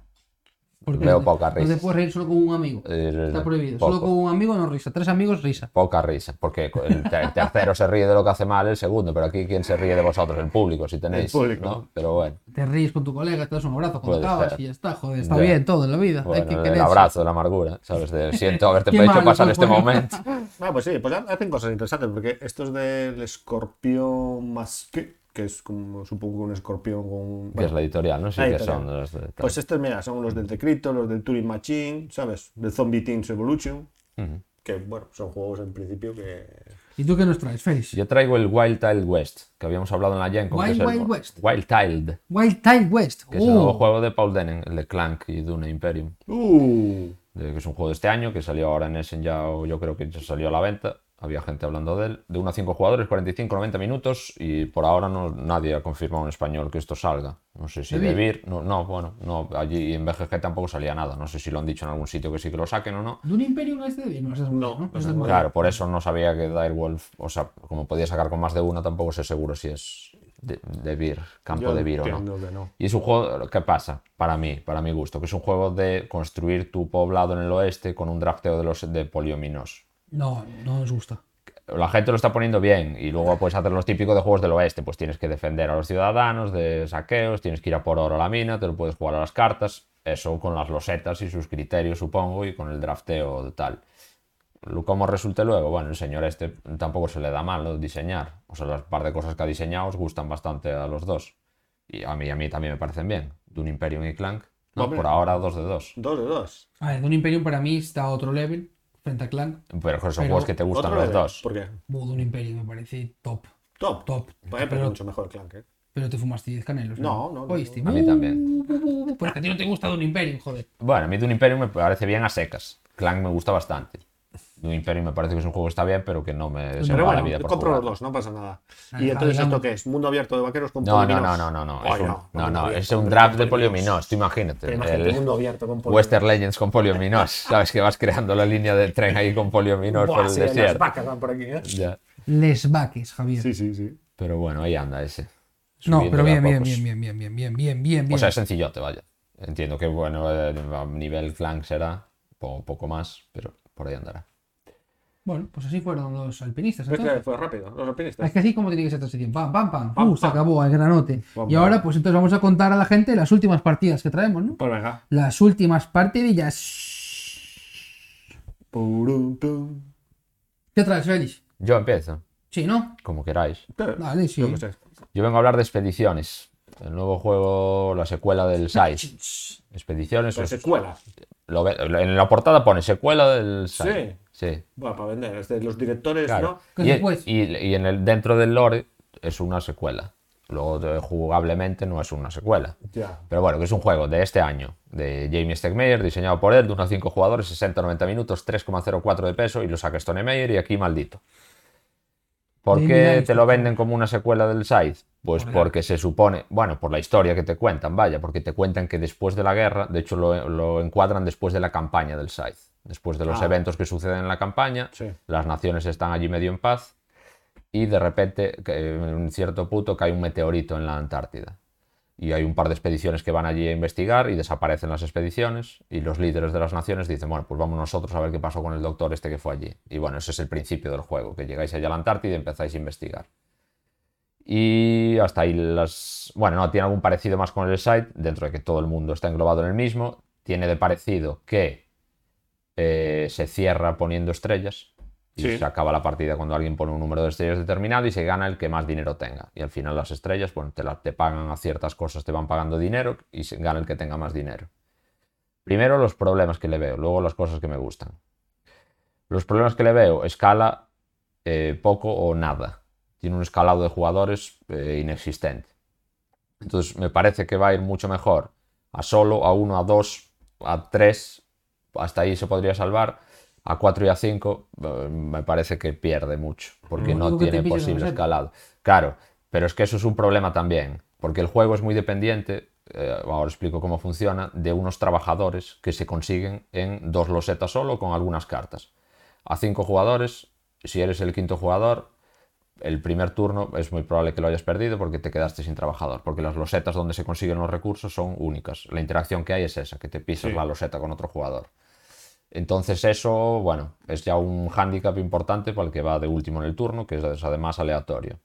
Porque
veo
no te-
poca
No
risa.
te puedes reír solo con un amigo.
eh,
Está prohibido.
poco.
Solo con un amigo no risa. Tres amigos risa.
Poca risa, porque el te- el tercero se ríe de lo que hace mal el segundo, pero aquí quién se ríe de vosotros, el público, si tenéis.
El público.
¿no? Pero bueno,
Te ríes con tu colega, te das un abrazo cuando
Puede
acabas
ser.
y ya está. Joder, Pues está
Ya.
bien todo en la vida. Hay
bueno,
que
el
quererse.
abrazo de la amargura, ¿sabes? De, siento haberte
Qué
hecho
malo
pasar
soy,
este
coño.
momento.
Ah, pues sí, pues hacen cosas interesantes, porque estos del escorpión más que, que es como supongo un escorpión con...
Que
bueno,
es la editorial, ¿no? Sí,
La
que
editorial.
son los de-
Pues estos, mira, son los del Decrypto, los del Turing Machine, ¿sabes? Del Zombie Teams Evolution,
Ujú.
que bueno, son juegos en principio que...
¿Y tú qué nos traes, Félix?
Yo traigo el Wild Tile West, que habíamos hablado en la Gen.
Wild Wild West.
Wild Tiled,
Wild Tide West.
que es el nuevo
Oh,
juego de Paul Denen, el de Clank y Dune Imperium.
¡Uh!
de- que es un juego de este año, que salió ahora en Essen ya, o yo creo que ya salió a la venta. Había gente hablando de él. De 1 a 5 jugadores, 45, 90 minutos. Y por ahora no, nadie ha confirmado en español que esto salga. No sé si
¿De Vir?
Vir, no, no, bueno, no. Allí en BGG tampoco salía nada. No sé si lo han dicho en algún sitio que sí que lo saquen o no.
¿De un imperio no es de bien? No, es de
No,
¿no?
no es
de
de-
Moria.
Claro, por eso no sabía que Direwolf, o sea, como podía sacar con más de una, tampoco sé seguro si es de, de Vir, campo
Yo
de Vir o no.
entiendo que no.
Y es un juego, ¿qué pasa? Para mí, para mi gusto, que es un juego de construir tu poblado en el oeste con un drafteo de los de poliominos.
No, no nos gusta.
La gente lo está poniendo bien y luego puedes hacer los típicos de juegos del oeste, pues tienes que defender a los ciudadanos de saqueos, tienes que ir a por oro a la mina, te lo puedes jugar a las cartas, eso con las losetas y sus criterios supongo y con el drafteo de tal. Lo- ¿Cómo resulte luego? Bueno, el señor este tampoco se le da mal ¿no? diseñar. O sea, las par de cosas que ha diseñado os gustan bastante a los dos. Y a mí, a mí también me parecen bien. Dune Imperium y Clank. No,
Hombre.
por ahora dos de dos.
Dos de dos.
A ver, de un imperio para mí está a otro level. Frente a Clan.
Pero son
Pero
juegos que te gustan
Otro
los
de-
dos.
¿Por qué?
Uh, de un imperio me parece top.
Top.
Top.
Vaya, pero es mucho mejor Clank, ¿eh?
Pero te fumaste 10 canelos.
No, no, no,
Oye, Steve,
A mí también.
uh, uh, Porque a ti no te gusta de un imperio, joder.
Bueno, a mí Dune Imperium me parece bien a secas. Clank me gusta bastante. Dune Imperium me parece que es un juego que está bien, pero que no me se me
Pero
va la
bueno,
vida por
compro
jugar.
los dos, no pasa nada.
Ah,
¿Y entonces
digamos.
esto qué es? ¿Mundo abierto de vaqueros con
No, no,
poliominos?
no, no, no, no. Es
Ay,
un,
no,
no,
mundo
no,
abierto,
es un
con
draft de
poliominos.
poliominos, tú imagínate.
Pero imagínate,
el
mundo abierto con poliominos.
Western Legends con poliominos, sabes que vas creando la línea de tren ahí con poliominos
Buah,
por el
sí, las
desierto.
vacas van por aquí, ¿eh?
Ya.
Les vaques, Javier.
Sí, sí, sí.
Pero bueno, ahí anda ese.
no,
Subiendo
pero
de a
bien, bien,
pocos.
bien, bien, bien, bien, bien, bien, bien, bien.
O sea, es sencillote, vaya. Entiendo que bueno, eh, a nivel clank será po- poco más, pero por ahí andará.
Bueno, pues así fueron los alpinistas.
Pero es
entonces.
que fue rápido, los alpinistas.
Es que así como tiene que ser todo ese tiempo. Pam, pam, pam.
Pam,
Uh, se
pam.
acabó el granote.
Pam,
y
pam.
ahora, pues entonces vamos a contar a la gente las últimas partidas que traemos, ¿no?
Pues venga.
Las últimas partidillas.
Purum, pum.
¿Qué traes, Félix?
Yo empiezo,
Sí, ¿no?
como queráis.
Pero,
Vale, sí.
yo qué sé.
Yo vengo a hablar de Expediciones, el nuevo juego, la secuela del Size. Expediciones,
Pero
os-
secuela.
lo ve- lo- en la portada pone secuela del Size. Sí.
Bueno, para vender. Es de los directores,
Claro.
¿no?
Y, e-
Que después-
y- y en el, dentro del lore es una secuela. Luego, de- jugablemente, no es una secuela.
¿no? Ya.
Pero bueno, que es un juego de este año, de Jamie Stegmaier, diseñado por él, de unos 5 jugadores, 60-90 minutos, 3,04 de peso, y lo saca Stonemeyer y aquí maldito. ¿Por
Jamie
qué
Lannister.
te lo venden como una secuela del Scythe? Pues
Por la-
porque se supone, bueno, por la historia que te cuentan, vaya, porque te cuentan que después de la guerra, de hecho lo, lo encuadran después de la campaña del Scythe, después de los
Ah.
eventos que suceden en la campaña,
Sí.
las naciones están allí medio en paz, y de repente, que en un cierto punto, cae un meteorito en la Antártida y hay un par de expediciones que van allí a investigar y desaparecen las expediciones y los líderes de las naciones dicen, bueno, pues vamos nosotros a ver qué pasó con el doctor este que fue allí. Y bueno, ese es el principio del juego, que llegáis allá a la Antártida y empezáis a investigar. Y hasta ahí las... Bueno, no, tiene algún parecido más con el site, dentro de que todo el mundo está englobado en el mismo. Tiene de parecido que eh, se cierra poniendo estrellas y
Sí.
se acaba la partida cuando alguien pone un número de estrellas determinado y se gana el que más dinero tenga. Y al final las estrellas, bueno, te, la- te pagan a ciertas cosas, te van pagando dinero y se gana el que tenga más dinero. Primero los problemas que le veo, luego las cosas que me gustan. Los problemas que le veo, escala eh, poco o nada. Tiene un escalado de jugadores eh, inexistente. Entonces me parece que va a ir mucho mejor a solo, a uno, a dos, a 3, hasta ahí se podría salvar. A 4 y a 5 me parece que pierde mucho, porque
Lo
no
único que te
tiene
pilla es la
posible
meseta.
escalado. Claro, pero es que eso es un problema también, porque el juego es muy dependiente, eh, ahora explico cómo funciona, de unos trabajadores que se consiguen en dos losetas solo con algunas cartas. A 5 jugadores, si eres el quinto jugador, el primer turno es muy probable que lo hayas perdido porque te quedaste sin trabajador, porque las losetas donde se consiguen los recursos son únicas. La interacción que hay es esa, que te pisas la loseta con otro jugador. Entonces eso, bueno, es ya un hándicap importante para el que va de último en el turno, que es además aleatorio.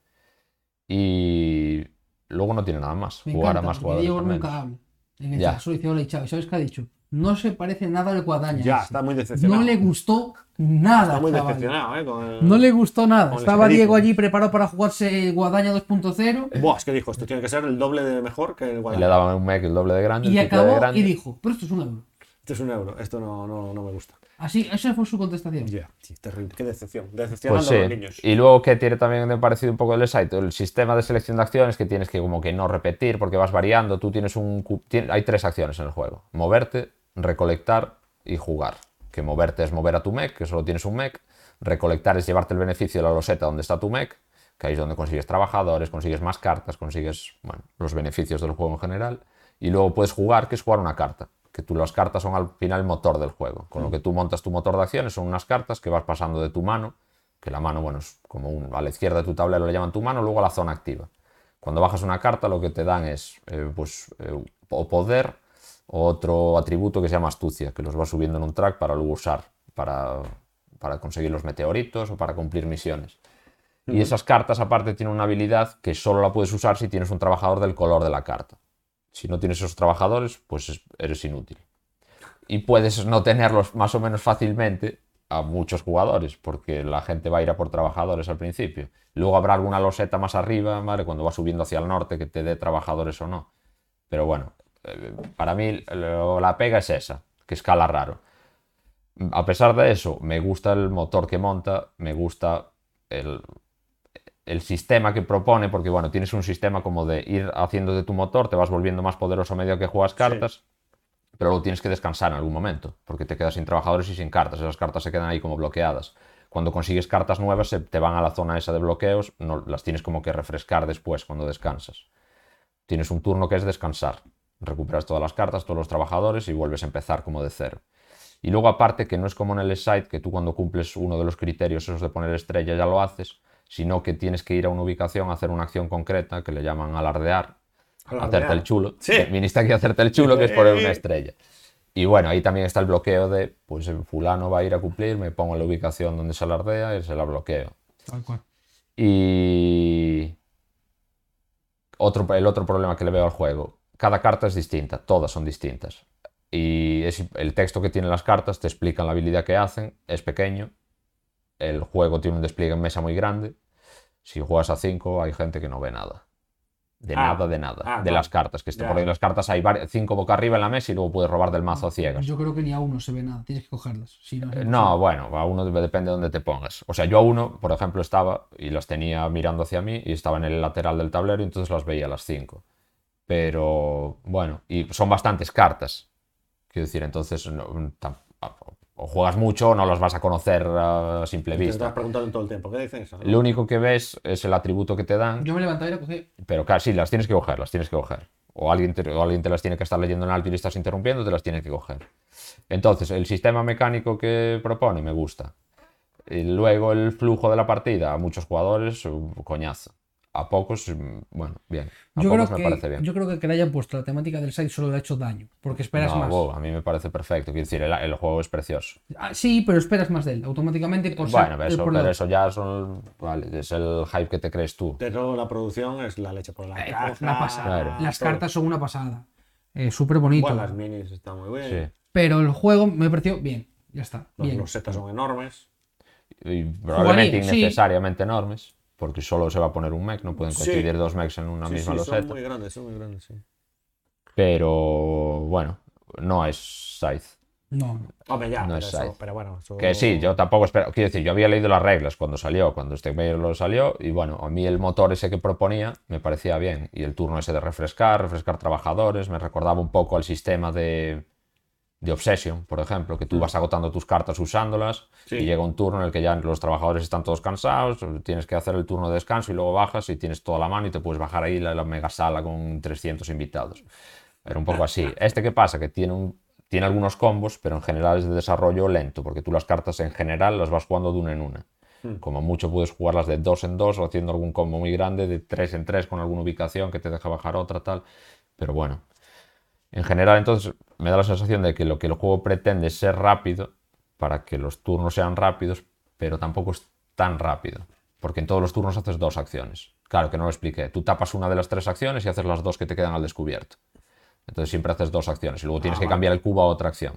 Y luego no tiene nada más,
Me
jugar
encanta,
a más
porque
jugadores.
Diego
al menos.
nunca habla. En el
Ya.
chat solo dice hola y chao. ¿Y ¿Sabes qué ha dicho? No se parece nada al Guadaña.
Ya,
ese.
está muy decepcionado.
No le gustó nada.
está muy
chaval.
decepcionado, ¿eh? Con el-
No le gustó nada.
Con el
Estaba
espíritu.
Diego allí preparado para jugarse el Guadaña 2.0
Buah, es que dijo, esto tiene que ser el doble de mejor que el
Y Le
Guadalajara.
daban un mec el doble de grande,
y
el triple de
acabó
grande.
y dijo, pero esto es un euro.
Este es un euro, esto no, no, no me gusta.
Así, esa fue su contestación.
Ya, sí, terrible. Qué decepción. Decepcionando
Pues sí.
a los niños.
Y luego que tiene también me ha parecido un poco el Excite, el sistema de selección de acciones que tienes que como que no repetir porque vas variando. Tú tienes un cu- tien- hay tres acciones en el juego: moverte, recolectar y jugar. Que moverte es mover a tu mech, que solo tienes un mech. Recolectar es llevarte el beneficio de la loseta donde está tu mech, que ahí es donde consigues trabajadores, consigues más cartas, consigues bueno, los beneficios del juego en general. Y luego puedes jugar, que es jugar una carta. Que tú las cartas son al final el motor del juego. Con lo que tú montas tu motor de acciones son unas cartas que vas pasando de tu mano que la mano, bueno, es como un, a la izquierda de tu tablero le llaman tu mano, luego a la zona activa. Cuando bajas una carta lo que te dan es eh, pues, eh, o poder o otro atributo que se llama astucia, que los vas subiendo en un track para luego usar, para, para conseguir los meteoritos o para cumplir misiones. Y esas cartas aparte tienen una habilidad que solo la puedes usar si tienes un trabajador del color de la carta. Si no tienes esos trabajadores, pues es- eres inútil y puedes no tenerlos más o menos fácilmente a muchos jugadores, porque la gente va a ir a por trabajadores al principio. Luego habrá alguna loseta más arriba, ¿vale? Cuando va subiendo hacia el norte, que te dé trabajadores o no. Pero bueno, eh, para mí lo- la pega es esa, que escala raro. A pesar de eso, me gusta el motor que monta, me gusta el, el sistema que propone, porque bueno, tienes un sistema como de ir haciendo de tu motor, te vas volviendo más poderoso a medida que juegas cartas pero luego tienes que descansar en algún momento, porque te quedas sin trabajadores y sin cartas. Esas cartas se quedan ahí como bloqueadas. Cuando consigues cartas nuevas, se te van a la zona esa de bloqueos, no, las tienes como que refrescar después cuando descansas. Tienes un turno que es descansar. Recuperas todas las cartas, todos los trabajadores y vuelves a empezar como de cero. Y luego aparte que no es como en el site que tú cuando cumples uno de los criterios esos de poner estrella ya lo haces, sino que tienes que ir a una ubicación a hacer una acción concreta que le llaman alardear,
Alardear.
hacerte el chulo.
Sí.
Viniste aquí a hacerte el chulo que es poner una
Eh.
estrella. Y bueno, ahí también está el bloqueo de, pues el fulano va a ir a cumplir, me pongo en la ubicación donde se alardea y se la bloqueo.
Tal cual.
Y otro, el otro problema que le veo al juego, cada carta es distinta, todas son distintas. Y es- el texto que tienen las cartas te explican la habilidad que hacen, es pequeño, el juego tiene un despliegue en mesa muy grande, si juegas a 5 hay gente que no ve nada. De
Ah,
nada, de nada.
ah,
de
no.
las cartas, que este, esto,
Ya.
porque las cartas hay 5 boca arriba en la mesa y luego puedes robar del mazo a ciegas.
Yo creo que ni a uno se ve nada, tienes que cogerlas. Si no, es
Eh, No,
imposible.
bueno, a uno dep- depende de dónde te pongas. O sea, yo a uno, por ejemplo, estaba y las tenía mirando hacia mí y estaba en el lateral del tablero y entonces las veía a las 5. Pero bueno, y son bastantes cartas. Quiero decir, entonces no, mm, tam- a- o juegas mucho o no las vas a conocer a simple
Te estás
vista.
preguntando todo el tiempo. ¿Qué dicen eso?
Lo único que ves es el atributo que te dan.
Yo me levantaba y la cogí.
Pero claro, sí, las tienes que coger, las tienes que coger. O alguien te, o alguien te las tiene que estar leyendo en alto y le estás interrumpiendo, te las tiene que coger. Entonces, el sistema mecánico que propone me gusta. Y luego el flujo de la partida, a muchos jugadores, un coñazo. A pocos, mm, bueno, bien. A
Yo
pocos
creo,
me
que,
parece bien.
yo creo que que le hayan puesto la temática del site solo le ha hecho daño, porque esperas
No,
más.
wow, a mí me parece perfecto. Quiero decir, el, el juego es precioso.
Ah, sí, pero esperas más de él, automáticamente por ser
bueno, pero
el
eso,
problema.
pero eso ya son, vale, es el hype que te crees tú.
De todo la producción es la leche por la
Eh,
caja.
una pasada.
Claro.
Las
todo.
cartas son una pasada. Eh, Súper bonito.
Bueno, las minis están muy bien.
Sí.
Pero el juego me pareció bien. Ya está.
Las
Bien.
rosetas son enormes.
Y probablemente
sí.
innecesariamente enormes, porque solo se va a poner un mech, no pueden
Sí.
coincidir dos mechs en una
sí,
misma
sí,
loseta.
son muy grandes, son muy grandes, sí.
Pero bueno, no es Scythe.
No, no.
Hombre, ya,
No
pero,
es
eso-
side.
pero bueno. eso-
Que sí, yo tampoco espero. Quiero decir, yo había leído las reglas cuando salió, cuando este mail lo salió, y bueno, a mí el motor ese que proponía me parecía bien. Y el turno ese de refrescar, refrescar trabajadores, me recordaba un poco al sistema de. de Obsession, por ejemplo, que tú vas agotando tus cartas usándolas
Sí.
y llega un turno en el que ya los trabajadores están todos cansados, tienes que hacer el turno de descanso y luego bajas y tienes toda la mano y te puedes bajar ahí la, la mega sala con 300 invitados. Era un poco así. Este que pasa, que tiene, un, tiene algunos combos, pero en general es de desarrollo lento, porque tú las cartas en general las vas jugando de una en una. Como mucho puedes jugarlas de dos en dos o haciendo algún combo muy grande, de tres en tres con alguna ubicación que te deja bajar otra, tal. Pero bueno, en general, entonces, me da la sensación de que lo que el juego pretende es ser rápido, para que los turnos sean rápidos, pero tampoco es tan rápido, porque en todos los turnos haces dos acciones. Claro que no lo expliqué. Tú tapas una de las tres acciones y haces las dos que te quedan al descubierto. Entonces siempre haces dos acciones y luego
Ah,
tienes que cambiar el cubo a otra acción.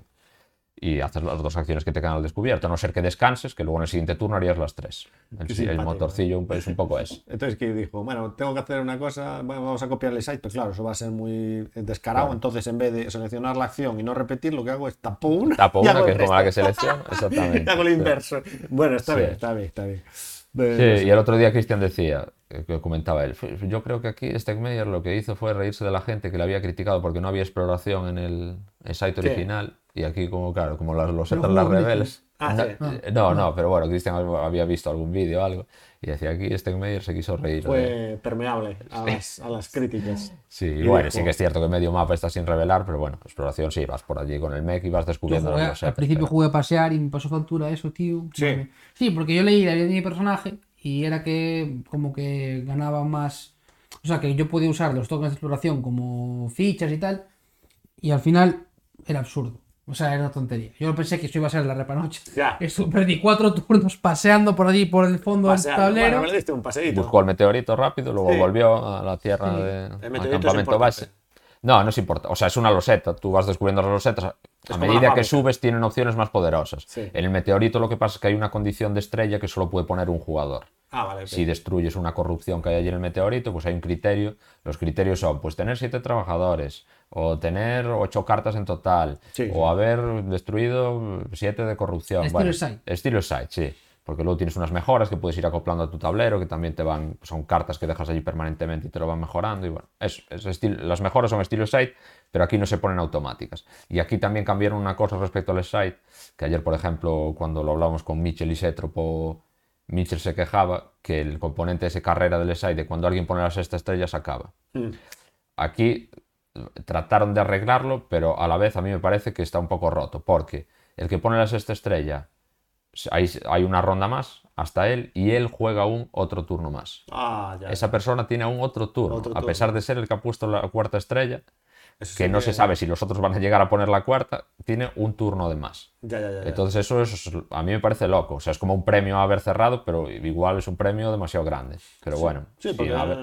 Y haces las dos acciones que te quedan al descubierto, a no ser que descanses, que luego en el siguiente turno harías las tres. El,
Qué
el
simpático, ¿eh?
motorcillo un- es un poco eso.
Entonces que dijo, bueno, tengo que hacer una cosa, bueno, vamos a copiar el site, pero claro, eso va a ser muy descarado, entonces en vez de seleccionar la acción y no repetir, lo que hago es tapo una.
Tapo
y hago
una, que
el
es como la que
resto.
selecciona. Exactamente.
hago lo
Sí.
inverso. Bueno, está
Sí.
bien, está bien, está bien.
Sí,
Pero-
y el otro día Cristian decía, eh, que comentaba él, "Fue- yo creo que aquí Stegmeyer lo que hizo fue reírse de la gente que le había criticado porque no había exploración en el en site original y aquí como claro, como las, los Eternas
jugó Cristian.
Rebels.
Ah,
no,
sí.
eh, no, no, pero bueno, Cristian había visto algún vídeo o algo y decía aquí Stegmeyer se quiso reír. de-
Fue permeable a las, a las críticas.
Pues, Sí, y bueno,
dijo-
sí que es cierto que medio mapa está sin revelar, pero bueno, exploración sí, vas por allí con el mech y vas
Yo
descubriendo
jugué-
los
al
settings,
principio
pero-
jugué a pasear y me pasó factura eso, tío.
Sí.
Vale. Sí, porque yo leí la vida de mi personaje y era que como que ganaba más. O sea, que yo podía usar los tokens de exploración como fichas y tal. Y al final era absurdo. O sea, era una tontería. Yo pensé que eso iba a ser la repanocha.
Ya.
Esto, perdí cuatro turnos paseando por allí, por el fondo
Pasear.
del tablero.
Bueno, me diste un paseíto.
Buscó el meteorito rápido, luego
Sí.
volvió a la tierra
Sí.
de,
meteorito
al
es
campamento
importante.
base. No, no es importante. O sea, es una loseta. Tú vas descubriendo las losetas. A
como una
medida que
fábrica.
subes, tienen opciones más poderosas.
Sí.
En el meteorito lo que pasa es que hay una condición de estrella que solo puede poner un jugador.
Ah, vale. ok.
Si destruyes una corrupción que hay allí en el meteorito, pues hay un criterio. Los criterios son, pues tener siete trabajadores, o tener ocho cartas en total,
Sí, sí.
o haber destruido siete de corrupción.
Estilo side.
Estilo side, sí. Porque luego tienes unas mejoras que puedes ir acoplando a tu tablero, que también te van, son cartas que dejas allí permanentemente y te lo van mejorando. Y bueno, es, es estilo- las mejoras son estilo site, pero aquí no se ponen automáticas. Y aquí también cambiaron una cosa respecto al site, que ayer, por ejemplo, cuando lo hablamos con Mitchell y Setropo, Mitchell se quejaba que el componente de ese carrera del site, de cuando alguien pone las sexta estrella, se acaba.
Mm.
Aquí eh, trataron de arreglarlo, pero a la vez a mí me parece que está un poco roto, porque el que pone la sexta estrella hay, hay una ronda más hasta él y él juega un otro turno más.
Ah, ya.
Esa persona tiene aún otro turno,
Otro
a
turno.
pesar de ser el que ha puesto la cuarta estrella,
Eso
que
sí
no
que-
se sabe si los otros van a llegar a poner la cuarta, tiene un turno de más.
Ya, ya, ya. ya.
Entonces eso es, a mí me parece loco, o sea, es como un premio a haber cerrado, pero igual es un premio demasiado grande. Pero bueno,
Sí,
si
porque,
a ver-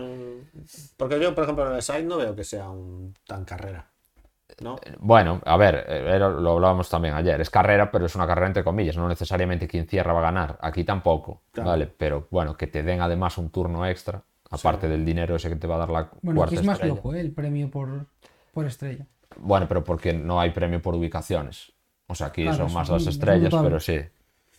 porque yo, por ejemplo, en el site no veo que sea un tan carrera. ¿No?
Bueno, a ver, eh, era- lo hablábamos también ayer. Es carrera, pero es una carrera entre comillas. No necesariamente quien cierra va a ganar. Aquí tampoco,
Claro.
¿vale? Pero bueno, que te den además un turno extra, aparte del dinero ese que te va a dar la
Bueno,
cuarta
aquí es más
estrella.
loco, ¿eh? El premio por, por estrella.
Bueno, pero porque no hay premio por ubicaciones. O sea, aquí
Claro,
son
es
más
un-
las
es un
estrellas,
notable.
pero sí.
Bueno,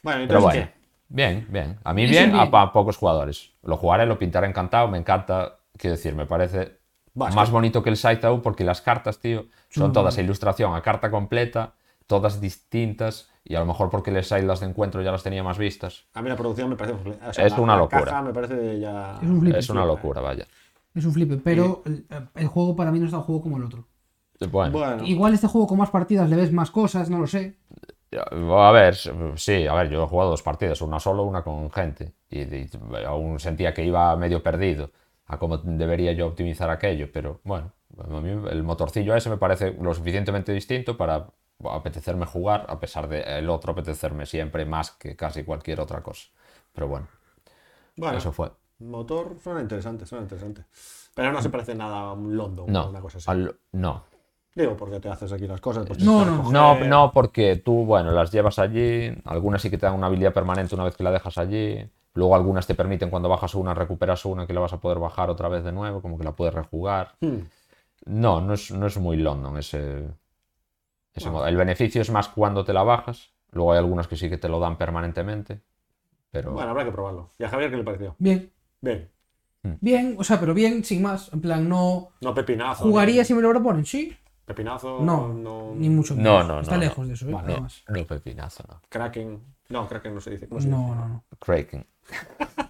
Pero
entonces,
bueno,
¿qué?
bien, bien. A mí
Es
bien,
un
a,
bien.
a pocos jugadores. Lo jugaré, lo pintaré encantado, me encanta. Quiero decir, me parece
Vas,
más bonito que el Scythe aún porque las cartas, tío,
Mm.
son todas a ilustración a carta completa, todas distintas y a lo mejor porque el Scythe las de encuentro ya las tenía más vistas.
A mí la producción me parece. o
Es una
la
locura.
caja me parece ya.
Es un flipe.
Es una locura, vaya.
Es un flipe, pero el, el juego para mí no es tan juego como el otro.
Bueno,
Bueno,
Igual este juego con más partidas le ves más cosas, no lo sé.
a ver, sí, a ver, yo he jugado dos partidas, una solo, una con gente y, y aún sentía que iba medio perdido a cómo debería yo optimizar aquello, pero bueno, a mí el motorcillo ese me parece lo suficientemente distinto para apetecerme jugar a pesar de el otro apetecerme siempre más que casi cualquier otra cosa. Pero bueno,
bueno,
eso fue. Mm.
motor suena interesante, suena interesante. Pero no se parece nada a un London
No,
o una cosa así.
al- no.
Digo, porque te haces aquí las cosas. Pues
No,
tienes que
no, no.
recoger.
No, no, porque tú, bueno, las llevas allí, algunas sí que te dan una habilidad permanente una vez que la dejas allí, luego algunas te permiten cuando bajas una, recuperas una que la vas a poder bajar otra vez de nuevo, como que la puedes rejugar.
Hmm.
No, no es, no es muy London ese, ese modo. El beneficio es más cuando te la bajas, luego hay algunas que sí que te lo dan permanentemente, pero
Bueno, habrá que probarlo. ¿Y a Javier qué le pareció?
Bien,
Bien.
bien, o sea, pero bien, sin más. En plan, no.
No pepinazo.
¿Jugaría
bien.
si me lo proponen? Sí.
Pepinazo.
No,
no
ni mucho
No,
menos.
no,
Está
no, no.
lejos de eso, ¿eh?
No,
Además.
no pepinazo, no.
Kraken. No, Kraken no se dice. ¿Cómo se
No,
dice?
no, no.
Kraken.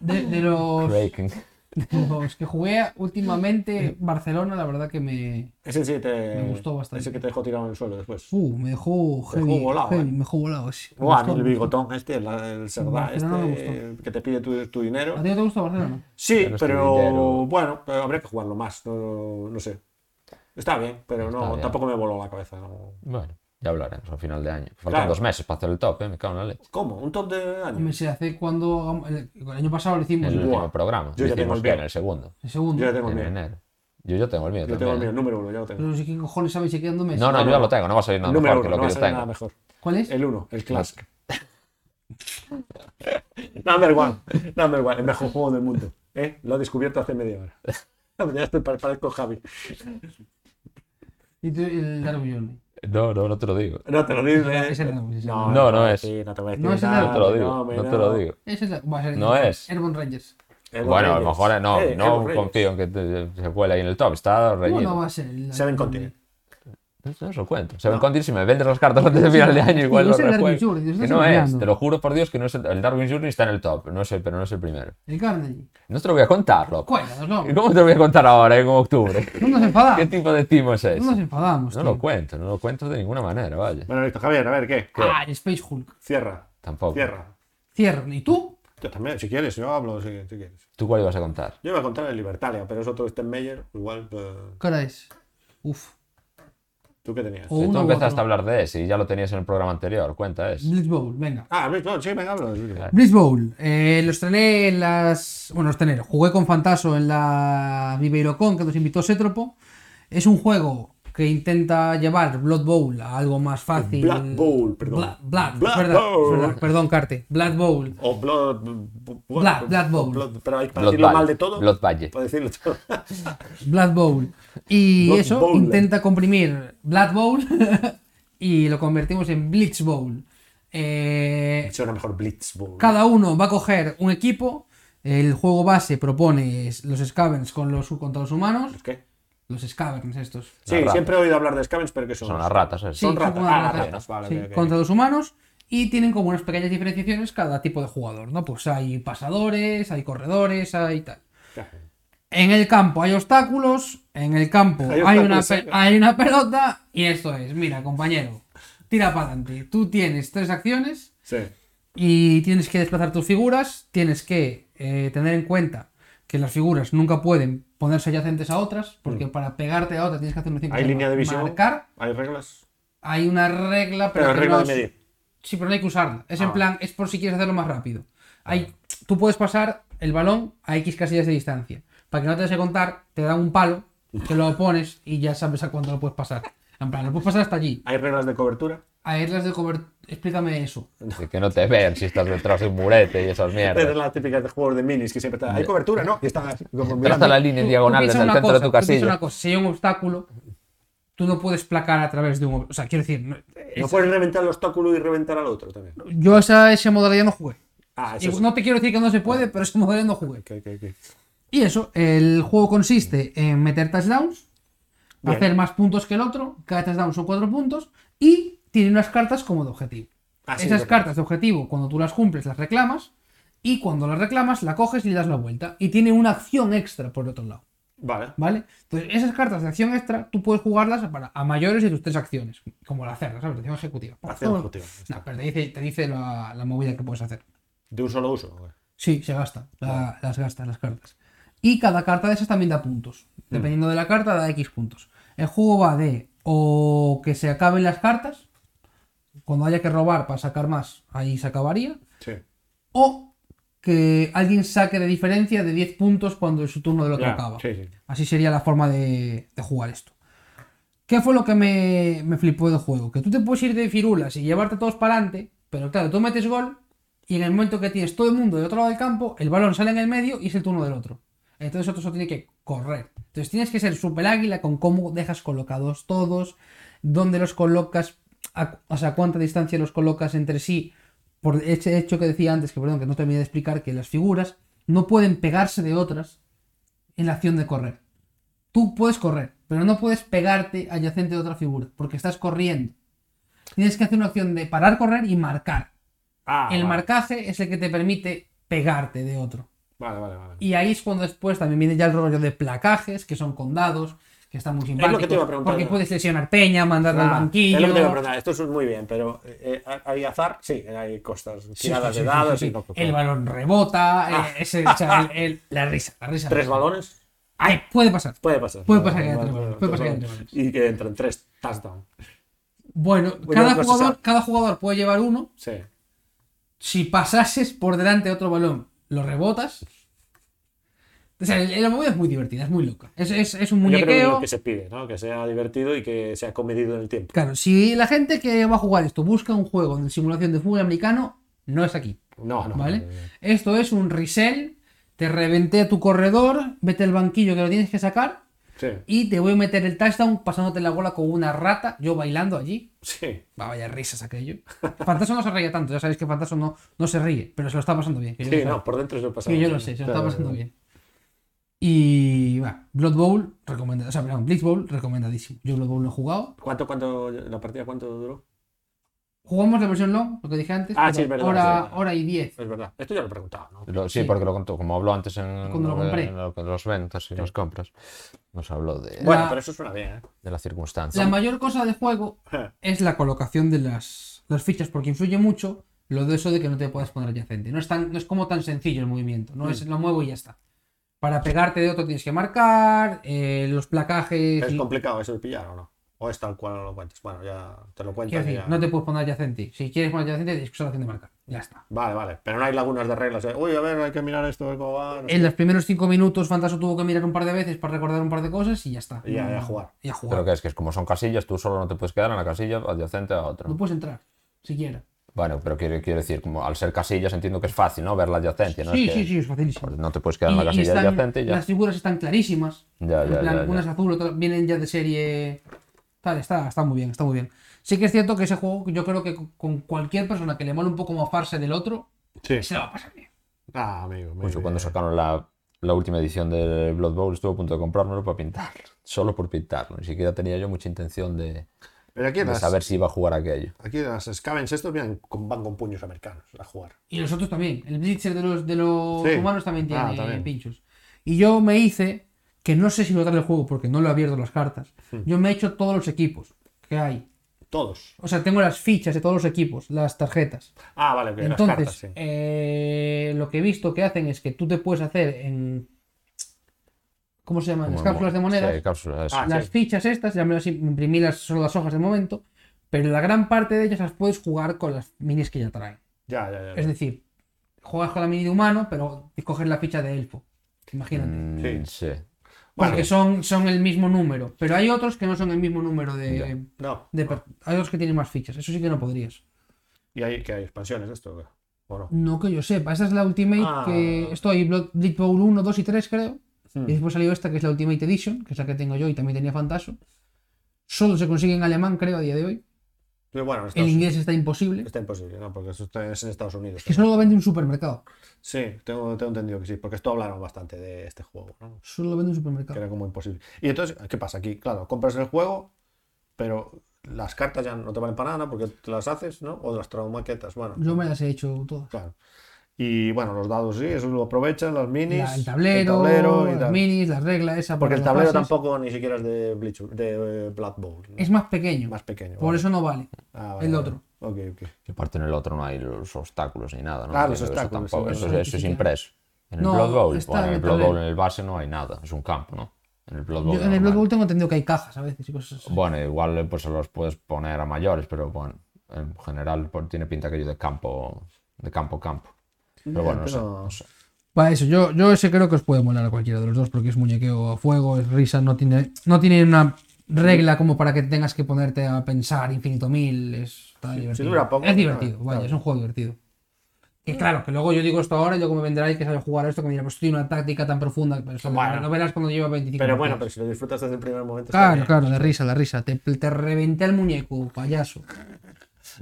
De, de los,
Kraken.
los que jugué últimamente, Barcelona, la verdad que me.
Ese sí te.
Me gustó bastante.
Ese que te dejó tirado en el suelo después.
Uh, me dejó
Te dejó
heavy.
volado,
heavy,
¿eh?
Me dejó volado, sí. Me
Buah, a
gustó,
mí el
me gustó.
bigotón este, el, el Serdá
Barcelona me
este, que te pide tu, tu dinero.
¿A ti no te gusta Barcelona?
Sí,
Pero es que
pero
dinero-
bueno, pero habría que jugarlo más, no, no sé. Está bien, pero no,
Está bien.
tampoco me voló la cabeza. no.
Bueno, ya hablaremos a final de año. Faltan
Claro.
dos meses para hacer el top, ¿eh? Me cago en la leche.
¿Cómo? ¿Un top de año?
Hombre, se hace cuando. hagamos- El, el año pasado lo
En
hicimos.
el
¿no?
Buah.
último programa.
Yo
Lo
ya tengo
hicimos
el
que en
mío.
el segundo.
El segundo.
Yo ya tengo el
En
mío.
enero. Yo, yo tengo el mío
Yo tengo el
también.
mío,
¿eh?
número uno, ya lo tengo.
Pero sí que cojones sabéis si quedan dos meses.
No, no, yo
no,
ya
no.
lo tengo. No va a salir nada
número
mejor
uno,
que lo
no va
que
a
yo
salir nada
tengo.
mejor.
¿Cuál es?
El uno, el Clash. number one, number one, el mejor juego del mundo. ¿eh? Lo he descubierto hace media hora. Ya estoy pa- parezco Javi.
Y tú, el Darby Johnny.
Eh,
No, no, no te lo digo.
No te lo digo.
Es el Darby Johnny.
No,
te voy a
no es.
decir, No te voy a decir
No es el
nada,
No te lo
no,
digo.
hombre,
No te lo digo.
Ese es el- va a ser el-
No es.
Airborne Rangers.
Evo
Bueno, a lo
Reyes.
mejor no,
Eh, Evo
no
Reyes.
confío en que te- se cuele ahí en el top. Está
¿Cómo no
reñido.
va a ser el Darby
Seven Continent.
No, no os lo cuento. Se va a encontrar si me vendes las cartas antes del final de año, igual
no
lo
es el Darwin
recuerdo.
Journey, te
Que
estás
no es,
engañando.
te lo juro por Dios que no es el, el Darwin Journey está en el top, no es el, pero no es el primero.
El Carnegie.
No te lo voy a contar, loco.
Cuela, nos vamos.
¿Y ¿Cómo te lo voy a contar ahora, eh, en octubre?
No nos
¿Qué
enfadamos.
tipo de timo es ese?
No nos enfadamos.
No
tío.
lo cuento, no lo cuento de ninguna manera, vaya.
Bueno, listo, Javier, a ver, ¿qué?
Ah, el Space Hulk.
Cierra,
Tampoco.
cierra.
Cierran. ¿Y tú?
Yo también, si quieres, yo hablo si, si quieres.
¿Tú cuál ibas a contar?
Yo iba a contar el Libertalia, pero es otro Stenmeyer, igual. eh,
¿Qué hora es? Uf.
¿Tú qué tenías?
O
Si tú
uno u
empezaste a
otro.
hablar de ese y ya lo tenías en el programa anterior, cuenta es.
Blitz Bowl, venga.
Ah, Blitz, no, sí, venga, hablo. sí.
Blitz Bowl. Eh, los estrené en las. Bueno, los estrené. Jugué con Fantaso en la Viveirocon que nos invitó Setropo. Es un juego que intenta llevar Blood Bowl a algo más fácil.
Blood Bowl, perdón.
Bla- Blood,
Blood
es verdad, es
Bowl.
verdad. Perdón, Carte. Blood Bowl.
O Blood.
Blood- Blood Bowl.
Blood- pero hay que
Blood
decirlo
Valley.
mal de todo.
Blood Valley.
Para decirlo todo.
Blood Bowl. Y
Blood
eso
Bowl.
intenta comprimir Blood Bowl y lo convertimos en Blitz Bowl. Eh,
Suena mejor Blitz Bowl.
cada uno va a coger un equipo. El juego base propone es- los Scavengs con los, contra los humanos.
¿Qué?
Los Scavengs estos.
Sí,
ratas.
siempre he oído hablar de Scavens, pero que son.
Son las ratas, ¿eh?
Sí,
Son ratas.
como
Ah,
ratas.
ratas, vale,
Sí,
ok, ok.
Contra los humanos. Y tienen como unas pequeñas diferenciaciones cada tipo de jugador, ¿no? Pues hay pasadores, hay corredores, hay tal. En el campo hay obstáculos, en el campo
Hay
hay, una,
obstáculos,
pe-
¿eh?
hay una pelota y esto es, mira compañero, tira para adelante. Tú tienes tres acciones
Sí.
y tienes que desplazar tus figuras, tienes que eh, tener en cuenta que las figuras nunca pueden ponerse adyacentes a otras, porque para pegarte a otra tienes que hacer una acción que
Mm. Hay
se
línea
llama
de visión.
marcar.
Hay reglas.
Hay una regla, pero,
Pero
que
regla
no
de
es-
medir.
Sí, pero no hay que usarla. Es en
Ah.
plan, es por si quieres hacerlo más rápido.
Ah.
Hay, tú puedes pasar el balón a X casillas de distancia. Para que no te des a contar, te dan un palo, te lo pones y ya sabes a cuánto lo puedes pasar. En plan, lo puedes pasar hasta allí.
Hay reglas de cobertura.
A ver, las de cobertura. Explícame eso.
De que no te vean si estás detrás de un murete y esas
Estas son
mierdas.
las típicas de juegos de minis que siempre está. Hay cobertura, ¿no? Y están así, como
Pero
mirando.
está la línea
Tú- tú
diagonal
piensas
desde el
una
centro de
cosa,
tu
tú piensas
casilla.
una cosa, si hay un obstáculo, tú no puedes placar a través de un. O sea, quiero decir, no-
No puedes reventar el obstáculo y reventar al otro también.
yo esa, esa modalidad no jugué.
Ah,
Y
eso es.
no te quiero decir que no se puede, pero esa modalidad no jugué.
Ok, ok, ok.
Y eso, el juego consiste en meter touchdowns,
Bien.
hacer más puntos que el otro, cada touchdown son cuatro puntos, y tiene unas cartas como de objetivo.
Ah, sí,
Esas
es verdad.
cartas de objetivo, cuando tú las cumples, las reclamas, y cuando las reclamas, la coges y le das la vuelta. Y tiene una acción extra por otro lado,
Vale.
¿vale? Entonces, esas cartas de acción extra, tú puedes jugarlas para, a mayores de tus tres acciones, como la hacer, ¿sabes? La acción ejecutiva.
Acción ejecutiva, ya está.
No, pero te dice, te dice la- la movida que puedes hacer.
De un solo uso. ok.
Sí, se gasta. la- Las gastas, las cartas. Y cada carta de esas también da puntos.
Mm.
Dependiendo de la carta, da X puntos. El juego va de o que se acaben las cartas. Cuando haya que robar para sacar más, ahí se acabaría.
Sí.
O que alguien saque de diferencia de 10 puntos cuando su turno del otro
Ya,
acaba.
sí, sí.
Así sería la forma de, de jugar esto. ¿Qué fue lo que me, me flipó del juego? Que tú te puedes ir de firulas y llevarte todos para adelante, pero claro, tú metes gol y en el momento que tienes todo el mundo del otro lado del campo, el balón sale en el medio y es el turno del otro. Entonces otro solo tiene que correr. Entonces tienes que ser super águila con cómo dejas colocados todos, dónde los colocas, a, o sea, cuánta distancia los colocas entre sí. Por ese hecho que decía antes, que perdón, que no terminé de explicar, que las figuras no pueden pegarse de otras en la acción de correr. Tú puedes correr, pero no puedes pegarte adyacente de otra figura, porque estás corriendo. Tienes que hacer una acción de parar, correr y marcar.
Ah,
el
vale.
marcaje es el que te permite pegarte de otro.
Vale, vale, vale.
Y ahí es cuando después también viene ya el rollo de placajes, que son con dados, que están muy
iba a
simpáticos.
preguntar
Porque
yo.
puedes lesionar peña, mandarla al
Ah,
banquillo.
Es lo que te iba a preguntar. Esto es muy bien, pero eh, eh, ¿hay azar? Sí, hay costas.
Sí,
Tiradas
sí,
de
sí,
dados
sí, sí.
y no-
El balón rebota, eh, ese- o sea, el- el- la risa, la risa.
Ah. ¿Tres balones?
Ay, puede pasar.
Puede pasar.
Puede pasar que haya
Vale,
tres
vale,
balones, puede
vale,
pasar que
vale.
haya tres
Y que entren tres touchdowns.
Bueno,
Bueno, pues,
cada,
no se
jugador,
sabe.
cada jugador puede llevar uno.
Sí.
Si pasases por delante otro balón, lo rebotas. O sea, el- la movida es muy divertida, es muy loca. Es, es- es un
Yo creo que es lo
muñequeo.
que se pide, ¿no? Que sea divertido y que sea comedido en el tiempo.
Claro, si la gente que va a jugar esto busca un juego de simulación de fútbol americano, no es aquí.
No, no.
¿Vale?
no, no, no.
Esto es un risel. Te reventé a tu corredor, vete al banquillo que lo tienes que sacar
Sí,
y te voy a meter el touchdown pasándote la bola con una rata, yo bailando allí.
sí.
Va, vaya risas aquello. Fantaso no se reía tanto, ya sabéis que Fantaso no, no se ríe, pero se lo está pasando bien. que yo
Sí,
lo sé.
no, por dentro se lo pasa.
Que yo
bien.
lo sé, se lo
Claro,
está pasando
claro.
bien. Y va, Blood Bowl, recomendado. O sea, perdón, Blitz Bowl, recomendadísimo. Yo Blood Bowl no he jugado.
¿Cuánto, cuánto, la partida cuánto duró?
Jugamos la versión long, lo que dije antes.
Ah,
pero
sí, es verdad,
hora,
sí.
hora y diez.
Es verdad. Esto ya lo he preguntado, ¿no?
Lo- sí,
Sí.
porque lo contó, como habló antes en,
Cuando lo compré.
en lo que- los ventas y las compras, nos habló de,
Bueno,
La-
pero eso suena bien,
de la circunstancia.
La mayor cosa del juego
¿eh?
es la colocación de las, las fichas, porque influye mucho lo de eso de que no te puedas poner adyacente. No es, tan, no es como tan sencillo el movimiento, no
Mm.
es lo muevo y ya está. Para pegarte de otro tienes que marcar, eh, los placajes.
¿Es
y-
complicado eso de pillar o no? ¿O es tal cual no lo cuentas? Bueno, ya te lo cuento.
quiero decir,
ya...
no te puedes poner adyacente. Si quieres poner adyacente, tienes que usar la acción de marcar. Ya está.
Vale, vale. Pero no hay lagunas de reglas. ¿eh? Uy, a ver, hay que mirar esto, a ver cómo va. no sé.
En los primeros cinco minutos, Fantaso tuvo que mirar un par de veces para recordar un par de cosas y ya está.
Y ya-
No-
ya jugar.
Y a
Pero
jugar.
que es que es como son casillas, tú solo no te puedes quedar en la casilla adyacente a otra.
No puedes entrar, siquiera.
Bueno, pero quiero, quiero decir, como al ser casillas entiendo que es fácil, ¿no? Ver la adyacencia, ¿no?
sí,
Es que pues
sí, sí, es facilísimo.
No te puedes quedar en
Y-
la
y
casilla
están-
adyacente y ya.
Las figuras están clarísimas.
Ya,
En
ya,
plan,
ya, ya.
unas azul, otras vienen ya de serie. Tal, está, está muy bien, está muy bien. Sí que es cierto que ese juego, yo creo que con- con cualquier persona que le mole un poco mofarse del otro, se lo va a pasar bien.
Ah, amigo.
Pues
muy
Incluso
bien.
cuando sacaron la, la última edición del Blood Bowl estuve a punto de comprármelo para pintarlo. Solo por pintarlo. Ni siquiera tenía yo mucha intención de,
Pero aquí
de
las,
saber si iba a jugar aquello.
aquí las scavens estos vienen con, van con puños americanos a jugar.
Y los otros también. El Blitzer de los, de los
Sí.
humanos también tiene
Ah, también.
pinchos. Y yo me hice, que no sé si lo trae el juego porque no lo he abierto las cartas,
Hmm.
yo me he hecho todos los equipos que hay.
Todos.
O sea, tengo las fichas de todos los equipos, las tarjetas.
Ah, vale, que las
Entonces,
cartas, sí.
eh, lo que he visto que hacen es que tú te puedes hacer en. ¿Cómo se llaman? Las
Como-
cápsulas de monedas.
Sí, cápsulas. eso.
Ah,
las
sí.
fichas estas, ya me las imprimí las, solo las hojas de momento. Pero la gran parte de ellas las puedes jugar con las minis que ya traen.
Ya, ya, ya.
Es decir, juegas con la mini de humano, pero coges la ficha de elfo. Imagínate.
Mm,
sí.
sí.
Bueno,
Porque son, son el mismo número. Pero hay otros que no son el mismo número de.
Ya.
No.
de per- hay otros que tienen más fichas. Eso sí que no podrías.
¿Y hay, que hay expansiones de esto? ¿O no?
No que yo sepa, esa es la Ultimate
Ah.
que estoy Blood Blitz Bowl 1, 2 y 3 creo.
Mm.
Hmm.
Y después salió esta que es la Ultimate Edition, que es la que tengo yo y también tenía Fantaso. Solo se consigue en alemán creo a día de hoy.
Pero bueno, en
El
Estados
inglés está imposible.
Está imposible, ¿no? Porque eso está- es en Estados Unidos.
Es que solo lo vende un supermercado.
Sí, tengo, tengo entendido que sí. Porque esto hablaron bastante de este juego, ¿no?
Solo lo vende un
que
supermercado.
era como imposible. Y entonces, ¿qué pasa aquí? Claro, compras el juego, pero las cartas ya no te valen para nada porque te las haces, ¿no? O las traumaquetas, bueno.
Yo me las he hecho todas.
Claro. Y bueno, los dados sí, eso lo aprovechan, las minis,
La- el tablero,
tablero y
las
tal.
minis, las reglas, esa.
Porque
para
el
las
tablero
fases.
tampoco ni siquiera es de, Bleach, de eh, Blood Bowl, ¿no?
Es más pequeño.
más pequeño.
Por
vale.
eso no vale.
Ah,
el
vale.
otro.
Ok, ok.
Y aparte en el otro no hay los obstáculos ni nada, ¿no?
Claro, los
Entiendo,
obstáculos,
Eso, tampoco-
sí,
eso,
claro.
eso es impreso. En el
No,
Blood Bowl,
está
bueno, en
en
el
el
Blood Bowl
tablero.
en el base no hay nada, es un campo, Pues ¿no? En el Blood Bowl.
Yo en el Blood
normal.
Bowl tengo entendido que hay cajas a veces y cosas así.
Bueno, igual eh, pues se los puedes poner a mayores, pero bueno, en general pues, tiene pinta aquello de campo, de campo a campo. Pero bueno, no sé,
pero-
no sé.
Para eso, yo, yo ese creo que os puede molar a cualquiera de los dos, porque es muñequeo a fuego, es risa, no tiene, no tiene una regla como para que tengas que ponerte a pensar infinito mil. Es, está divertido.
dura poco,
es
no,
divertido,
claro.
vaya, es un juego divertido. Que claro, que luego yo digo esto ahora, y luego me vendrá el que sabe jugar a esto, que me dirá, pues tiene una táctica tan profunda, pero eso
Bueno.
lo verás cuando lleva 25
Pero bueno, pero
partidas.
si lo disfrutas desde el primer momento. está
Claro,
bien.
claro, la risa, la risa. Te, te reventé el muñeco, payaso.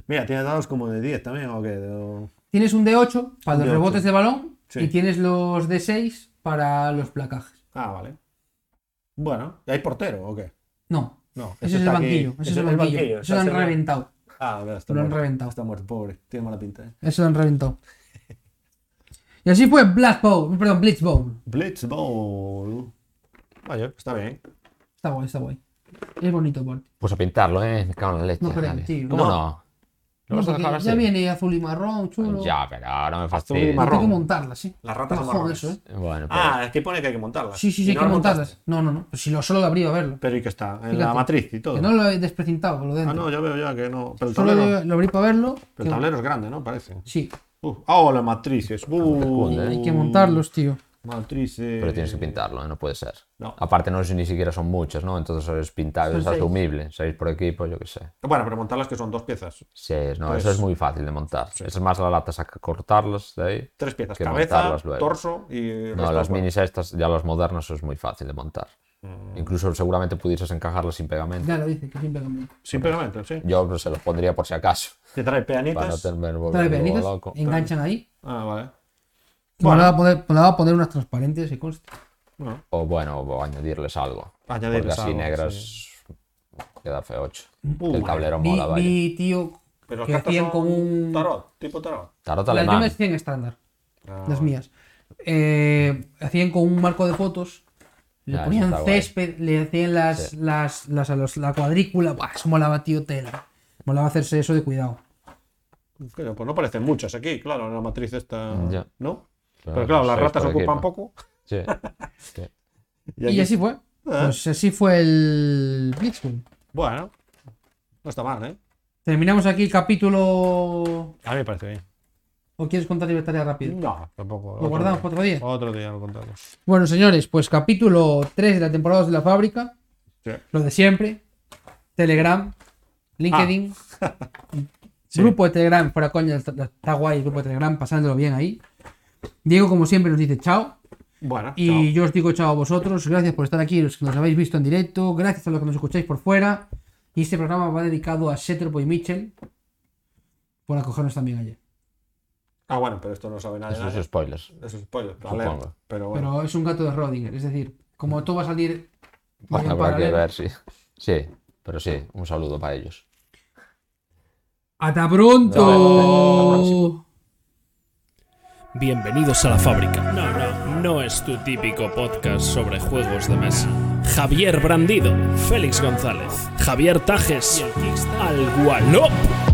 Mira, tiene dados como de 10 también, ¿o qué? De-
Tienes un D8 para
Un
los
D8.
rebotes de balón
Sí.
y tienes los D6 para los placajes.
Ah, vale. Bueno, ¿y hay portero o qué?
No,
No,
ese es el
está aquí.
banquillo. Ese es el banquillo. Eso
está
lo han
seguro.
reventado.
Ah, verdad, está
Lo han
muerto.
reventado.
Está muerto, pobre. Tiene mala pinta, ¿eh?
Eso lo han reventado. Y así fue Black Bowl, perdón, Blitz Bowl.
Blitzball. Vaya, Ah, está bien.
Está guay, está guay. Es bonito, por
Pues a pintarlo, ¿eh? Me cago en la leche.
No, pero,
dale.
tío,
¿Cómo
no.
no? ¿Lo vas a dejar así?
Ya viene azul y marrón, chulo.
Ya, pero ahora me
y
fastidia.
Hay que
marrón.
montarla, sí.
Las ratas
No
son
jodas
marrones.
eso, ¿eh?
Bueno, pero...
Ah, es que pone que hay que montarlas.
Sí, sí,
Y
sí, hay
no
que
las
montarlas.
montaste.
No, no, no. Pues si lo solo lo habría a verlo.
Pero y que está, en la
Fíjate.
matriz y todo.
Que no lo he desprecintado, lo de
Ah,
dentro.
no, ya veo ya que no. Pero el
solo
tablero,
lo, lo abrí para verlo.
pero
que-
el tablero es grande, ¿no? Parece.
Sí,
Uf. Ah, oh, las matrices. Uh,
esconde, ¿eh?
hay que montarlos, tío.
Matrices.
Pero tienes que pintarlo, ¿eh? no puede ser.
No.
Aparte, no sé, ni siquiera son muchas, ¿no? Entonces es pintable, es
Son seis.
asumible. Seis por equipo, yo qué sé.
Bueno, pero montarlas que son dos piezas.
Seis, no,
Pues-
eso es muy fácil de montar. Eso es más la lata, saca cortarlas de ahí.
Tres piezas.
que
Cabeza,
montarlas luego.
torso y.
No, las minis estas, ya las modernas, eso es muy fácil de montar. Incluso seguramente pudieses encajarlas sin pegamento.
Ya lo dice, que siempre cambia.
Sin pegamento, sí.
Yo pues, se los pondría por si acaso,
Te trae
para no
peanitas.
tener
Dale,
volver
peanitas,
Oh, loco.
enganchan ahí.
Ah, vale.
Bueno, le va a poner, le va a poner unas transparentes, que conste.
Bueno,
O bueno, o añadirles algo.
Añadirles
porque así
algo,
negras queda feo 8. el tablero
Vi,
Ah, mola, vaya.
vi, tío,
pero
que
las cartas
hacían
son
como un...
tarot, Ah, tipo tarot.
Tarot
Las yo
alemán.
me hacían estándar, las mías. Eh, hacían con un marco de fotos, le
Ya, eso
ponían
está guay.
césped, le hacían las, las, las, a los- la cuadrícula. Buah, eso molaba, tío, tela. Molaba hacerse eso de cuidado.
Pero, pues no parecen muchas aquí, claro, en la matriz esta.
Ya.
¿No?
Claro,
pero claro,
son
las
seis
ratas
por
ocupan
equipo.
poco.
Sí. sí.
Y
Y,
aquí-
así fue.
Ah.
Pues así fue el Blitzkrieg.
Bueno, no está mal, ¿eh?
Terminamos aquí el capítulo. ¿O
A mí me parece bien.
quieres contar libertaria rápido?
No, tampoco.
Lo guardamos para otro día.
Otro Mm, día lo contamos.
Bueno, señores, pues capítulo 3 de la temporada de la fábrica.
Sí.
Lo de siempre. Telegram, LinkedIn. Grupo de Telegram, fuera coña, está, está guay el grupo de Telegram, pasándolo bien ahí. Diego, como siempre, nos dice chao.
Bueno,
Y
chao.
yo os digo chao a vosotros. Gracias por estar aquí, los que nos habéis visto en directo. Gracias a los que nos escucháis por fuera. Y este programa va dedicado a Setropo y Mitchell por acogernos también ayer.
Ah, bueno, pero esto no sabe nadie.
Eso
nada.
es spoilers.
Eso es spoiler,
Supongo.
alerta. Pero bueno.
Pero es un gato de Rodinger, es decir, como todo va a salir muy
Bueno,
en
habrá que
paralelo.
ver, sí. Sí, pero sí, un saludo para ellos.
¡Hasta
Nos
pronto!
Bienvenidos a la fábrica. No, no, no es tu típico podcast sobre juegos de mesa. Javier Brandido, Félix González, Javier Tajes, Al Gualop